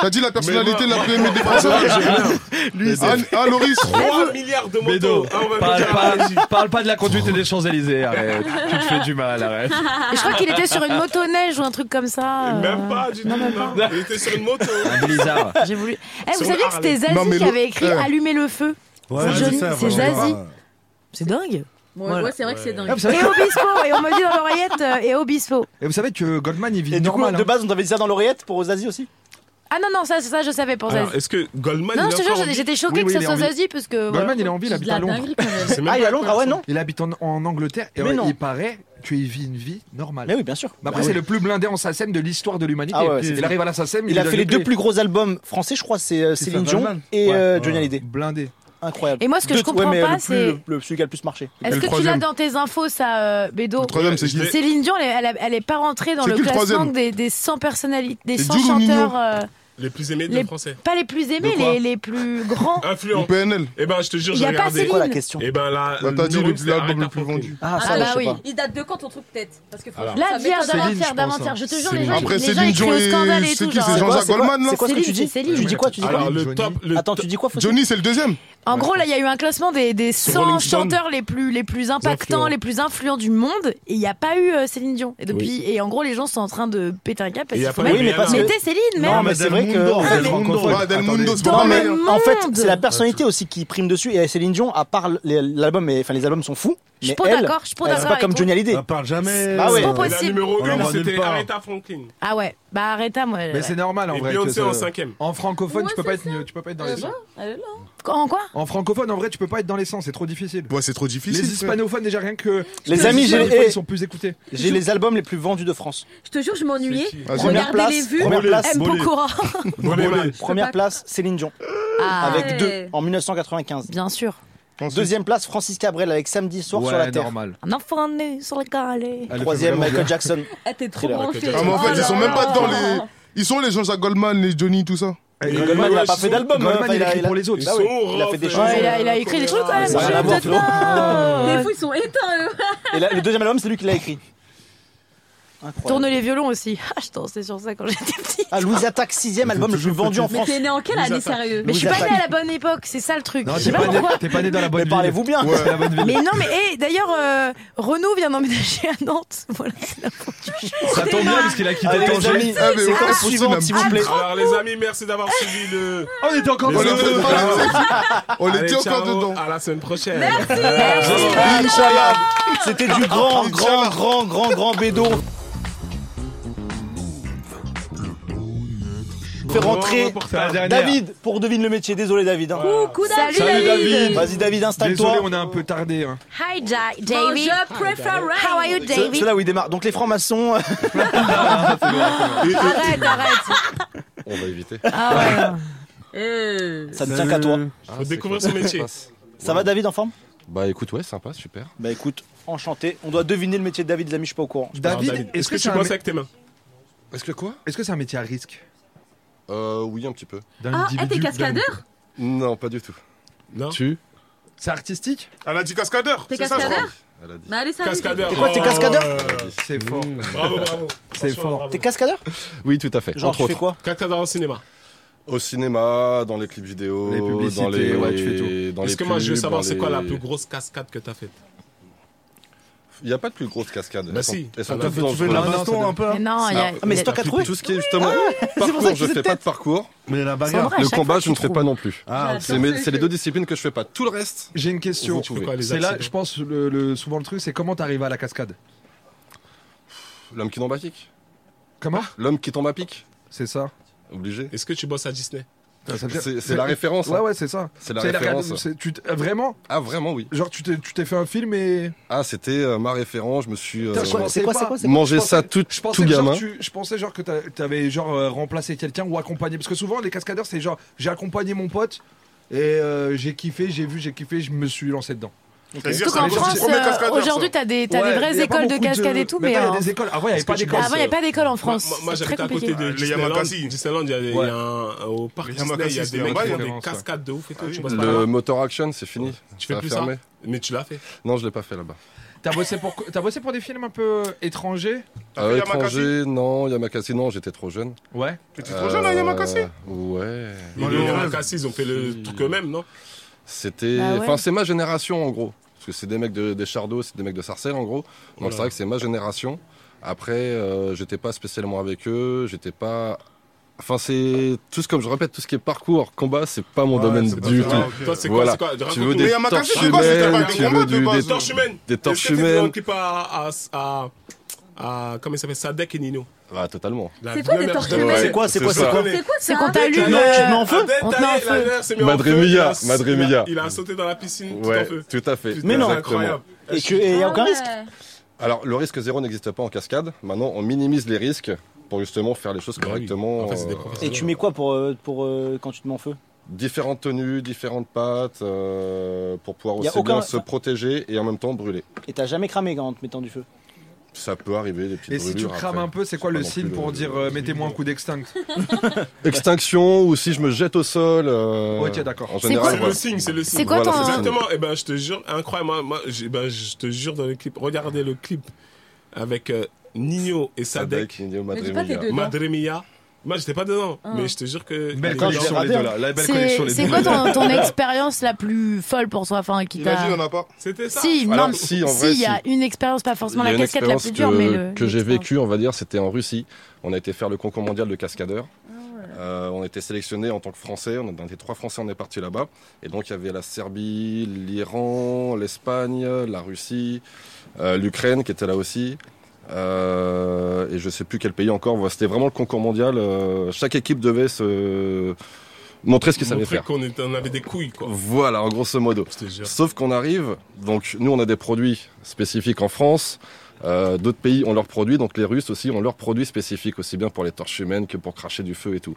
T'as dit la personnalité la plus aimée des Français. Anne- Ah, Loris.
3 milliards de motos.
Bédo,
Ah, on va
parle
mettre un-
pas, parle pas de la conduite des Champs-Élysées, arrête. Tu te fais du mal, arrête.
Et je crois qu'il était sur une motoneige ou un truc comme ça. euh,
Même pas du tout. non. Il était sur une moto.
Un blizzard.
J'ai voulu. Eh, vous
Sur
saviez
le
que c'était
Harley.
Zazie
Non, mais
qui
le-
avait écrit
euh.
Allumer le feu
Ouais,
C'est
je
Johnny,
sais,
c'est
moi,
Ah.
je
Zazie.
vois.
C'est dingue.
Ouais,
Voilà.
ouais, c'est vrai que c'est dingue.
Ah, vous savez
Et
que-
Obispo, et on me dit dans l'oreillette, euh, et Obispo.
Et vous savez que Goldman, il vit
Et du coup,
normal.
de
hein.
base, on t'avait dit ça dans l'oreillette pour Zazie aussi
Ah non, non, ça, ça je savais pour
Alors,
Zazie.
est-ce que Goldman.
Non,
il
je te
est encore
jure,
en
j'étais-
vie
j'étais choquée
Oui,
que
oui,
ça
il est
soit
en vie.
Zazie parce que.
Goldman,
voilà.
il est en ville, il habite à Londres.
C'est même
Ah, il est à Londres, ah ouais, non
Il habite en, en Angleterre et
Mais non.
il paraît qu'il vit une vie normale.
Mais oui, bien sûr.
Ah
Mais après,
Bah
c'est
oui.
le plus blindé en SACEM de l'histoire de l'humanité.
Ah ouais, ouais, c'est
il
fou.
arrive à la SACEM.
Il a fait les deux plus gros albums français, je crois, c'est euh, Céline Dion
Goldman.
et
Ouais.
euh, Johnny Hallyday.
Blindé.
Incroyable.
Et moi, ce que
Deux-
je comprends
ouais, mais
pas,
le plus-
c'est-
le- Le celui qui a le plus marché.
Est-ce que tu l'as dans tes infos, ça, euh, Bédo
troisième, c'est qui
Céline Dion, elle, elle, elle est pas rentrée dans
C'est
le
qui le
classement
troisième
des, des 100 personnalités, des
C'est
100
Jules ou Nino
chanteurs. euh,
Les plus aimés des
les,
Français.
pas les plus aimés,
De quoi
les, les plus grands.
Ou
Influent.
PNL.
Eh ben, je te jure,
Il
j'ai
y a pas
regardé.
Céline. Quoi, la
question
Eh ben, là.
Bah, t'as dit
numéro
le
un,
plus-
c'est
l'album
Aretha
le plus
Franklin.
vendu.
Ah,
Ah
ça,
bah
je sais
oui.
pas.
Il date de quand ton truc, peut-être Parce que franchement,
La
ça
d'avant-hier,
m'étonne.
d'avant-hier, d'avant-hier. Je te jure, les gens,
Après,
les gens,
Céline
ils
Dion
crient au
et-
scandale et
c'est
tout.
qui, c'est
genre.
Jean-Jacques
C'est quoi-
Goldman, là
C'est quoi ce que tu dis
C'est Céline.
Tu dis quoi Tu dis
Alors,
quoi
le
Johnny.
top. le
Attends,
top-
tu dis quoi faut-
Johnny, c'est le deuxième.
En gros, là, il y a eu un classement des, des 100
Rolling Stone.
chanteurs les plus, les plus impactants,
influents.
les plus influents du monde, et il n'y a pas eu euh, Céline Dion. Et, depuis, et en gros, les gens sont en train de péter un cap parce
Et il y a
qu'il faut
pas eu
mettre-
Rihanna.
Oui, mais parce
Mettez Céline,
Non,
merde
mais c'est vrai que.
Ah,
Del
mais-
Mundo.
Ah, Del Mundo, c'est
Dans
pas
le
mal.
monde.
En fait, c'est la personnalité aussi qui prime dessus. Et Céline Dion, à part les- l'album, mais- enfin les albums sont fous.
Je suis
mais
pas
elle,
d'accord, je suis pas
elle, C'est
d'accord
pas comme
avec
Johnny Hallyday.
On parle jamais.
Ah ouais.
C'est pas
La
possible.
numéro
On la
1,
voit nulle
c'était
part.
Aretha Franklin.
Ah ouais, bah arrêtez moi.
Mais c'est normal hein. en
Et
vrai.
Beyoncé
que ça-
en cinquième.
En francophone,
Ouais,
tu peux pas
c'est
être, tu peux pas être dans
Elle
les
est
sons.
là, elle est là.
En quoi
En francophone, en vrai, tu peux pas être dans les sons. C'est trop difficile.
Ouais, c'est trop difficile.
Les hispanophones déjà rien que
Les
que
amis,
les
j'ai-
hispanophones,
eh.
ils sont plus écoutés.
J'ai les albums les plus vendus de France.
Je te jure, je m'ennuyais.
qui
Ah, c'est bien.
Première
Regardez
place,
les vues.
première place,
M. Pokora.
Bonnet Man.
première place, Céline Dion
Ah,
avec
ouais.
deux en 1995.
bien sûr.
Deuxième place, Francis Cabrel avec Samedi soir sur la
Ouais,
terre.
normal.
Un enfant né sur le carré.
Elle le fait
Troisième,
vraiment bien.
Michael Jackson.
Ah, t'es trop
Thriller.
branché.
Ah, mais en
Oh
fait, ils
là
sont même pas
là.
dans les. Ils sont les Jean-Jacques Goldman, les Johnny, tout ça.
Et
Et Goldman, il a pas fait d'album.
Goldman,
hein,
il
enfin,
écrit pour les autres.
Bah oui, Il a fait des choses.
il, a, il a écrit des trucs quand même.
Ça a rien à voir, Flo.
Les
J'étais-
fous, ils sont éteints, eux.
Et là, le deuxième album, c'est lui qui l'a
(laughs)
écrit. Incroyable.
Tourne les violons aussi. (laughs) Ah, je dansais sur ça quand j'étais petite.
Ah, Louise Attaque, sixième album le plus vendu en
Mais
France.
t'es né en quelle année, sérieux
Mais je suis
Louise
pas née
Attaque.
à la bonne époque, c'est ça le truc.
Non,
Je
t'es
sais pas
pas, né-
pourquoi.
t'es pas né dans la bonne
Mais
ville.
parlez-vous bien.
Ouais.
C'est la bonne ville.
Mais non, mais hey, d'ailleurs, euh, Renaud vient d'emménager à Nantes. Voilà.
Ça tombe bien parce qu'il a quitté
Allez, les
Tanger.
amis,
Ah, mais
c'est
ouais,
quoi la
possible,
suivante,
un
s'il vous
petit
plaît
Alors, les amis, merci d'avoir suivi le.
On était encore
Ah, On
dans
Les
était-
le.
autres.
On
Allez,
était encore
ciao, Euh,
dedans.
À la semaine prochaine.
Inch'Allah. C'était du grand, grand, grand, grand, grand bédo. Fait rentrer
C'est Oh, la dernière.
David pour devine le métier. Désolé David. hein.
Coucou
Salut,
Salut,
d'Algérie.
David.
Vas-y David,
Désolé,
installe-toi.
on a un peu tardé. hein.
Hi, Ja-
Bon,
David.
je préfère
How are you,
C'est c'est
David
là où il démarre. Donc les francs-maçons, euh,
(laughs) Ah,
(laughs)
Arrête, arrête.
On va éviter.
Ah ouais.
(laughs) Euh,
ça ne tient qu'à toi. Ah,
Faut découvrir son métier.
Ah,
Ça va David en forme
Bah écoute, ouais, sympa, super.
Bah écoute, enchanté. On doit deviner le métier de David, les amis, je suis pas au courant.
Alors, David, est-ce que, tu
c'est un
bosses
mec-
avec tes mains
Est-ce que quoi Est-ce que c'est un métier à risque
Euh, oui, un petit peu.
Ah, eh, t'es cascadeur
Non, pas du tout.
Non.
Tu
C'est artistique
Elle a dit cascadeur.
T'es
c'est ça, je
cascadeur
crois.
Elle a dit.
Mais allez, salut.
Cascadeur.
T'es quoi,
Oh,
t'es cascadeur
euh,
C'est fort.
Mmh.
Bravo, bravo.
C'est fort.
T'es cascadeur
(laughs) Oui, tout à fait.
Genre,
Entre
tu fais
autres.
quoi
Cascadeur au cinéma.
Au cinéma, dans les clips vidéo,
Les publicités,
dans les.
ouais, tu fais
dans
Parce
les
que moi, je veux
pubs,
savoir
dans
c'est quoi la
les-
plus grosse cascade que t'as faite.
Il n'y a pas de plus grosse cascade.
Bah
Elles sont-
si.
Elles sont
Ah,
toutes
bah,
dans
tu
le
fais de la
fond.
baston
Non, c'est
un
des-
peu, hein.
Non, il y a-
Ah, mais
il y a-
c'est toi qui as trouvé Tout ce qui est justement
pour ça
parcours,
que
je
je
ne
faisais
fais pas de
peut-être.
parcours.
Mais la
bagarre. C'est vrai, à
Le
chaque
combat,
fois,
je
tu
ne fais
trouves.
pas non plus.
Ah, ok.
C'est mes- c'est les deux disciplines que je fais pas. Tout le reste,
J'ai une question.
Vous trouvez. Quoi, les
C'est là,
accidents
je pense, le, le- souvent le truc, c'est comment t'arrives à la cascade
Euh, l'homme qui tombe à pic.
Comment
L'homme qui tombe à pic.
C'est ça.
Obligé.
Est-ce que tu bosses à Disney
Ça, ça veut dire-
C'est c'est la référence.
Ouais,
hein.
ouais, c'est ça.
C'est la
ré-
référence.
c'est- tu t- vraiment
Ah, vraiment, oui.
Genre, tu t'es tu t'es fait un film et.
Ah, c'était euh, ma référence. Je me suis. euh,
Putain, je pensais pas.
Manger
Je pensais-
ça tout
je
tout
pensais que genre
gamin.
tu- je pensais genre que t'a- t'avais genre euh, remplacé quelqu'un ou accompagné parce que souvent les cascadeurs c'est genre j'ai accompagné mon pote et euh, j'ai kiffé j'ai vu j'ai kiffé je me suis lancé dedans.
Surtout qu'en France, euh, aujourd'hui, t'as des, t'as
Ouais,
des
y
vraies
a pas
écoles de
beaucoup de-
cascade et tout,
mais
mais.
attends, il y a
euh,
des écoles. Avant, il y avait
parce
pas
que-
d'école.
Avant, il n'y avait pas d'école en France.
Moi, moi,
C'est
j'habite
très
à côté
compliqué.
de Disneyland. Disneyland, il y a, des- il y a un- au parc
Les
Disney, il y a
Yamakasi,
des
c'est
mecs
un
qui font
bail,
des
hein, ça.
cascades de ouf et tout.
Ah oui.
tu bosses pas
Le
là-bas.
motor action, c'est fini.
Tu fais
a
plus
fermé.
ça Mais tu l'as fait.
Non, je l'ai pas fait là-bas.
T'as bossé pour t'as bossé pour des films un peu euh, étrangers.
À
fait Yamakasi
l'étranger, Euh, non. Yamakasi, non, j'étais trop jeune.
Ouais.
T'étais
trop jeune à Yamakasi
Euh, Ouais.
Mais les Yamakasi, ils ont fait le truc eux-mêmes, non
C'était.
Bah ouais.
Enfin, c'est ma génération en gros. Parce que c'est des mecs de, des Chardots, c'est des mecs de Sarcelles en gros.
Oula.
Donc c'est vrai que c'est ma génération. Après, euh, j'étais pas spécialement avec eux, j'étais pas. Enfin, c'est tout ce comme je répète, tout ce qui est parcours, combat, c'est pas mon
Ouais,
domaine
c'est pas
du
ça.
tout.
Ah, ok. Toi, c'est quoi,
voilà.
c'est quoi
tu
Raconte-nous.
veux
Mais
des
Yamakasi,
torches
c'est quoi, c'était pas un
humaines, tu
combat
veux
de
du-
base,
des
euh. Torches humaines.
des
Est-ce
torches
que t'es
humaines.
préoccupé à, à, à, à- comment il s'appelle Sadek et Nino.
Ah, totalement.
La
C'est quoi des
vieille
torches
merde.
humaines
C'est quoi, c'est quoi, c'est quoi
C'est quoi
C'est
ça
qu'on t'allume.
La
euh,
mère,
tu mets en feu
Adèle,
On te met en
la
feu.
mère s'est mise en
Madre
feu,
mia,
il a-
Madre
il a-
mia.
Il a sauté dans la piscine tout en
Ouais,
feu.
tout à fait.
Mais non.
Exactement.
Incroyable.
Et que- et y
Ah
a aucun risque
Alors, le risque zéro n'existe pas en cascade. Maintenant, on minimise les risques pour justement faire les
Bah
choses correctement. euh,
Et tu mets quoi pour, euh, pour euh, quand tu te mets en feu
différentes tenues, différentes pattes euh, pour pouvoir
Y a
aussi
aucun-
bien se protéger et en même temps brûler.
Et t'as jamais cramé quand en te mettant du feu
Ça peut arriver des petites
Et si tu
brûlures
crames
Euh, après.
un peu, c'est quoi
Pas
le
non
signe
plus
pour dire euh, mettez-moi un coup d'extinct
Extinction ou si je me jette au sol. euh,
Ok, d'accord.
En
C'est
général,
C'est
voilà.
le signe, c'est le signe.
C'est quoi
Voilà,
ton-
c'est le signe.
Exactement, et ben je te jure, incroyable. Moi, moi, j'ai- ben, je te jure dans le clip, regardez le clip avec euh, Nino et Sadek.
Sadek, Nino,
Mais dis pas t'es
Madrimia.
dedans.
Madre mia. Moi, j'étais pas dedans,
Ah.
mais je te jure que.
Belle
les
connexion,
gens-
les deux, là. La belle connexion,
C'est
les
c'est
deux.
quoi ton, ton expérience la plus folle pour toi enfin, qui t'a...
en a pas.
C'était ça.
Si,
Alors,
non,
si, en vrai,
il y a
si.
une expérience, pas forcément
Il y a
la
une
cascade la
expérience
plus dure,
que,
mais le.
que j'ai vécu, on va dire, c'était en Russie. On a été faire le concours mondial de cascadeurs.
Ah,
Euh, on était sélectionné en tant que Français. On était trois Français, on est parti là-bas. Et donc il y avait la Serbie, l'Iran, l'Espagne, la Russie, euh, l'Ukraine qui était là aussi. Euh, et je sais plus quel pays encore. Voilà, C'était vraiment le concours mondial. Euh, chaque équipe devait se montrer ce qu'elle savait
Montrer
faire.
qu'on était- on avait des couilles, quoi.
Voilà, en grosso modo. Sauf qu'on arrive, donc nous on a des produits spécifiques en France, euh, d'autres pays ont leurs produits, donc les Russes aussi ont leurs produits spécifiques, aussi bien pour les torches humaines que pour cracher du feu et tout.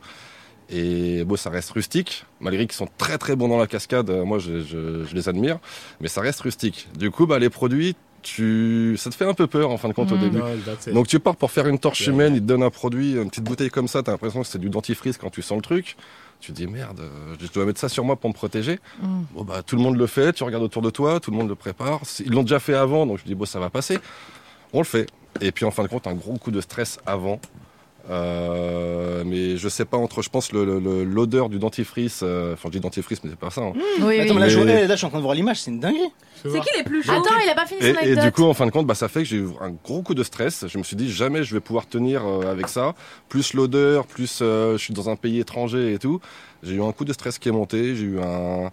Et bon, ça reste rustique, malgré qu'ils sont très très bons dans la cascade, euh, moi je, je- je les admire, mais ça reste rustique. Du coup, bah, les produits, tu... ça te fait un peu peur en fin de compte au
Mm.
début.
Ouais, that's it.
Donc tu pars pour faire une torche humaine, ils te donnent un produit, une petite bouteille comme ça, t'as l'impression que c'est du dentifrice quand tu sens le truc. Tu te dis merde, euh, je dois mettre ça sur moi pour me protéger.
Mm.
Bon bah tout le monde le fait, tu regardes autour de toi, tout le monde le prépare. C'est- Ils l'ont déjà fait avant, donc je dis bon ça va passer. On le fait. Et puis en fin de compte, un gros coup de stress avant. Euh, mais je sais pas entre je pense le- le- le- l'odeur du dentifrice, euh, enfin je dis dentifrice mais c'est pas ça. hein.
Oui,
Attends,
oui.
mais là, je,
Mais-
eh, là, je suis en train de voir l'image, c'est une dinguerie.
C'est qui les plus chauds
Attends, il a pas fini son
Et, et du
anecdote.
coup, en fin de compte, bah, ça fait que j'ai eu un gros coup de stress. Je me suis dit, jamais je vais pouvoir tenir euh, avec ça. Plus l'odeur, plus euh, je suis dans un pays étranger et tout. J'ai eu un coup de stress qui est monté. J'ai eu un.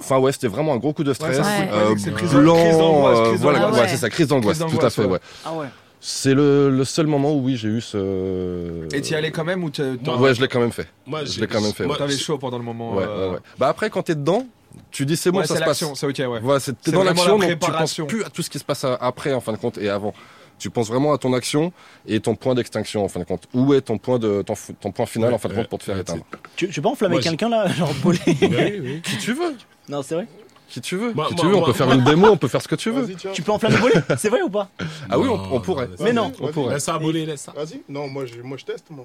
Enfin, ouais, c'était vraiment un gros coup de stress. Euh,
Ouais, c'est- ouais, c'est crise-
blanc,
crise d'angoisse,
euh,
crise
voilà,
d'angoisse.
ouais, c'est ça, crise d'angoisse,
Crise
tout à
d'angoisse,
fait,
ouais.
ouais.
Ah ouais.
C'est le, le seul moment où, oui, j'ai eu ce.
Et t'y allais quand même ou t'as- t'en-
Ouais, je l'ai quand même fait.
Moi,
je
j'ai-
l'ai quand même fait.
moi,
ouais.
t'avais chaud pendant le moment,
Ouais,
euh.
ouais, ouais. Bah après, quand t'es dedans, tu dis c'est bon,
Ouais,
ça
c'est
se passe.
l'action, c'est ok, ouais.
Voilà, c'est- t'es
C'est
dans
vraiment
l'action,
la
donc tu penses
préparation.
plus à tout ce qui se passe à- après, en fin de compte, et avant. Tu penses vraiment à ton action et ton point d'extinction, en fin de compte. Où est ton point de ton, f- ton point final, en fin de compte, pour te faire éteindre
(laughs) Tu, tu peux enflammer
Moi, j'ai-
quelqu'un là Genre, Paul
Oui, oui.
Si tu veux.
Non, c'est vrai
Qui tu veux
Bah,
Qui
moi-
tu veux On
moi-
peut faire une démo, on peut faire ce que tu veux.
Tu peux enflammer voler C'est vrai ou pas
Ah oui, on, on pourrait. Ben,
Mais non.
on pourrait.
Laisse ça voler, laisse ça.
Vas-y, non, moi je, moi, je teste, moi.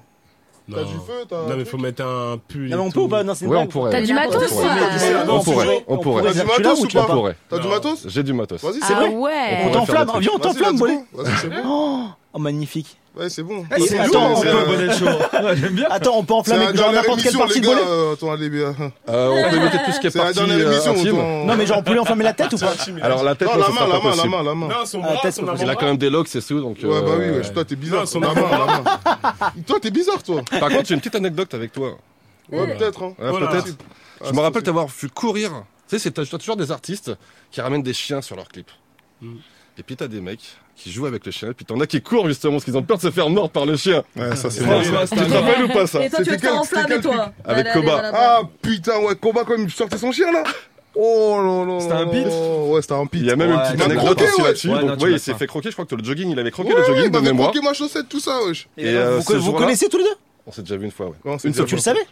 Non.
T'as du feu, t'as.
Non, mais faut mettre un pull.
Non, mais on peut ou pas Non, c'est une
Ouais, on
blague.
pourrait.
T'as du
On
matos,
pourrait.
toi Euh,
On pourrait. On pourrait.
T'as du matos ou
On
pas
pourrait.
T'as du matos
J'ai du matos.
Ah
Vas-y,
C'est vrai On t'enflamme, viens, on t'enflamme, voler.
Vas-y, c'est bon.
Oh, oh, magnifique.
Ouais, Eh, c'est bon.
Et attends, on peut-
(laughs)
(laughs)
Attends, on peut enflammer
C'est un
genre
dernier
n'importe quelle
émission,
partie
les
de
gars,
voler.
euh, attends, allez, bien.
Euh, on peut noter tout ce qui est
C'est la
parti
dernière
euh,
émission,
intime.
autant-
Non, mais genre, on peut lui enflammer la tête ou pas
Alors la tête,
Non,
non,
la
ça
main,
sera
la
pas
main, la
possible. Ah,
main, la main.
Non, son
bras, tête, son
avant-bras.
Il a quand même des locks, c'est sous, donc.
Ouais, bah oui,
euh,
wesh, toi t'es bizarre.
son
la main, la main. Toi t'es bizarre, toi.
Par contre, j'ai une petite anecdote avec toi.
Ouais, peut-être. hein.
Ouais,
Voilà.
peut-être. Je me rappelle t'avoir vu courir. Tu sais, c'est t'as- t'as toujours des artistes qui ramènent des chiens sur leurs clips.
Mm.
Et puis t'as des mecs qui jouent avec le chien, et puis t'en as qui courent justement parce qu'ils ont peur de se faire mordre par le chien.
Ouais, ça c'est
vrai.
vrai.
Tu te rappelles ou pas ça
Et toi, tu vas te faire enflammer, toi.
Avec
Allez, allez,
Koba.
voilà, voilà.
Ah putain, ouais, combat comme il sortait son chien là. Oh non, non.
C'était un
non,
beat
non. Ouais, c'était un beat.
Il y a même une
Ouais,
petite
il m'a
anecdote
croqué,
aussi
ouais.
là-dessus.
Ouais,
Donc,
non, tu
ouais,
m'as
il s'est
fait.
fait croquer, je crois que le jogging, il avait croqué
Ouais,
le jogging
il
de
m'avait
mémoire.
croqué ma chaussette, tout ça, wesh.
Et, euh,
Vous
ce
vous
jour-là-
connaissez tous les deux
On s'est déjà vu une fois, ouais.
Comment c'est
Une
déjà
seule
Tu le
fois.
savais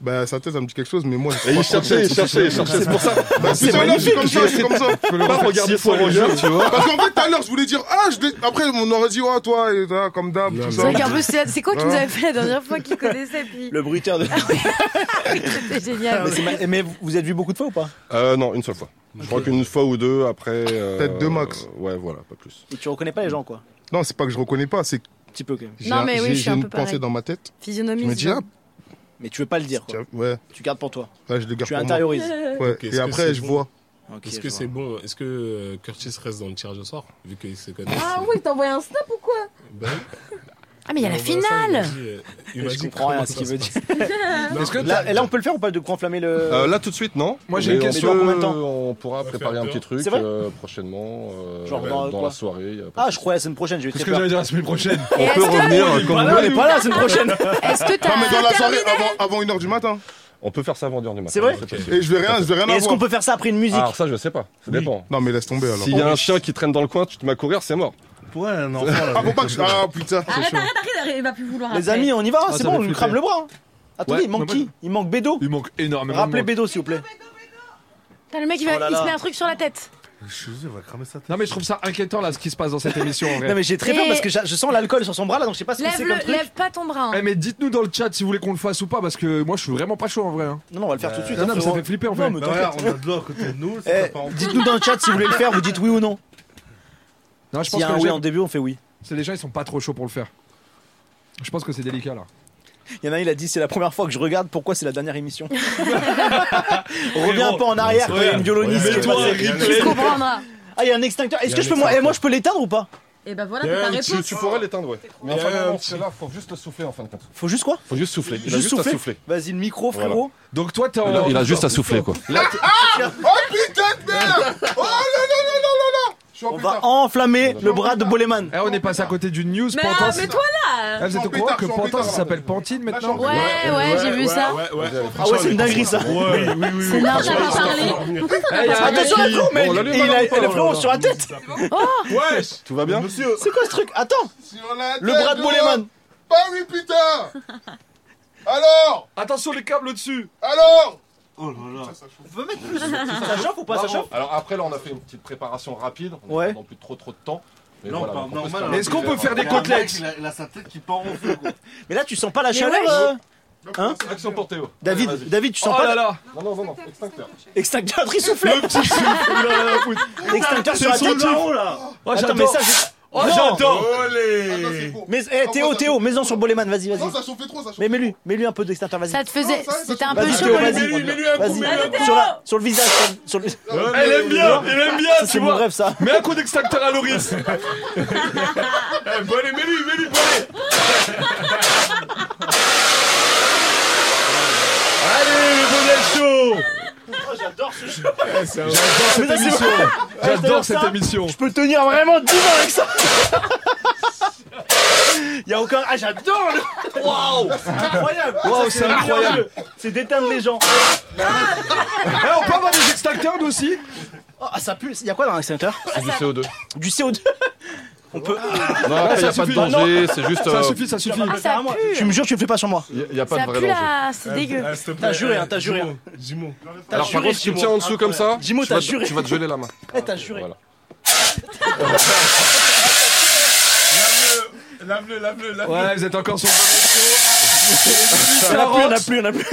Bah, sa tête, ça me dit quelque chose, mais moi. je
Et
crois
il cherchait,
que-
il cherchait, il cherchait. C'est pour ça.
Bah,
C'est
putain, là, je suis
magnifique.
comme ça, je suis comme ça.
Faut le Pas refaire regarder six fois son le regard, jeu. tu vois.
Parce qu'en fait, tout à l'heure, je voulais dire, ah, je l'ai- après, on aurait dit, oh, toi, et, ah, comme d'hab, tout
C'est
ça.
vrai qu'en plus, c'est c'est quoi que tu nous
Hein
avais fait la dernière fois qu'il connaissait
(laughs)
puis
Le bruiteur de.
Ah C'était génial.
Mais c'est ma- Mais vous- vous êtes vu beaucoup de fois ou pas
Euh, non, une seule fois. Je crois qu'une fois ou deux après. euh,
Peut-être deux max.
Ouais, voilà, pas plus.
Et tu reconnais pas les gens quoi
Non, c'est pas que je reconnais pas, c'est. Un
petit peu quand même.
J'ai
Non,
un-
mais oui,
j'ai-
je suis
j'ai
un
une
peu
pensée
pareil.
dans ma tête.
Physionomie.
Je me dis, ah,
Mais tu veux pas le dire quoi.
ouais.
Tu gardes pour toi.
Ouais, je le garde
Tu
pour moi.
intériorises.
Ouais.
Ok, est-ce
Et
que
après,
c'est
je
bon
vois.
Ok,
Est-ce
je
que
vois.
c'est bon Est-ce que euh, Curtis reste dans le tirage au sort Vu qu'ils se connaissent.
Ah oui, t'as envoyé un snap ou quoi
Ah, mais il y a la
bah,
On voit ça, il
finale
me dit, euh, il m'a
Je
dit
comprends rien à
comment
ce
ça
qu'il
se
veut
passe.
(laughs)
dire.
Est-ce que
là,
t'as-
et là, on peut le faire ou pas de enflammer le.
Euh, là tout de suite non.
Moi, j'ai une
Mais on
question.
peut-
Mais dans combien de temps
On pourra
va
préparer
faire
un
peur.
petit truc
C'est vrai
euh, prochainement. euh,
Genre dans quoi
la soirée. y a pas
Ah, je croyais la semaine prochaine, j'ai eu
Qu'est-ce
très
que j'allais
peur.
dire la semaine prochaine
Et
on peut
est-ce que-
revenir euh,
Bah
comme
là,
vous
on est
voulez.
pas là la semaine prochaine.
Est-ce que
ah, Non, mais dans la
t'as.
soirée, avant- avant 1h du matin.
On peut faire ça avant une heure du matin.
C'est vrai
possible.
Et je vais rien, je vais rien
Et Est-ce qu'on
avoir.
peut faire ça après une musique Oh,
Alors ça je sais pas. Ça dépend.
Non, mais laisse tomber alors.
S'il y a un chien qui traîne dans le coin, tu te mets à courir, c'est mort.
Ouais, un enfant là.
Ah, faut pas que je. Ah, putain.
Arrête, arrête, arrête, arrête, il va plus vouloir.
Les
après.
amis, on y va, c'est
ça
bon,
fait
on lui
flipper.
crame le bras. Attendez,
Ouais,
il manque
mais
qui Il manque Bédo
Il manque énormément. de
Rappelez
monde.
Bédo, s'il vous plaît.
Putain, Le mec, il va-
Oh là
il se
là.
met un truc sur la tête.
Je suis sûr, il va cramer sa tête.
Non mais je trouve ça inquiétant là ce qui se passe dans cette émission en vrai.
Non, mais j'ai très peur
Et-
parce que j'a- je sens l'alcool sur son bras là, donc je sais pas ce que
Lève,
c'est comme
le,
truc.
lève pas ton bras. hein.
Eh, mais dites-nous dans le chat si vous voulez qu'on le fasse ou pas parce que moi je suis vraiment pas chaud en vrai. hein.
Non, non, on va le faire tout de suite.
non,
hein,
non, mais ça
frérot.
fait flipper, en
Non,
fait.
mais
Bah
t'inquiète.
ouais, on a de l'eau à côté de nous, ça
Eh,
fait pas en
Dites-nous dans le chat si vous voulez le faire, vous dites oui ou non.
Non je
S'il
pense
y a
que
un
les
oui
gens-
en début, on fait oui.
c'est les gens ils sont pas trop chauds pour le faire. Je pense que c'est délicat là.
Il y en a un, il a dit c'est la première fois que je regarde, pourquoi c'est la dernière émission (laughs) Reviens un peu en arrière quand il y a une violoniste. qui est
Mets-toi
passée.
un
Tu
replay.
comprendras.
Ah, il y a un extincteur.
Il y
Est-ce
a
que
un
je peux moi, eh,
extincteur.
moi je peux l'éteindre ou pas
Et bah voilà, t'as ta
Eh, tu-
réponse.
Tu pourrais l'éteindre, ouais. Mais
enfin,
enfin,
non, non,
c'est là, faut juste le souffler en fin de compte.
Faut juste quoi
Faut juste souffler. Il a
Juste
juste à
souffler.
souffler.
Vas-y le micro
Voilà.
frérot.
Donc toi t'es en.
Il a juste à souffler quoi.
Oh putain de merde Oh non, non, non, non, non, non Je suis en
On
pétard.
va enflammer le bras de Boleman.
Eh, on est passé à côté d'une news
Mais
Pantin.
ah, mais toi là
Eh, vous êtes au
Jean
courant
Pétard,
que
Jean
Pantin
Pétard.
ça s'appelle Pantine maintenant
Ouais, ouais, j'ai vu ça.
Ouais, ouais.
Ah ouais c'est une dinguerie ça.
C'est n'importe
T'as pas
quoi.
parlé Pourquoi t'en as
Eh, y a
pas
un
parlé
Attention
mec
à
qui-
l'eau mec
On l'allume,
Il a
là, ou
et
pas
le Oh. frérot sur la tête
Wesh
Tout va bien
Monsieur,
C'est quoi ce truc Attends
Sur la
Le
tête
bras de
de
Boleman.
Bah oui, putain Alors
Attention les câbles au-dessus
Alors
Ça chauffe ou pas ça chauffe
Alors après là on a fait une petite préparation rapide, on
Ouais.
n'a plus trop trop de temps. Mais
Là, on
voilà,
parle
donc on peut se
normal,
permettre
hein.
Est-ce qu'on peut faire des
Il y a un
côtelettes
mec, il a- Il a sa tête qui part en feu, quoi.
Mais là tu sens pas la
ouais.
chaleur euh, Hein
Action pour Théo. Allez,
David
vas-y.
David tu sens
Oh
pas la
là là
Non non non non, extincteur.
extincteur il soufflait L'extincteur sur la
Son
tête
daron, là
Oh
Attends
j'adore
mais ça j'ai-
Oh
Non.
j'adore
Ah non, c'est bon.
Mais eh, Théo Théo mets-en sur Boleman vas-y vas-y
Non, ça chauffait trop, ça chauffait
Mais mets-lui mets-lui un peu d'extincteur vas-y
Ça te faisait.
Non, ça, ça
C'était un
change.
peu
Vas-y,
chaud.
Théo,
Vas-y.
vas-y vas-y sur la sur le visage sur le- sur le-
Elle aime bien Elle aime bien
Ah Ça,
tu
c'est mon
vois
rêve ça
Mets un coup d'extincteur à Loris
(laughs) Eh, Bon, allez, mets-lui, mets-lui, bon, allez.
Allez les bonnes
J'adore ce jeu
Eh,
J'adore cette
Mais c'est
émission J'adore
J'adore
cette
ça.
émission
Je peux tenir vraiment 10 ans
(laughs)
avec ça Y a aucun. Ah, j'adore le. Waouh C'est incroyable
Waouh, c'est incroyable.
C'est d'éteindre les gens
Eh, on peut avoir des extincteurs nous aussi
Oh, Ah, ça pue Y'a quoi dans l'extincteur
C'est du CO2.
Du CO2 On peut.
Ah.
Non, après, il n'y a pas de danger, c'est juste. euh,
Ah, Tu me jures, tu le fais pas sur moi.
Il n'y a pas de vrai danger.
c'est dégueu. T'as juré, hein, t'as juré. hein.
Dis-moi.
T'as
Alors, par
juré,
contre, si tu me
Jimo.
tiens en dessous comme ça, tu
Jimo, t'as
vas te-
juré.
tu vas te geler la main.
Eh, t'as juré.
Lave-le, lave-le, lave-le.
Ouais, vous êtes encore
(laughs)
sur
On a plus, on a plus, on a plus.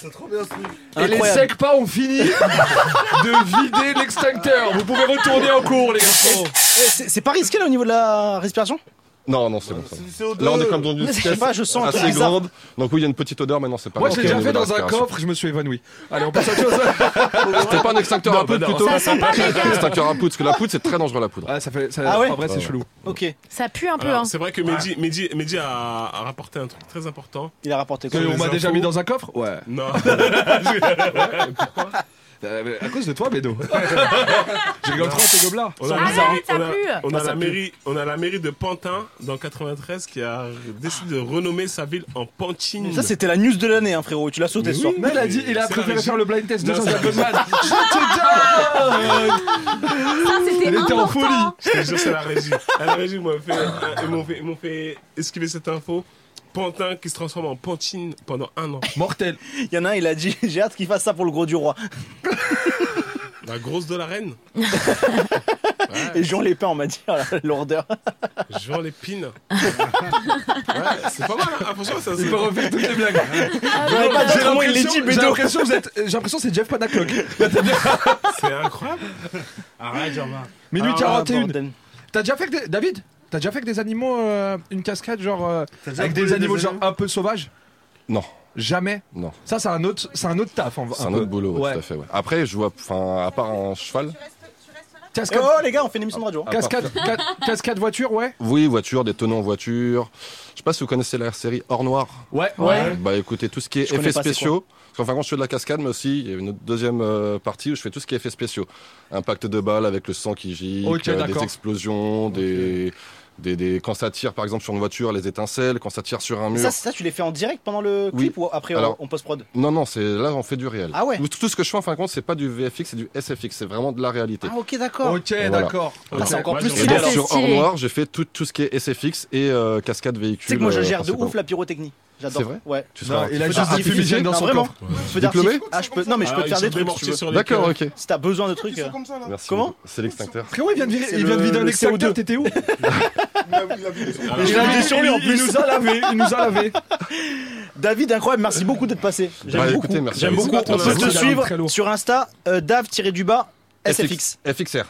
C'est trop bien ce truc.
Et les
Incroyable.
secs pas ont
(laughs)
fini (laughs) de vider l'extincteur. Vous pouvez retourner en cours, les garçons.
Eh, C'est c'est pas risqué là au niveau de la respiration
Non, non, c'est bon. ça va.
CO2.
Là, on est comme dans une
Je sais
pièce
pas, je sens un truc
assez
bizarre.
grande. Donc, oui, il y a une petite odeur, mais non, c'est pas
Moi,
grave.
j'ai déjà
Au
fait
niveau de
dans un
respiration.
coffre, Ah, je me suis évanoui. Allez, on passe à autre chose.
C'était pas un extincteur
Non,
à poudre
bah non,
plutôt
ça sent pas méga.
Extincteur à poudre, parce que la poudre c'est très dangereux la poudre.
Ah, ça fait. ça-
Ah ouais
En vrai, c'est
Ouais.
chelou.
Ok.
Ça pue un peu,
Ah, Alors,
hein.
C'est vrai que Mehdi, Mehdi- Mehdi a, a rapporté un truc très important.
Il a rapporté
Que on m'a déjà mis dans un coffre Ouais. (laughs)
Non.
Euh, mais à cause de toi, Bédo.
(laughs)
J'ai rigole trop à tes gobelins.
On a,
Arrête,
on
ça
a-
pue.
on a
Ah, ça
la
pue.
mairie, on a la mairie de Pantin dans 93 qui a décidé de renommer sa ville en Pantine.
Ça, c'était la news de l'année, hein, frérot. Tu l'as sauté ce soir.
Mais il a dit, il a
C'est
préféré
la
faire le blind test de
Non,
Jean-Jacques
c'est-
Goldman. (laughs) Je te donne
Ça, c'était
Elle était en folie.
Je te jure, c'est la régie. À la régie, ils m'ont fait, euh, ils m'ont fait, ils m'ont fait esquiver cette info. Pantin qui se transforme en Pantine pendant un an.
Mortel.
Il y en a un, il a dit (laughs) J'ai hâte qu'il fasse ça pour le gros du roi.
La grosse de la reine.
Et Jean Lépin, on m'a dit oh là, L'ordeur.
Jean Lépine. ouais, c'est Ah, pas mal. hein. Ah, franchement, ça,
Il peut refaire toutes les blagues.
J'aurais Ah, pas dit
J'ai
comment il l'a dit,
l'impression-
Bédo.
J'ai l'impression que vous êtes- j'ai l'impression que c'est Jeff Panaclock.
c'est incroyable.
Arrête, Germain.
Minuit
Ah,
41.
bordel.
T'as déjà fait que des... David T'as déjà fait que des animaux, euh, une cascade genre euh,
T'as déjà
avec des
volé des
animaux genre
animaux
un peu sauvages
Non,
Jamais.
non.
Ça c'est un autre, c'est un autre taf. en-
C'est un
peu.
autre boulot, ouais,
Ouais.
tout à fait. ouais. Après, je vois, enfin, à part un cheval.
Eh
Cascade,
oh, les gars, on fait une émission de radio. hein.
cascade, ca- cascade voiture, ouais.
Oui, voiture, des tonneaux en voiture. Je sais pas si vous connaissez la série Or Noir.
Ouais.
Bah écoutez, tout ce qui est
Je connais
effets
pas, c'est
spéciaux. Parce qu'en fin de compte, je fais de la cascade, mais aussi, il y a une autre deuxième euh, partie où je fais tout ce qui est effets spéciaux. Impact de balles avec le sang qui gicle,
Ok,
euh, des
d'accord.
explosions, des, des, des- Quand ça tire, par exemple, sur une voiture, les étincelles, quand ça tire sur un mur.
Ça, ça, tu les fais en direct pendant le
Oui.
clip ou après on-
Alors-
on post-prod
Non, non, c'est là, on fait du réel.
Ah ouais
Tout- Tout ce que je fais, en fin de compte, c'est pas du VFX, c'est du SFX, c'est vraiment de la réalité.
Ah, ok, d'accord. Ah,
Ok,
Voilà.
d'accord.
Voilà.
Ok.
C'est encore
moi,
plus
je-
Et
stylé
donc,
alors. Tu
sur Or
stylé.
Noir, j'ai fait tout, tout ce qui est SFX et euh, cascade véhicule.
sais que moi, je
euh,
gère de
principalement.
ouf la pyrotechnie. J'adore.
C'est vrai
Ouais.
Tu
Non,
seras
il a
Feu
juste des
d'artifice.
fumigènes dans
Ah,
son
vraiment
coffre.
Feu d'artifice.
Diplômé
Ah, je peux. Non, mais je peux
Alors, ils
te faire
sont
des trucs. si
démortis
tu veux.
sur les
D'accord,
cœurs.
ok.
Si t'as besoin de trucs. euh,
Merci.
Comment
beaucoup. C'est l'extincteur.
Frérot, il vient de virer,
C'est
il vient de
le-
vider un
le
extincteur.
CO2.
T'étais où
Alors,
Et je l'ai sur lui en
Il
plus.
nous a lavé. Il nous a lavé.
(laughs) David, incroyable, merci beaucoup d'être passé. J'aime
Bah,
beaucoup.
écoutez, merci.
J'aime
à vous.
beaucoup.
On
Ton
peut
invité,
te
il a l'air
très
suivre
lourd.
sur Insta, euh, Dave-du-bas, SFX.
FXR.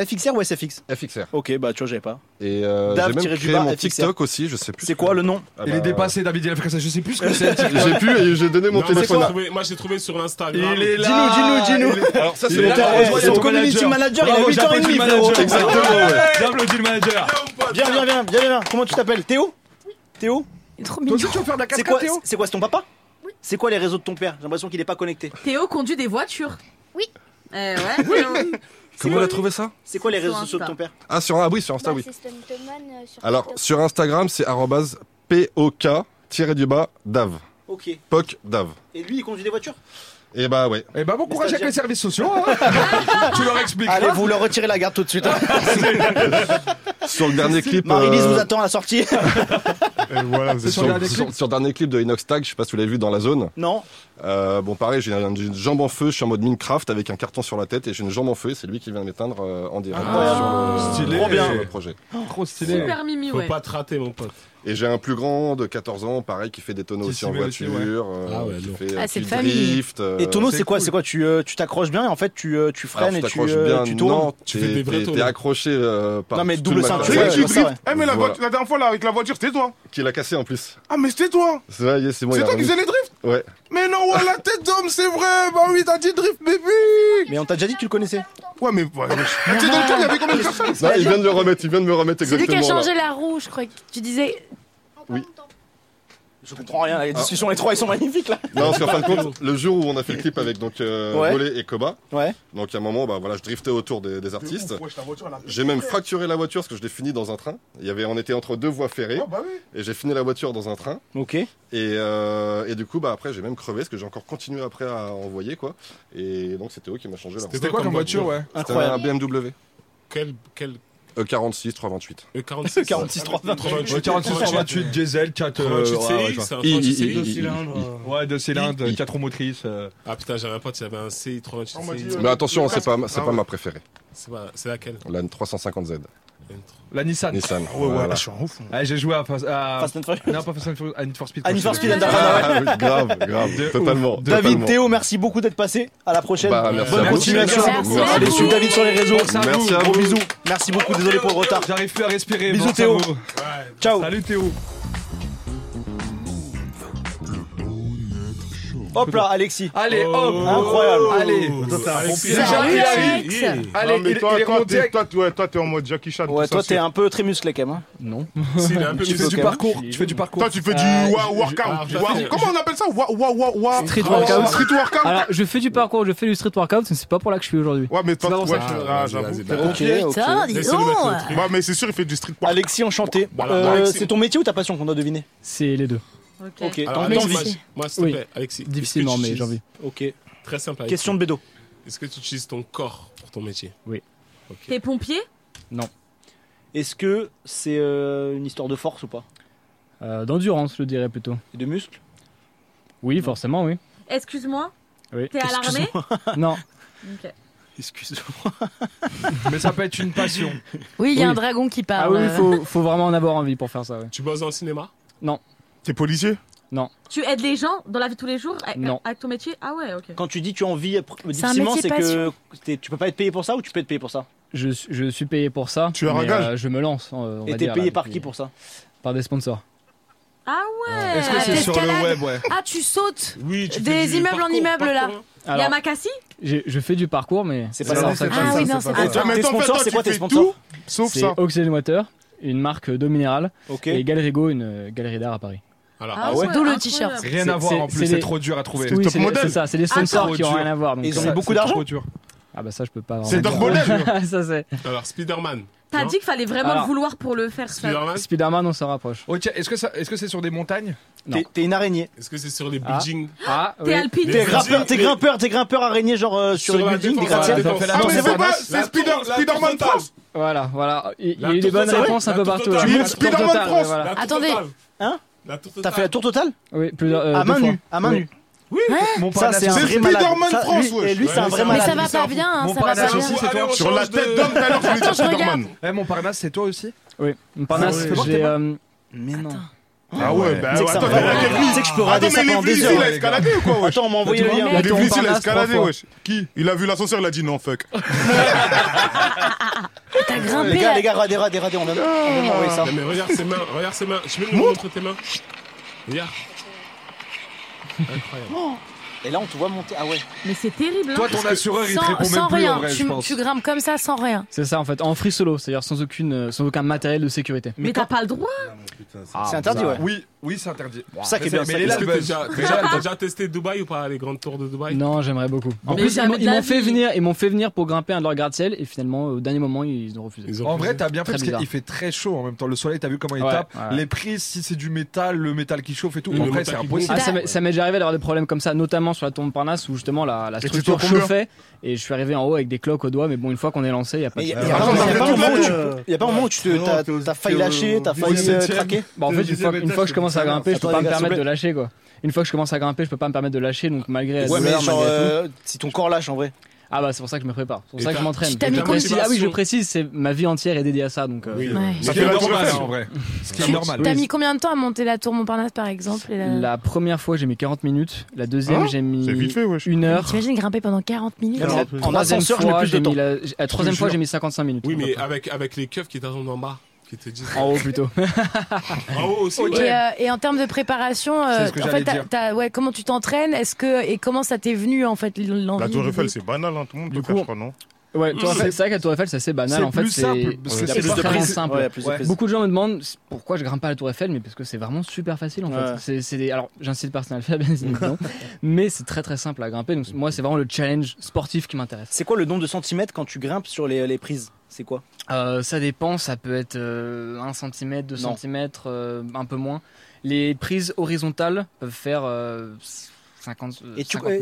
FXR ou SFX
FXR.
Ok, bah tu vois, j'avais pas.
Et euh,
Dave
j'ai même
tiré du
créé
bas,
mon
FXR.
TikTok aussi, je sais plus.
C'est quoi le nom
Ah
Il
bah,
est dépassé, David. Il a fait comme ça. Je sais plus ce
(laughs)
que c'est.
J'ai pu et j'ai donné mon
Non, moi, j'ai
téléphone.
trouvé- moi, j'ai trouvé sur Instagram.
Il est là.
Dis-nous, dis-nous, dis-nous.
Alors ça
Il
c'est
est
mon
là,
Putain,
téléphone.
heureusement,
eh,
il y a
Son
ton
community
manager.
manager, il a
Bravo,
8 ans et
j'applaudis
demi,
le
frérot.
manager.
Exactement.
J'applaudis le manager.
Viens, viens, viens, viens, viens. Comment tu t'appelles Théo Théo
Il est trop
Toi
mignon.
aussi, tu veux faire de la
C'est
cascade,
quoi,
Théo
c'est quoi, c'est ton papa C'est quoi les réseaux de ton père J'ai l'impression qu'il est pas connecté.
Théo conduit des voitures.
Oui.
Euh, ouais, Théo.
Comment on a trouvé ça
C'est quoi les
Sur
réseaux sociaux de
Insta.
ton père
Ah sur ah oui sur
Bah,
Insta oui.
C'est Stuntoman, euh, sur
Alors
TikTok.
sur Instagram c'est arrobase pok tiré du bas dave
Ok. Et
poc dave.
lui, il conduit des voitures
Et bah ouais.
Eh ben bon courage avec les services sociaux. hein. tu leur expliques.
Allez, vous leur retirez la garde tout de
(laughs)
suite. hein.
Sur le dernier clip.
Marie-Lise
euh,
vous attend à
(laughs)
la sortie.
Et voilà, vous
C'est
êtes-
sur le dernier
sur,
clip.
sur le dernier clip de Inox Tag, je sais pas si vous l'avez vu dans la zone.
Non
Euh, bon, pareil, j'ai une, une jambe en feu, je suis en mode Minecraft avec un carton sur la tête et j'ai une jambe en feu et c'est lui qui vient de m'éteindre euh, en direct
Ah,
sur, le,
stylé. Trop bien.
sur le projet.
Trop stylé.
Super mimi,
Faut
ouais.
pas te rater, mon pote.
Et j'ai un plus grand de 14 ans, pareil, qui fait des tonneaux
Qui
aussi
s'y
en
met aussi,
voiture, euh,
Ah ouais,
qui
lourd.
fait euh,
Ah, c'est
du
de famille.
drift. euh,
Et tonneau,
c'est
c'est quoi
cool.
C'est quoi Tu euh, tu t'accroches bien et en fait tu euh, tu
alors,
freines et
tu
tu
t'accroches
euh,
bien,
tu tournes.
non,
Tu fais
t'es
des vrais
t'es-
tonneaux.
t'es accroché euh, par
Non, mais
tout
double
le
ceinture,
matériel
Tu vois,
Ah, Ouais,
tu
ça, ouais.
driftes. Eh, mais la
Voilà.
voiture- la dernière fois, là, avec la voiture, c'était toi.
qui l'a cassé en plus.
Ah, mais c'était toi.
C'est vrai, yes, c'est bon. il
C'est
a
toi qui
remis.
faisais les drifts.
Ouais.
Mais non, ouais, la tête d'homme, c'est vrai. Bah oui, t'as dit drift, bébé.
Mais on t'a déjà dit que tu le connaissais
Ouais, mais. ouais, mais- Ah, Tu sais, dans le club, il y avait combien de personnes
Non, il vient de le remettre, il vient de me remettre
C'est lui qui a
exactement.
changé
là.
la roue, je crois que tu disais.
Je comprends rien, là, les discussions les trois ils sont magnifiques là.
Ah. Non, parce qu'en fin de compte, le jour où on a fait le clip avec donc euh,
Ouais.
Mollet et Koba,
Ouais.
donc à un moment, bah voilà, je driftais autour des, des artistes.
Wesh, ta voiture, elle a-
J'ai même fracturé la voiture parce que je l'ai fini dans un train. Il y avait, on était entre deux voies ferrées
Ah, bah oui.
et j'ai fini la voiture dans un train.
Ok.
Et, euh, et du coup, bah après, j'ai même crevé parce que j'ai encore continué après à envoyer quoi. Et donc c'est Théo qui m'a changé la roue.
C'était quoi comme voiture, ouais
C'était
Incroyable.
un BMW.
Quel, quel,
Euh,
E46 328.
(laughs)
E46
46 328.
Ouais, 46 328 diesel, euh, 4
48 CX, un 48 CX.
deux cylindres. Ouais, deux cylindres, 4 roues motrices. euh.
Ah putain, j'avais un pote, il avait un CI 38
m'a dit,
CX.
Mais attention, c'est pas, c'est pas ma préférée.
C'est pas- c'est laquelle
La 350Z.
La Nissan.
Nissan.
Ah ouais, ouais,
Voilà.
je suis un ouf. Ah, j'ai joué à, Fast- à-
Fast and Furious.
Non, pas Fast and Furious, à Need for Speed.
À Need for Speed Underground,
Ah,
ouais.
oui, grave, grave,
De ouf.
totalement.
David,
totalement.
Théo, merci beaucoup d'être passé. À la prochaine.
Bah, merci à
Bonne
vous.
continuation.
Merci à
Allez,
vous.
suivre David sur les réseaux.
Merci à vous.
Gros bisous. Merci beaucoup. Désolé pour le retard.
J'arrive plus à respirer.
Bisous,
bon
Théo.
cerveau.
Ciao.
Salut Théo.
Hop là, Alexis. Oh.
Allez, hop.
Incroyable. Oh.
Allez.
Toi, t'es un bon
Salut,
pilote.
Alex.
Salut.
Allez,
Non, mais
il-
toi,
il est
toi,
remonté
t'es-
avec-
toi, tu- ouais, toi, t'es en mode Jackie Chan.
Ouais,
tout
toi,
ça,
t'es
c'est-
un peu très musclé quand même. hein.
Non. (laughs)
Si, il est un peu
Tu fais
musclé, quand
du
même.
parcours. Tu fais du parcours.
Toi, tu fais du
Euh,
wa-
je- ah,
workout.
je-
wa-
je-
Comment on appelle ça Wa- wa- wa- wa-
Street
Ah,
workout.
Street workout.
Alors, je fais du parcours, je fais du street workout, mais c'est pas pour là que je suis aujourd'hui.
Ouais, mais
C'est pas
toi,
pour
ouais,
ça que je-
ah, j'avoue.
Ok, ok. Putain, dis Laissez-nous donc. mettre le truc.
Bah, mais c'est sûr, il fait du street workout.
Alexis, enchanté.
Voilà,
Euh,
Alexis.
c'est ton métier ou ta passion qu'on doit deviner
C'est les deux.
Ok,
Alors,
t'en- t'en
Alexis,
vis.
moi, moi, s'il te
Oui.
plaît, Alexis. est-ce que
Difficilement,
tu
mais
utilises-
j'ai envie.
Ok, très simple. Alexis.
Question de Bédo.
Est-ce que tu utilises ton corps Oh, pour ton métier
Oui.
T'es pompier
Non.
Est-ce que c'est euh, une histoire de force ou pas
Euh, D'endurance, je dirais plutôt.
Et de muscles
Oui, forcément, oui.
Excuse-moi.
Oui.
T'es à l'armée
(laughs)
Non.
Ok.
Excuse-moi.
Mais ça peut être une passion.
Oui, il y a
Oui.
un dragon qui
Ah
parle.
oui, faut, faut vraiment en avoir envie pour faire ça, ouais.
Tu bosses dans le cinéma
Non.
T'es policier
Non.
Tu aides les gens dans la vie de tous les jours avec,
Non.
avec ton métier Ah ouais, ok.
Quand tu dis tu en vis pr-
C'est un
difficilement,
métier
c'est que
passion.
t'es- tu peux pas être payé pour ça ou tu peux être payé pour ça
Je, suis- je suis payé pour ça.
Tu as un
mais,
gage
Je me lance. euh, on
Et
va
t'es
dire,
payé
là,
par
depuis- euh,
qui pour ça
Par des sponsors.
Ah ouais
Est-ce que c'est sur le web, ouais
Ah, tu sautes
Oui,
des immeubles en immeuble là.
Il y a Makassi
J'ai- Je fais du parcours, mais.
C'est pas ça.
ça,
Ah oui, non, c'est
Mais
pas ça.
Tes
attends, en fait,
sponsors,
toi,
c'est
tu
quoi tes
fais
sponsors
Sauf
C'est
ça.
Oxygen Water, une marque d'eau minérale,
Ok.
et Galerigo, une euh, galerie d'art à Paris.
Ah ouais
D'où le t-shirt.
Rien à voir en plus, c'est
des-
trop dur à trouver.
Oui,
top
c'est des-
modèle.
c'est ça, c'est des
Attends.
sponsors qui ont
Trop
rien
dur.
à voir. donc
Ils ont
ça-
eu beaucoup
c'est
d'argent
trop dur. Ah bah ça, je peux pas.
C'est
vraiment
top
dire.
modèle.
hein.
(laughs) Ça c'est.
Alors, Spider-Man.
T'as
Non.
dit qu'il fallait vraiment
Alors,
le vouloir pour le faire. ça.
Spider-Man
Spider-Man, on s'en rapproche.
Ok, est-ce que ça- est-ce que c'est sur des montagnes
T'es- T'es une araignée.
Est-ce que c'est sur les
Ah.
buildings
Ah,
T'es
oui.
alpine.
T'es
Mais-
grimpeur, t'es
mais-
grimpeur, t'es grimpeur araignée genre euh, sur,
Sur
les
la
buildings, des
défense,
gratte-ciel.
la défense.
Ah, mais
Mais
c'est
c'est pas,
pas-
c'est Spider- Spider-Man France.
Voilà, voilà. Il il y
La
a eu des
tour
bonnes
totale.
réponses un
La
peu
tour
partout.
totale.
hein.
Il y a
La
eu
tour
Spider-Man
totale,
France.
ouais, voilà.
Attendez.
Hein
La tour
T'as fait la tour totale
Oui, plusieurs. euh,
À
deux
main
fois.
nue, à main
Oui.
nue.
Oui, mon
Ça c'est un
C'est
vrai malade.
Spider-Man
Ça,
France,
lui-
wesh.
Et lui c'est
Ouais,
un
mais
vrai
ça-
Mais ça
malade.
va pas bien, hein,
Mon
ça va
Parnasse
pas bien.
aussi, c'est toi.
Sur la tête d'homme, tout à l'heure, je voulais
Attends,
dire
je regarde.
Spider-Man.
Eh, mon Parnasse, c'est toi aussi
Oui. Montparnasse,
Ah ouais.
j'ai. euh,
Mais non.
Ah ouais, bah
Tu sais que
ouais,
c'est un
attends,
vrai
mais
malade. Tu sais que je peux rader ça pendant
Attends, mais il
des
est venu ici, il a
heures.
escaladé ou quoi, wesh
Attends, on m'a envoyé le
vois,
lien.
mais
Il est venu ici, il a
Montparnasse, trois
escaladé,
fois.
wesh. Qui Il a vu l'ascenseur, il a dit non, fuck.
T'as
Les
grimpé
gars,
là.
les gars, radez, radez, radez, on vient de on vient de m'envoyer ça.
Non, mais regarde ses mains, regarde ses mains. Je vais nous montrer tes mains. Regarde. Incroyable.
Et là, on te voit monter. Ah ouais.
Mais c'est terrible. hein.
Toi, ton assureur, il te
Sans,
répond
sans
même plus en
rien,
vrai, je
tu,
pense.
tu grimpes comme ça sans rien.
C'est ça en fait, en free solo, c'est-à-dire sans, aucune, euh, sans aucun matériel de sécurité.
Mais t'as pas le droit.
C'est interdit, ouais.
Oui, oui, c'est interdit.
Ça qui est bien, ça
Mais
qui est
les
Est-ce que
bien.
labels-
t'as
(laughs)
déjà, déjà- t'as déjà testé Dubaï ou pas les grandes tours de Dubaï
Non, j'aimerais beaucoup. En
Ah, Mais
plus, ils
jamais
m'ont-
de
ils
la
m'ont fait
vie.
venir, ils m'ont fait venir pour grimper un de leurs gratte-ciel et finalement euh, au dernier moment ils ont refusé.
Ils ont
En
plus-
vrai, t'as bien fait
Très
parce
bizarre.
qu'il fait très chaud en même temps. Le soleil, t'as vu comment il
Ouais,
tape.
ouais.
Les prises, si c'est du métal, le métal qui chauffe et tout.
Le
en vrai,
métal
c'est
qui
impossible.
Ah,
T'as-
ça m'est ça m'est déjà arrivé d'avoir des problèmes comme ça, notamment sur la tombe Parnasse où justement la, la
tu
structure
tombes combien
chauffait et je suis arrivé en haut avec des cloques au doigt, mais bon, une fois qu'on est lancé, il y a pas
Mais
de.
il y a
Euh, attends,
y a
mais
pas un
tout
moment où
le
tu-
monde,
y a pas un moment où tu te-
euh,
t'as-
t'es au-
t'as failli
t'es au-
lâcher, t'as
au
failli euh,
17e.
craquer.
Bah, en
T'es
fait,
au
une fois,
dixième
une fois que
étage,
je commence à
putain,
grimper, je peux
attends,
pas
les
me
gars,
permettre
s'il
de
vous plaît.
lâcher quoi. Une fois que je commence à grimper, je peux pas me permettre de lâcher, donc malgré la
Ouais, mais
douleur,
genre,
malgré tout.
euh, si ton corps lâche en vrai.
Ah bah c'est pour ça que je me prépare, c'est pour
Et
ça que
t'as-
je m'entraîne.
Tu t'as
Je
mis
précise-
combien
Ah oui, je précise, c'est ma vie entière est dédiée à ça, donc. euh,
Ouais.
Ce
Ça
qui
fait
est
la différence.
normal en vrai. Ce qui est normal.
T'as mis euh combien de temps à monter la tour Montparnasse par exemple et la-
La première fois j'ai mis 40 minutes, la deuxième
Hein
j'ai mis
C'est vite fait, wesh.
une heure.
T'imagines grimper pendant 40 minutes
Même en-
La
En
troisième
ascenseur, je mets
fois,
plus de
j'ai
temps.
mis la, la troisième fois, j'ai mis 55 minutes.
Oui, mais avec, avec les keufs qui t'attendent en bas, qui te disent.
en haut plutôt.
En haut aussi.
Et, euh, et en termes de préparation, euh,
C'est ce que
en fait,
j'allais
t'as-
dire.
t'as- ouais, comment tu t'entraînes Est-ce que et comment ça t'est venu en fait l'envie
La Tour
de-
Eiffel, c'est banal, hein, tout le monde peut
Du
faire,
coup,
je crois, non
Ouais, Tour Eiffel- c'est vrai que la Tour Eiffel c'est assez banal
C'est
en fait.
plus
C'est
simple, parce que
c'est
c'est
plus
plus
très
de prise.
simple.
Ouais, plus de
Ouais.
prise.
Beaucoup de gens me demandent pourquoi je grimpe pas à la Tour Eiffel, mais parce que c'est vraiment super facile en fait.
Ouais.
C'est- c'est des- alors j'incite personne à le faire, bien évidemment, mais c'est très très simple à grimper. Donc moi c'est vraiment le challenge sportif qui m'intéresse.
C'est quoi le nombre de centimètres quand tu grimpes sur les, les prises C'est quoi
Euh, ça dépend, ça peut être euh, 1 cm, 2
Non.
cm, un peu moins. Les prises horizontales peuvent faire euh, 50,
Et tu-
50
euh,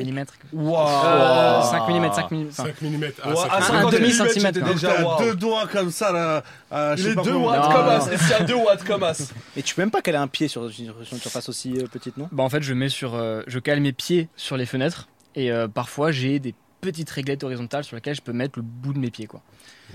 mm.
Waouh.
5 mm, 5 mm.
5 mm, ah,
Ouais,
cinq
un
millimètres.
demi-centimètre.
T'as
déjà, waouh.
deux doigts comme ça, là. à, je sais
Il est
pas
2
comment-
watts
Non,
comme
non.
as. Est-ce qu'il y a 2 watts comme as
Mais tu peux même pas qu'elle ait un pied sur une, sur une surface aussi euh, petite, non
Bah en fait, je mets sur, euh, je cale mes pieds sur les fenêtres et euh, parfois j'ai des petites réglettes horizontales sur lesquelles je peux mettre le bout de mes pieds quoi.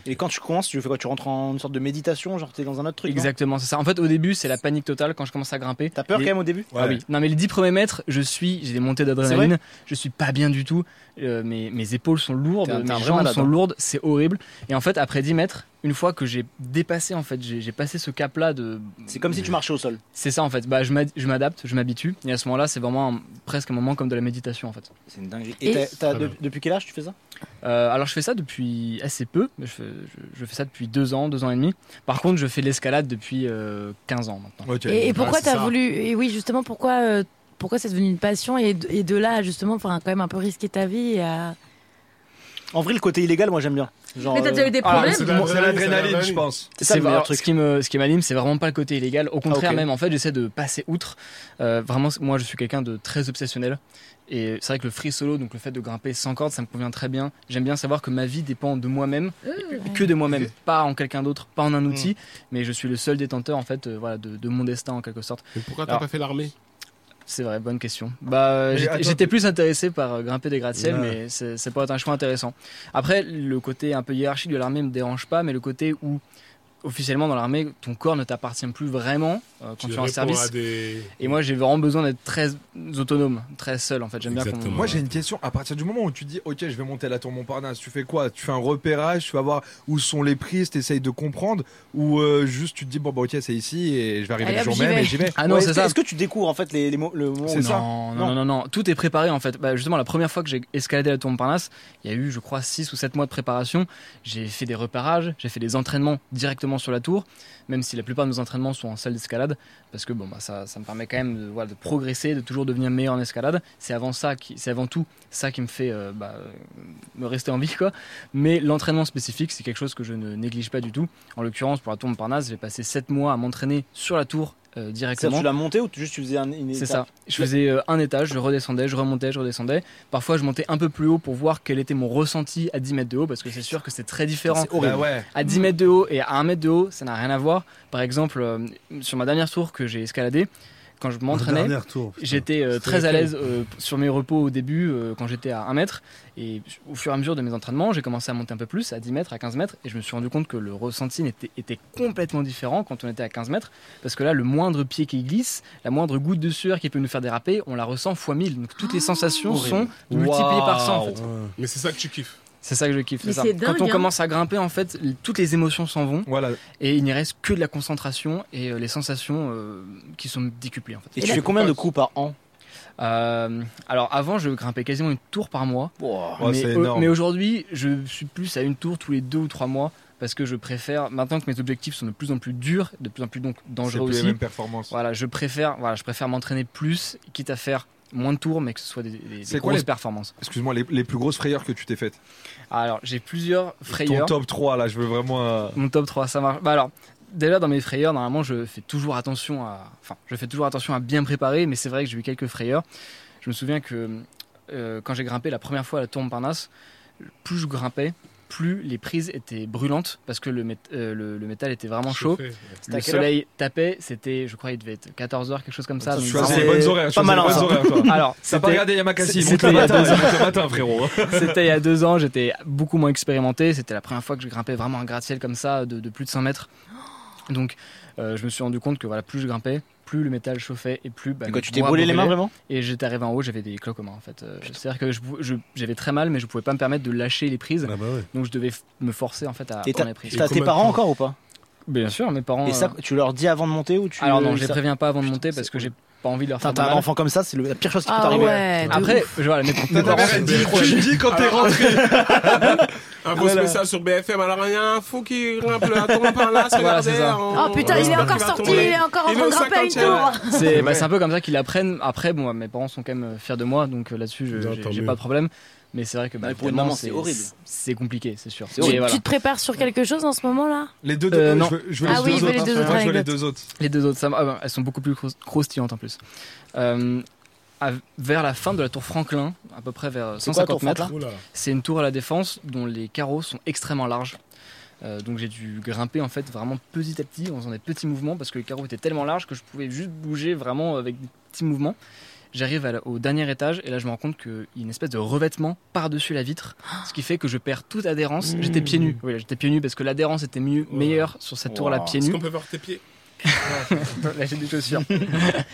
Et quand tu commences, tu fais quoi Tu rentres en une sorte de méditation, genre t'es dans un autre truc non
Exactement, c'est ça. En fait, au début, c'est la panique totale quand je commence à grimper. T'as
peur quand même au début
Ah oui. Non, mais les 10 premiers mètres, je suis, j'ai des montées
C'est
d'adrénaline,
vrai
je suis pas bien du tout, euh, mes, mes épaules sont lourdes,
T'es un- t'es un
mes
vrai
jambes
malade,
sont
hein.
lourdes, c'est horrible. Et en fait, après 10 mètres, une fois que j'ai dépassé, en fait, j'ai j'ai passé ce cap-là de.
C'est comme si tu marchais au sol.
C'est ça, en fait. Bah, je m'ad- je m'adapte, je m'habitue. Et à ce moment-là, c'est vraiment un- presque un moment comme de la méditation, en fait.
C'est une dinguerie. Et, t'as- t'as- de- depuis quel âge tu fais ça
Euh, alors je fais ça depuis assez peu, je fais, je- je fais ça depuis deux ans, deux ans et demi. Par contre, je fais de l'escalade depuis euh, 15 ans maintenant.
Et, et pourquoi t'as voulu Et oui, justement, pourquoi euh, pourquoi c'est devenu une passion et, de- et de là à justement, enfin, quand même un peu risquer ta vie et à...
En vrai, le côté illégal, moi j'aime bien. Genre,
Mais t'as déjà eu des
euh,
problèmes
c'est la- c'est l'adrénaline, C'est ça
C'est
le meilleur
alors,
truc.
Ce qui me, ce qui m'anime, c'est vraiment pas le côté illégal. Au contraire,
ok.
même en fait, j'essaie de passer outre. Euh, vraiment, c- moi, je suis quelqu'un de très obsessionnel. Et c'est vrai que le free solo, donc le fait de grimper sans corde, ça me convient très bien. J'aime bien savoir que ma vie dépend de moi-même,
Mmh.
que de moi-même, pas en quelqu'un d'autre, pas en un outil. Mais je suis le seul détenteur en fait, euh, voilà, de, de mon destin en quelque sorte.
(laughs) Pourquoi t'as
Alors,
pas fait l'armée
C'est vrai, bonne question. Bah, euh,
Mais
j'étais-
attends,
j'étais plus intéressé par euh, grimper des gratte-ciel,
Ouais.
mais c'est c'est pas un choix intéressant. Après, le côté un peu hiérarchique de l'armée me dérange pas, mais le côté où officiellement dans l'armée, ton corps ne t'appartient plus vraiment euh, quand
Tu
tu, es en
réponds à
service.
des-
Et moi, j'ai vraiment besoin d'être très autonome, très seul. En fait, j'aime bien. qu'on-
Moi j'ai une question. À partir du moment où tu dis ok je vais monter à la tour Montparnasse, tu fais quoi Tu fais un repérage, tu vas voir où sont les prises, t'essayes de comprendre ou euh, juste tu te dis bon bah ok c'est ici et je vais arriver le jour même et j'y vais.
Ouais, est-ce que- Est-ce que tu découvres en fait les, les mots- le moment où-
C'est ça. Non, non, non, non, non. Tout est préparé en fait. Bah, justement, la première fois que j'ai escaladé la tour Montparnasse, il y a eu, je crois, 6 ou 7 mois de préparation. J'ai fait des reparages, j'ai fait des entraînements directement sur la tour, même si la plupart de nos entraînements sont en salle d'escalade, parce que bon, bah, ça, ça me permet quand même de, voilà, de progresser, de toujours devenir meilleur en escalade. C'est avant ça, qui, c'est avant tout ça qui me fait euh, bah, euh, me rester en vie, quoi. Mais l'entraînement spécifique, c'est quelque chose que je ne néglige pas du tout. En l'occurrence, pour la tour Montparnasse, j'ai passé 7 mois à m'entraîner sur la tour. euh,
C'est-à-dire,
directement.
Tu l'as monté ou tu- juste tu faisais un- une
C'est ça.
étape
Je faisais euh, un étage, je redescendais, je remontais, je redescendais. Parfois, je montais un peu plus haut pour voir quel était mon ressenti à 10 mètres de haut, parce que c'est sûr que c'est très différent.
C'est horrible. Bah ouais.
À 10 mètres de haut et à 1 mètre de haut, ça n'a rien à voir. Par exemple, euh, sur ma dernière tour que j'ai escaladée, quand je m'entraînais,
dernière tour, putain.
j'étais euh,
C'était
très à
laquelle
l'aise euh, sur mes repos au début, euh, quand j'étais à 1 mètre. Et au fur et à mesure de mes entraînements, j'ai commencé à monter un peu plus, à 10 mètres, à 15 mètres. Et je me suis rendu compte que le ressenti n'était- était, complètement différent quand on était à 15 mètres. Parce que là, le moindre pied qui glisse, la moindre goutte de sueur qui peut nous faire déraper, on la ressent fois 1000. Donc toutes les sensations sont multipliées par 100. En fait.
Mais c'est ça que tu kiffes.
C'est ça que je kiffe.
Mais
c'est ça.
c'est dingue,
Quand on
hein.
commence à grimper, en fait, l- toutes les émotions s'en vont. Et il n'y reste que de la concentration et euh, les sensations euh, qui sont décuplées. En fait. Euh,
Et Et tu la- fais combien de coups par an
alors avant je grimpais quasiment une tour par mois,
Ouais,
mais,
c'est
au-
énorme.
mais aujourd'hui je suis plus à une tour tous les deux ou trois mois parce que je préfère maintenant que mes objectifs sont de plus en plus durs, de plus en plus donc dangereux
C'est plus les
aussi.
mêmes performances.
Voilà, je préfère voilà je préfère m'entraîner plus quitte à faire moins de tours mais que ce soit des, des- des
C'est quoi
grosses
les
performances.
Excuse-moi les, les plus grosses frayeurs que tu t'es faites.
Alors j'ai plusieurs frayeurs.
Ton top 3 là je veux vraiment. euh,
Mon top 3, ça marche. Bah alors, déjà dans mes frayeurs, normalement, je fais toujours attention à. Enfin, je fais toujours attention à bien préparer, mais c'est vrai que j'ai eu quelques frayeurs. Je me souviens que euh, quand j'ai grimpé la première fois à la Tour Montparnasse, plus je grimpais, plus les prises étaient brûlantes parce que le, mét- euh, le, le métal était vraiment chaud.
Chauffé, ouais. C'était
Le
à quelle
soleil tapait, c'était, je crois, il devait être 14h, quelque chose comme ça.
Tu
donc
choisis
vraiment-
les bonnes horaires, tu
Pas
choisis les
malin,
bonnes
ça.
horaires, toi.
Alors,
T'as pas
c'était-
regardé Yamakasi, il
c'était
monte le
il y a
matin,
deux
il monte le
ans.
matin, frérot.
(laughs) C'était il y a deux ans, j'étais beaucoup moins expérimenté. C'était la première fois que je grimpais vraiment un gratte-ciel comme ça de, de plus de 100 mètres. Donc, euh, je me suis rendu compte que voilà, plus je grimpais, plus le métal chauffait et plus. bah,
Et quoi,
mes
tu t'es
doigts
brûlé les
brûlaient.
mains, vraiment
Et j'étais arrivé en haut, j'avais des cloques aux mains en fait. Euh, C'est-à-dire que je pou- je- j'avais très mal, mais je pouvais pas me permettre de lâcher les prises. Donc, je devais f- me forcer en fait à
Et t'as
prendre les prises.
t'as tes parents encore ou pas
Bien sûr, mes parents.
Et ça,
euh,
tu leur dis avant de monter ou tu.
Alors non, je les
ça-
préviens pas avant de monter parce que j'ai pas envie de leur
Putain,
faire.
T'as un
mal.
enfant comme ça, c'est le- la pire chose qui peut
Ah
t'arriver.
ouais, de Après, ouf. je- voilà, mes- mes parents, c'est-
Tu me dis quand t'es rentré. (laughs) Un gros
Voilà.
spécial sur BFM. Alors il y a un fou qui grimpe la tombe par là.
Voilà, c'est
regardez,
ça.
on-
Oh putain,
on
il est
espère
encore
qu'il va
sorti, il
tomber.
est encore en
Il
train de
au
grimper à une
50e.
tour.
C'est bah, c'est un peu comme ça qu'ils apprennent. Après, bon, mes parents sont quand même euh, fiers de moi, donc euh, là-dessus, je-
Bien, tant
j'ai j'ai
mieux.
pas de problème. Mais c'est vrai que bah,
Ouais, pour une
évidemment,
maman, c'est horrible.
C'est compliqué, c'est sûr.
Tu,
Mais
tu
voilà.
te prépares sur quelque chose en ce moment là
Les deux,
Euh, non.
ah oui, il veut les deux autres.
Moi, je veux les
anecdotes.
deux autres. Les deux autres, ça, me- ah, bah, elles sont beaucoup plus crous- croustillantes en plus. Euh, à- vers la fin de la tour Franklin, à peu près vers
C'est quoi la tour
150 mètres.
Franklin Oula.
C'est une tour à la défense dont les carreaux sont extrêmement larges. Euh, donc j'ai dû grimper en fait vraiment petit à petit en faisant des petits mouvements parce que les carreaux étaient tellement larges que je pouvais juste bouger vraiment avec des petits mouvements. J'arrive à la- au dernier étage et là je me rends compte qu'il y a une espèce de revêtement par-dessus la vitre, ce qui fait que je perds toute adhérence.
Mmh.
J'étais pieds nus, oui, j'étais pieds nus parce que l'adhérence était mieux, meilleure sur cette tour-là pieds
Est-ce
nus.
qu'on peut voir tes pieds
(laughs) Là j'ai des
(laughs)
chaussures.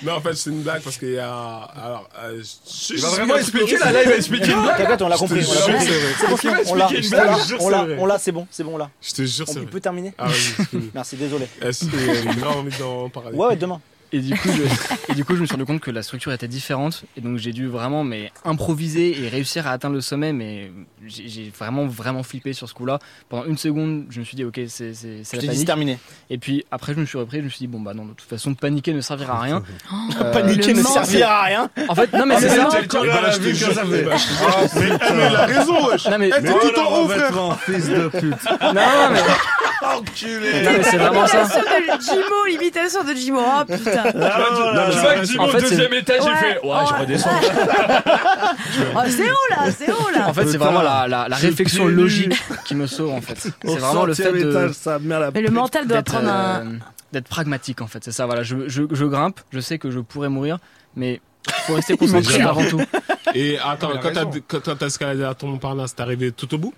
Non, en fait, c'est une blague parce qu'il y a. Alors, euh, je-
Il
je-
va
je-
vraiment
je-
expliquer, là, là, il va expliquer une blague.
T'inquiète, on l'a
Je te
compris. on l'a
jure,
compris.
c'est vrai.
C'est bon,
Parce qu'il va
on l'a,
expliquer une
on l'a,
blague, je jure,
on l'a,
c'est vrai.
on l'a, c'est bon, c'est bon, on l'a.
Je te jure,
On
c'est vrai.
peut terminer
Ah oui, excuse-moi.
Merci, désolé.
Est-ce que là, on est dans Paradis
Ouais, ouais, demain.
Et du, coup, je, et du coup, je me suis rendu compte que la structure était différente. Et donc, j'ai dû vraiment mais, improviser et réussir à atteindre le sommet. Mais j'ai j'ai vraiment, vraiment flippé sur ce coup-là. Pendant une seconde, je me suis dit, OK, c'est c'est- c'est la
Je t'ai dit,
panique.
c'est terminé.
Et puis après, je me suis repris. Je me suis dit, bon, bah non, de toute façon, paniquer ne servira à
(laughs)
rien.
Euh, Paniquer ne servira à rien.
En fait, non, mais
Oh, Ah,
c'est
mais
ça.
c'est quelqu'un qui l'a vu comme ça, mais- Ah, mais-
putain.
mais il a raison, wesh.
Non, mais-
Eh, t'es
Oh,
tout en
le
haut, frère.
revêtement, fils de pute.
Non,
non, mais-
Enculé
Non, mais c'est vraiment ça.
Imitation de Jimo, imitation de Jimo. Oh
Ah,
putain.
Tu vois que Jimon,
En
au
fait, c'est-
deuxième étage, il
Ouais,
fait Ouais, je redescends.
Oh, c'est haut là, c'est haut là.
En fait, c'est
Putain,
vraiment la, la- la
j'ai
réflexion
plus lu.
logique qui me sauve, en fait.
Au
C'est vraiment le fait
centième
de.
étage, ça met à la Mais le pute. mental doit
d'être, euh,
prendre un-
D'être pragmatique, en fait. C'est ça, voilà. Je, je- je grimpe, je sais que je pourrais mourir, mais faut rester
(laughs) Il me
concentré
gère.
avant tout.
Et
Mais
attends,
il a
quand t'as-
raison.
quand quand t'as escaladé la tour Montparnasse, t'es arrivé tout au bout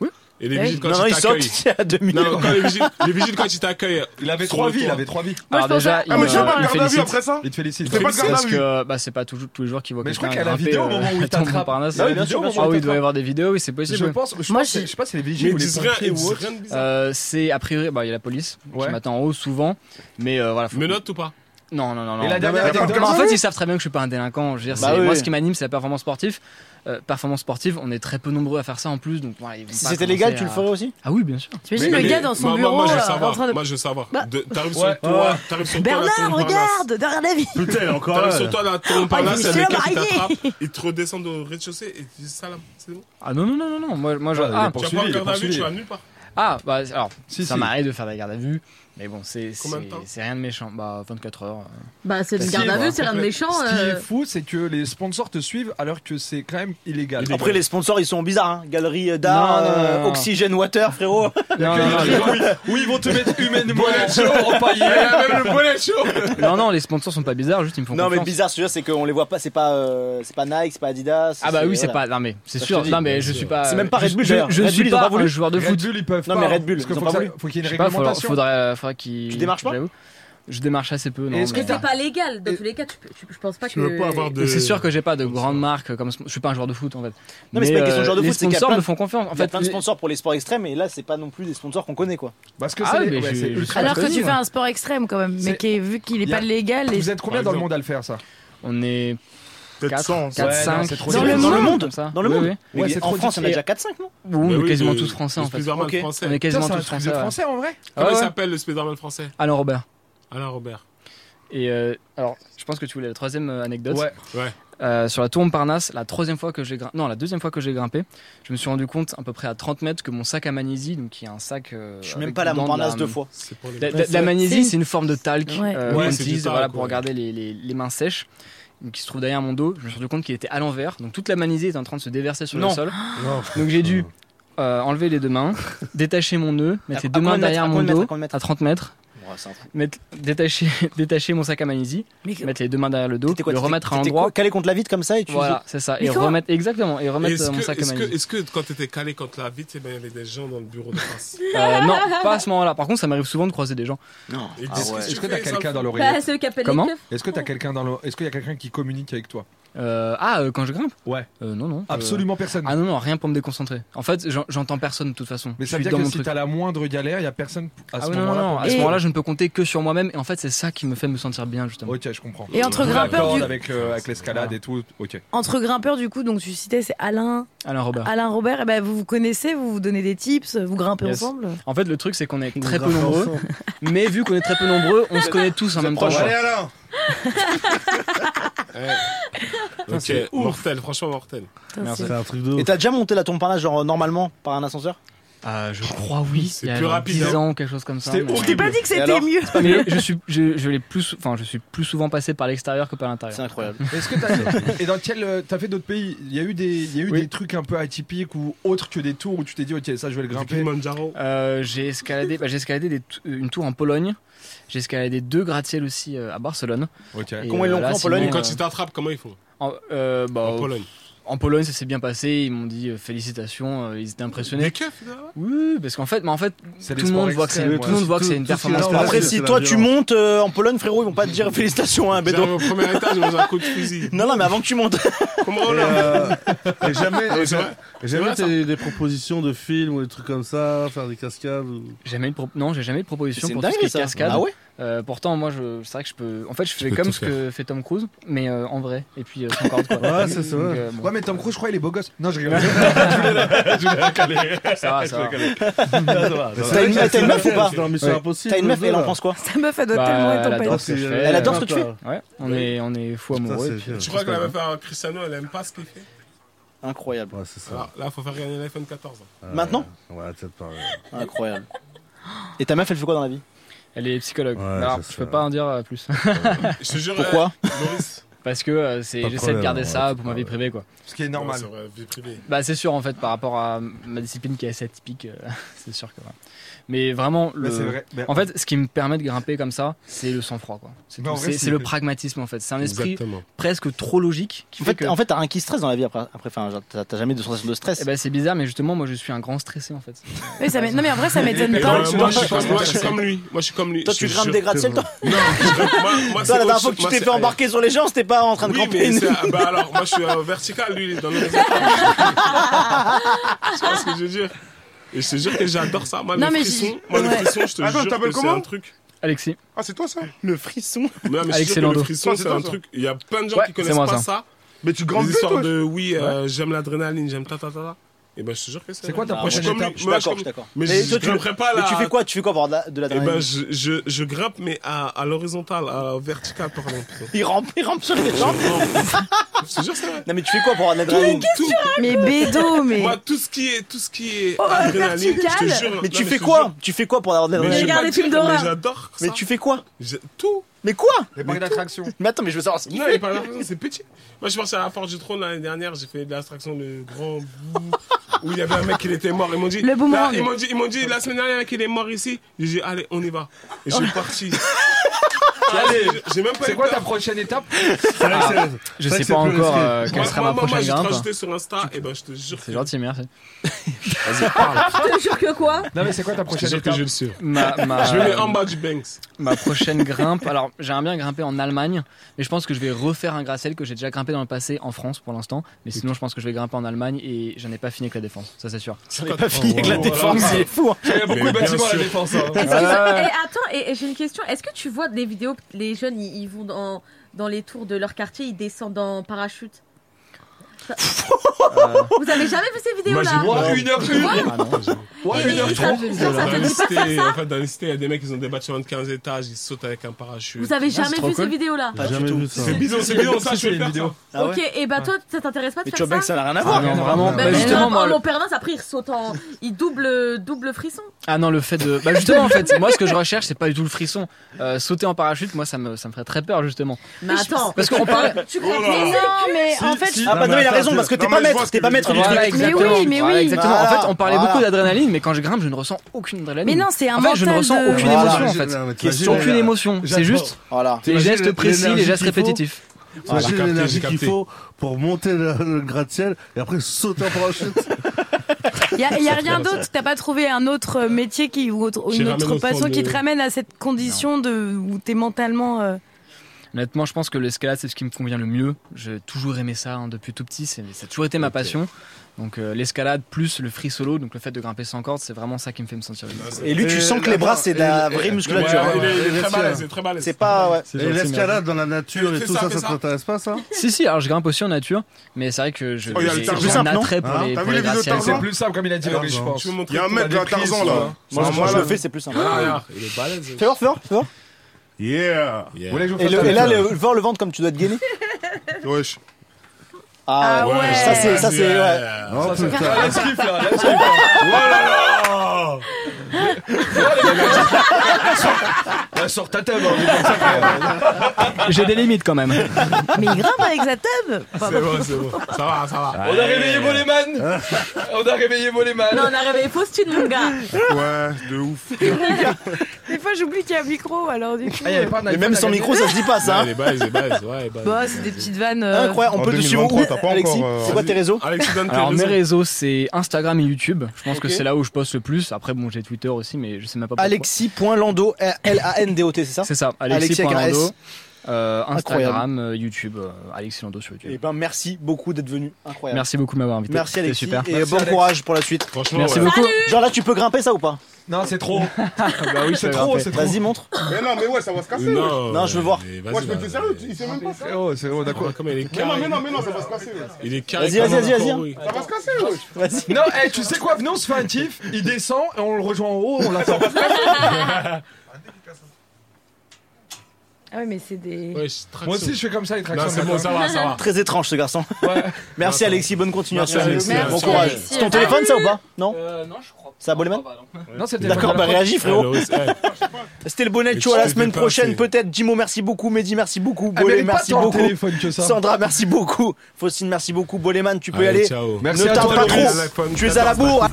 Oui.
Et les
Eh
vigiles, quand
Non, non,
ils
ils
t'accueillent.
sortent à demi.
Non, quand les vigiles- les vigiles, quand ils t'accueillent.
Il avait
trois
trois vies,
vies,
il avait trois vies.
Moi, je
Alors
pensais-
déjà,
Ah,
il
mais
me-
tu fais pas
il me
de garde à vue
félicite.
après ça
Il te félicite.
Tu fais pas de garde à
Parce
vue.
que bah, c'est pas toujours tous les jours qu'il voit
Mais je
quelqu'un
crois qu'il y a la
grimper,
vidéo au
euh,
moment où il
la tour
t'attrape.
Montparnasse.
Ah oui, bien sûr, au moment où
Ah oui,
il
il doit y
t'attrape.
avoir des vidéos, oui, c'est possible.
Je pense- je pense- je sais pas si les vigiles
Mais
ou les
ils disent rien-
pompiers
ils
ou
disent
autres.
rien de bizarre. Euh, C'est a priori, bah, il y a la police qui m'attend en haut souvent, mais euh, voilà.
Menottes ou pas
non, non, non, non.
Et la dernière
Non,
anecdote-
en fait, ils savent très bien que je suis pas un délinquant. Je veux dire,
Bah
c'est-
oui.
moi, ce qui m'anime, c'est la performance sportive. Euh, performance sportive, on est très peu nombreux à faire ça en plus, donc voilà, ils vont
Si
pas
c'était
commencer
légal, tu
à-
le ferais aussi
Ah oui, bien sûr.
T'imagines le gars dans son bureau,
Moi, je veux
euh, en
savoir.
train de-
Moi, je veux savoir.
Bah.
De- T'arrives sur
Ouais.
le toit. T'arrives sur le toit, la tour
Bernard,
Montparnasse.
regarde, derrière la
(laughs)
vie.
Putain, il est encore
T'arrives
là.
sur toi, la
Oh,
tour
il
Montparnasse,
est
il y a des
seul,
gars qui
marié.
t'attrapent. Ils te redescendent au rez-de-chaussée et tu dis salam, c'est bon.
Ah non, non, non, non, non. Moi, moi je.
Ah, il est
Ah,
poursuivi, Tu vas pas il est faire garde à vue, poursuivi. tu vas nulle part.
Ah, bah alors,
Si,
ça
si.
m'arrive de faire des gardes à vue, mais bon, c'est
Combien de
c'est-
temps
c'est rien de méchant. Bah, 24 heures. euh.
Bah, c'est une
Si,
garde à
bah,
vue, c'est rien de méchant.
Ce qui
euh.
est fou, c'est que les sponsors te suivent alors que c'est quand même illégal.
Après, les sponsors, ils sont bizarres. hein. Galerie euh, d'art,
Non, non, non,
euh,
non.
Oxygène Water, (laughs) frérot.
Non, non, non, non.
Oui, ils vont te mettre humainement.
Bonnet chaud,
(laughs)
(laughs)
empaillé.
Même le bonnet
Non, non, les sponsors sont pas bizarres, juste ils me font
Non, mais
confiance.
bizarre, ce que je veux dire, c'est qu'on les voit pas. C'est pas, euh, c'est pas Nike, c'est pas Adidas.
Ah bah oui, c'est
voilà.
pas. Non mais c'est
Ça, je
sûr.
te dis.
Non mais je suis pas.
C'est même pas Red Bull.
Je,
d'ailleurs.
je
Red
suis
Bull, ils ont
pas,
pas voulu.
un joueur de
Red
foot.
Bull, ils peuvent Non, pas, mais hein. Red Bull, Parce ils que ont faut pas que ça- voulu.
faut qu'il y ait une
Je sais pas, faudra-
réglementation.
Faudrait, faudrait qu'il.
Tu démarches pas
j'avoue. Je démarche assez peu. Non,
Est-ce que
mais-
c'est pas légal Dans tous les cas, tu peux- tu- je pense pas que. (laughs)
Donc C'est sûr que j'ai pas de grande marque comme je suis pas un joueur de foot en fait.
Non, mais c'est pas une question de
euh,
joueur de
les
foot, c'est qu'il y a
sponsors
plein
me
de-
font confiance. En
il y a
fait,
plein de sponsors pour les sports extrêmes, et là, c'est pas non plus des sponsors qu'on connaît, quoi.
Parce
que Ah c'est oui, les- mais ouais, je- c'est ultra
(laughs) Alors que tu fais un sport extrême quand même, mais qui est- vu qu'il est
y a-
pas légal. et-
Vous êtes combien dans le monde
à le faire ça
On est 4, 4
Ouais, non,
5
c'est trop Dans difficile. le monde
comme ça.
Dans le
Oui,
monde
oui.
Mais en France,
on a déjà 4-5, non
Oui, on est
Mais Bah oui,
quasiment
mais-
tous français en
le
fait.
Spider-Man
Ok.
français.
On est quasiment
Putain,
tous
c'est un truc
français.
de
ouais.
français,
en vrai
Comment
Ah
il
ouais.
s'appelle le Spider-Man français
Alain Robert.
Alain Robert.
Et euh, alors, je pense que tu voulais la troisième euh, anecdote.
Ouais. Ouais.
Euh, sur la tour Montparnasse, la troisième fois que j'ai grimpé, non, la deuxième fois que j'ai grimpé, je me suis rendu compte à peu près à 30 mètres que mon sac à magnésie, donc qui est un sac. euh,
Je suis même
avec
pas allé à
dedans de
Montparnasse
la-
deux fois.
C'est pour les-
La, la- la magnésie, c'est une forme de talc
Ouais.
euh,
Ouais,
qu'on
c'est du
utilise
talc,
voilà, pour
ouais.
regarder les, les- les mains sèches, qui se trouve derrière mon dos. Je me suis rendu compte qu'il était à l'envers, donc toute la magnésie est en train de se déverser sur
Non.
le sol.
Non. Oh.
Donc j'ai dû euh, enlever les deux mains,
(laughs)
détacher mon nœud, mettre
À-
les
à
deux mains
combien de mètres,
derrière
à
mon
combien de
dos
mètres, à combien de mètres
à 30 mètres
Ouais, c'est un truc.
mettre, détacher, (laughs) détacher mon sac à magnésie, mettre les deux mains derrière le dos,
Quoi,
le
t'étais-
remettre à
t'étais
l'endroit.
quoi, Calé contre la vitre comme ça et tu.
Voilà, c'est ça. et
Mais comment
remettre exactement et remettre
Est-ce
euh, mon
que-
sac à
Est-ce que,
magnésie.
est-ce que quand t'étais calé contre la vitre, eh ben, il y avait des gens dans le bureau de face
Euh, non, pas à ce moment-là. Par contre, ça m'arrive souvent de croiser des gens.
Non. Ah
Et
Est-ce que- est-ce que t'as quelqu'un dans l'oreille
Bah, celui qui appelle
Comment
les keufs.
Est-ce que t'as quelqu'un dans le- Est-ce qu'il y a quelqu'un qui communique avec toi
Euh, ah, euh, quand je grimpe
Ouais.
non, non.
Absolument personne.
Ah non, non, rien pour me déconcentrer. En fait, j'en- j'entends personne de toute façon.
Mais
Je
ça
suis
veut dire
dans
que
mon
si
truc.
t'as la moindre galère, il y a personne à
Ah
ce
oui, non, non,
moment-là.
non.
pour-
À ce moment-là, je ne peux compter que sur moi-même. Et en fait, c'est ça qui me fait me sentir bien, justement.
Ok, je comprends.
Et entre
Je vous
grimpeurs
l'accorde
du-
avec, euh, avec l'escalade et tout, ok.
Entre grimpeurs, du coup, donc tu citais, c'est Alain.
Alain
Ah.
Robert.
Alain Robert, eh ben, vous vous connaissez, vous vous donnez des tips, vous grimpez
Yes.
ensemble.
En fait, le truc, c'est qu'on est très peu
grappons
nombreux.
ensemble.
(laughs) mais vu qu'on est très peu nombreux, on se connaît tous en même temps.
proches. Allez,
alors
Ok,
c'est ouf.
mortel, franchement mortel.
Et t'as déjà monté la tour Montparnasse, genre normalement, euh, par un ascenseur
Euh, je crois oui.
C'est
Il y a
plus
genre
rapide,
10
hein.
ans, quelque chose comme ça.
C'était
mais-
horrible. Je t'ai pas dit que Et c'était alors mieux.
C'est pas mieux, je suis, je, je l'ai plus, enfin, je suis plus souvent passé par l'extérieur que par l'intérieur. (laughs)
C'est incroyable.
Est-ce que t'as et dans quel euh, t'as fait d'autres pays Il y a eu des il y a eu des trucs un peu atypiques ou autres que des tours où tu t'es dit ok ça je vais le grimper.
Euh, j'ai escaladé, bah, j'ai escaladé des t- une tour en Pologne. J'ai escaladé deux gratte-ciel aussi euh, à Barcelone. Et, euh, là, sinon,
Quand
euh,
ils t'attrapent, comment ils font
En, euh, bah,
En Pologne.
En Pologne, ça s'est bien passé. Ils m'ont dit euh, félicitations. euh, ils étaient impressionnés.
Des keufs,
Oui, parce qu'en fait, mais en fait,
C'est
tout
les
le monde
sports
voit que c'est
extrêmes,
tout le monde
ouais.
voit que
Tout-
c'est hein. une
tout ce qui est
performance.
normal.
classique.
Après, si toi tu montes euh, en Pologne, frérot, ils vont pas
(laughs)
te dire félicitations, hein, Bédo.
J'arrive au premier étage, ils vont un coup de fusil.
(laughs) Non, non, mais avant que tu montes.
Comment
Et, euh, et
(laughs)
jamais,
Non, mais
et jamais- et
c'est vrai. C'est
jamais
vrai,
t'as eu des propositions de films ou des trucs comme ça, faire des cascades. Ou...
Jamais eu de pro- non, j'ai jamais eu de proposition
C'est
pour
une
tout ce qui est
dinguerie, ça.
cascade.
Ah ouais
Euh, Pourtant, moi, je, c'est vrai que je peux. En fait, je fais
peux
comme
tout
ce que fait Tom Cruise, mais euh, en vrai. Et puis euh, sans corde. Quoi.
Ouais, c'est ça.
Donc, euh, bon.
Ouais mais Tom Cruise je crois il est beau gosse. Non
(laughs)
je rigole.
Ça va, ça va.
T'as une, t'as une meuf ou pas
C'est dans Mission
Ouais.
Impossible,
T'as une meuf,
euh,
Lola.
elle en pense quoi
Sa meuf, elle doit
Bah,
tellement être
elle
en
adore
panique.
ce que je fais.
Elle adore ce que tu fais
Ouais, on est, on est fou amoureux. et puis, euh,
Tu crois
c'est
que la
pas
meuf à Cristiano, elle aime pas ce qu'il fait
Incroyable.
Ouais, c'est ça.
Alors, Ah, Là, faut faire gagner l'iPhone 14.
Euh,
Maintenant
Ouais, peut-être pas. ouais.
Incroyable. Et ta meuf, elle fait quoi dans la vie
Elle est psychologue.
Ouais,
Alors,
c'est
je
ça.
peux pas en dire euh, plus.
Je te jure.
Pourquoi
euh, Maurice
Parce que euh, c'est,
Pas de
j'essaie de
problème,
garder
ouais,
ça
c'est
pour ma vie privée, quoi.
Ce qui est normal.
Ouais, c'est vrai, vie privée.
Bah, c'est sûr, en fait, par rapport à ma discipline qui est assez atypique, euh, (laughs) c'est sûr que. ouais. Mais vraiment, le...
Mais c'est vrai, mais-
en fait, ce qui me permet de grimper comme ça, c'est le sang-froid, quoi. C'est,
Mais
tout.
en vrai,
C'est-
c'est-
c'est le pragmatisme, en fait. C'est un esprit
Exactement.
presque trop logique qui
En
fait,
fait,
que.
en fait, t'as rien qui stresse dans la vie après. après enfin, genre, t'as t'as jamais de sensation de stress.
Eh ben, c'est bizarre, mais justement, moi, je suis un grand stressé, en fait.
Oui, ça m'é- non, mais en vrai, ça m'étonne
Et
pas.
moi, moi, je suis comme- moi, je suis comme lui. Moi, je suis comme lui.
Toi,
Je
tu
te
grimpes
jure.
des gratte-ciel, toi
Non, je grimpe- moi- moi, c'est
Toi, la dernière
autre
fois
chose.
que tu
Moi,
t'es
c'est-
fait embarquer sur les gens, c'était pas en train de
Oui,
camper.
mais
une-
c'est- ah, bah alors, moi, je suis euh, vertical, lui, il est dans le Tu vois ce que je veux dire Et je te jure que j'adore ça. Ah, Moi,
Non,
le
mais
frisson,
j'y-
moi, le
ouais.
frisson, je te
Attends,
jure
t'appelles
que c'est
comment
un truc.
Alexis.
Ah, c'est toi ça
Le frisson
Non, mais je te
Alexis
jure que le
Landau.
frisson,
Ah,
c'est
c'est
un
toi, ça.
truc. Il y a plein de gens
Ouais,
qui
c'est
connaissent
moi,
pas
ça.
ça.
Mais tu
Des
grimpes plus,
histoires
toi
de oui, euh, j'aime l'adrénaline, j'aime ta ta ta ta. Et ben, je te jure que c'est.
C'est quoi ta
vrai.
prochaine
Moi, je suis
étape
comme-
Je suis
moi, je
d'accord, je
suis
suis
comme-
d'accord.
Mais
toi,
je
tu
grimperai pas
mais
là.
tu fais quoi Tu fais quoi pour avoir de la- de
Eh ben,
la
je, je, je grimpe, mais à, à l'horizontale, à verticale, pardon.
Il rampe, il
(laughs)
rampe sur les gens.
Je te jure, c'est vrai.
Non, mais tu fais quoi pour avoir de l'adrénaline
Tout-
Mais Bédo, mais.
Moi, tout ce qui est, tout ce qui est
Oh,
adrénaline, je te
vertical.
jure.
Mais
non,
tu
je
fais
te
quoi
jure.
Tu fais quoi pour avoir de
Mais
l'adrénaline
je-
Regarde les films d'horreur.
mais J'adore ça.
Mais tu fais quoi
J'ai- Tout.
Mais quoi
Les parcs d'attraction.
Mais attends, mais je veux savoir ce qu'il
Non,
fait.
mais par exemple, c'est petit. Moi, je suis parti à la Force du Trône l'année dernière, j'ai fait de l'attraction de Grand Bout, où il y avait un mec qui était mort. Ils m'ont dit,
Le boomerang.
Là, ils m'ont dit, ils m'ont dit, la semaine dernière, qu'il est mort ici. J'ai dit, allez, on y va. Et je suis parti.
Allez.
J'ai même pas
C'est
eu
quoi
peur.
ta prochaine étape
Ah, je
vrai
sais
que c'est
pas
plus
encore
risqué.
euh, quelle
Moi,
sera
moi,
ma
moi, moi,
prochaine
j'ai
grimpe.
rajouté sur Insta, et ben, je te jure.
C'est gentil, merci.
Je te jure que quoi
Non mais c'est quoi
Je
ta
te
prochaine
jure que
étape
je le suis.
Ma- ma-
Je me mets en bas du Banks.
ma prochaine grimpe. Alors, j'aimerais bien grimper en Allemagne, mais je pense que je vais refaire un gratte-ciel que j'ai déjà grimpé dans le passé en France pour l'instant. Mais sinon, je pense que je vais grimper en Allemagne et j'en ai pas fini avec la défense, ça c'est sûr.
J'en ai pas fini avec la
Oh,
défense,
voilà.
c'est fou. hein.
Il y a beaucoup
Mais
de bâtiments
bien
à
sûr.
la
Ah,
défense. hein.
Est-ce que ça- Eh, attends, et, et j'ai une question. Est-ce que tu vois des vidéos, les jeunes, ils, ils vont dans, dans les tours de leur quartier, ils descendent en parachute Ça-
Euh.
Vous avez jamais vu ces vidéos-là
Moi,
Ouah, une heure une.
Ah non.
Ouah,
Et-
une heure
et ça-
trente.
ça- ça
Dans
te
les
dit pas de
cités,
faire ça
en fait, dans les cités, il y a des mecs, ils ont des bâtiments de 15 étages, ils sautent avec un parachute.
Vous avez
c'est
jamais
trop
vu
cool.
ces vidéos-là
J'ai jamais vu ça.
C'est bidon, c'est bidon, ça, je vais le faire. ça.
Ah ouais
Ok, et bah toi, ça t'intéresse pas de
Mais
faire
Chobank,
ça
ça n'a rien à
Ah
voir.
non,
hein.
vraiment.
Bah,
Bah,
mais
justement,
non,
moi, le-
mon père Nas, après il saute en. Il double, double frisson.
Ah non, le fait de. Bah justement, en fait, moi ce que je recherche, c'est pas du tout le frisson. Euh, sauter en parachute, moi ça me, ça me ferait très peur, justement.
Mais attends,
Parce qu'on parlait.
tu comprends
Oh là là.
Non, mais en fait,
Ah bah non, il a raison, parce que t'es
Non,
pas
mais je vois
maître,
ce
t'es
que
pas
tu
maître
veux
du
dire.
truc.
Voilà, exactement.
oui, mais
Voilà,
oui. Ah,
exactement. En
Voilà.
fait, on parlait
Voilà.
beaucoup d'adrénaline, mais quand je grimpe, je ne ressens aucune adrénaline.
Mais non, c'est un
en fait, je ne
mental
ressens
de-
aucune
Voilà.
émotion, en fait.
T'imagines
aucune
l'éner-
émotion, c'est
J'adore.
juste
Voilà.
les
T'imagines
gestes précis, les
l'énergie
gestes
qu'il faut
répétitifs.
T'imagines
j'ai capté,
l'énergie
j'ai
qu'il
capté.
faut pour monter le, le gratte-ciel et après sauter en
(laughs)
parachute.
il y a,
(laughs)
y a rien d'autre. T'as pas trouvé un autre euh, métier qui ou autre-
Qui
une
ramène
autre
au
passion
fond
qui
de-
te ramène à cette condition de où t'es mentalement. euh,
Honnêtement, je pense que l'escalade, c'est ce qui me convient le mieux. J'ai toujours aimé ça hein, depuis tout petit, c'est- ça a toujours été ma passion. Donc euh, l'escalade plus le free solo, donc le fait de grimper sans corde, c'est vraiment ça qui me fait me sentir le mieux.
Et lui, tu sens que les bras, c'est de la vraie musculature.
Ouais, il
hein.
est- il est
Bien
très
sûr.
balèze, il est très balèze.
C'est pas, ouais.
Et l'escalade dans la nature et
Fais
tout
ça,
ça,
fais
ça
ça.
t'intéresse pas ça
Si, si, alors je grimpe aussi en nature, mais c'est vrai que je-
Oh, il y a le
j'ai
Tarzan,
j'ai un
non
attrait pour
Hein
les,
T'as
pour
vu les vidéos de
les gratte-ciels.
Tarzan
C'est plus simple comme il a dit, Laurie, je
Tarzan.
pense.
Tu veux
Il
montrer
y a un
comment
mec
t'as
là,
des prises,
hein.
Tarzan là.
Moi,
C'est un
moi, je le
malade.
fais, c'est plus simple.
Ah, regarde, il est balèze.
Fais voir, fais voir, fais voir.
Yeah
Yeah.
Vous voulez que je vous
Et,
fasse
le-
un
et là,
truc,
le, voir le ventre comme tu dois te gainer.
Wesh.
Ah,
Ah ouais.
Ça, c'est, ça, c'est, ouais.
Oh
Ça, ça-
putain
(laughs)
Let's kiff, là, let's kiff.
Oh là là
(laughs)
Sors- Ah, Sors ta table, on dit
(laughs)
comme ça, frère.
J'ai des limites quand même.
(laughs) Mais il grimpe avec sa tub
C'est bon, c'est bon. Ça va, ça va. On a réveillé Voleman On a réveillé Voleman
Non, on a réveillé Faustine, mon gars.
(laughs)
Ouais, de ouf.
Des fois, j'oublie qu'il y a un micro, alors du coup.
Ah, il y avait pas un
Mais même sans micro, ça se dit pas ça. hein.
Ouais, les bases, les bases, ouais, les bases.
Bah, c'est des petites vannes. euh,
Incroyable, on peut te suivre où Alexis,
euh,
c'est quoi tes réseaux
Alors mes réseaux c'est Instagram et YouTube. Je pense
Ok.
que c'est là où je poste le plus. Après bon j'ai Twitter aussi mais je sais même pas pourquoi.
Alexis.lando, L-A-N-D-O-T, c'est ça
C'est ça,
Alexis avec un
Alexis.lando.
S.
Euh, Instagram,
Incroyable.
euh, YouTube, euh, Alexis Lando sur YouTube.
Eh ben, merci beaucoup d'être venu. Incroyable.
Merci beaucoup de m'avoir invité.
Merci
C'était
Alexis
super.
et
Merci,
bon
Alex.
courage pour la suite. Franchement,
Merci ouais. beaucoup.
Genre là, tu peux grimper ça ou pas
Non, c'est trop.
Ah
bah oui,
Ah c'est trop, c'est trop.
Vas-y, montre.
Mais non, mais ouais, ça va se casser.
Non,
Non, je veux voir.
mais
Moi, je peux
vas-y,
te
vas-y.
sérieux, il sait même pas ça.
Oh, c'est oh, d'accord.
Comme il est
Mais non,
carré.
mais non, mais non, ça va se casser. ouais.
Il est carré.
Vas-y, vas-y,
comme un
vas-y, vas-y.
corouille.
Ça va se casser, ouais.
Vas-y.
Non, eh, tu sais quoi Venez, on se fait un tif, il descend et on le rejoint en haut, on l'attend.
Ah ouais, mais c'est des.
Ouais, je traque
Moi
ça.
aussi, je fais comme ça, il
Non,
tractionne.
c'est bon, ça va, ça va.
Très étrange ce garçon. (laughs) Merci Alexis, bonne continuation.
Merci, Alexis.
Bon
Merci,
courage.
Alexis.
C'est ton téléphone ça ou pas Non
non, je crois
C'est à Boleman
Non, c'était
D'accord, bah réagis frérot. C'était le bonnet
Mais
show
tu
la
t'es
semaine
dépassé.
prochaine peut-être. Jimo merci beaucoup, Mehdi merci beaucoup,
Ah, mais elle
Bolé
est pas
merci
tant au
beaucoup.
téléphone que ça.
Sandra merci beaucoup, Faustine merci beaucoup, Boleman tu peux y
Allez,
aller.
ciao.
Merci
ne
à
tarde
toi,
pas
Loris.
trop. Tu es à la bourre.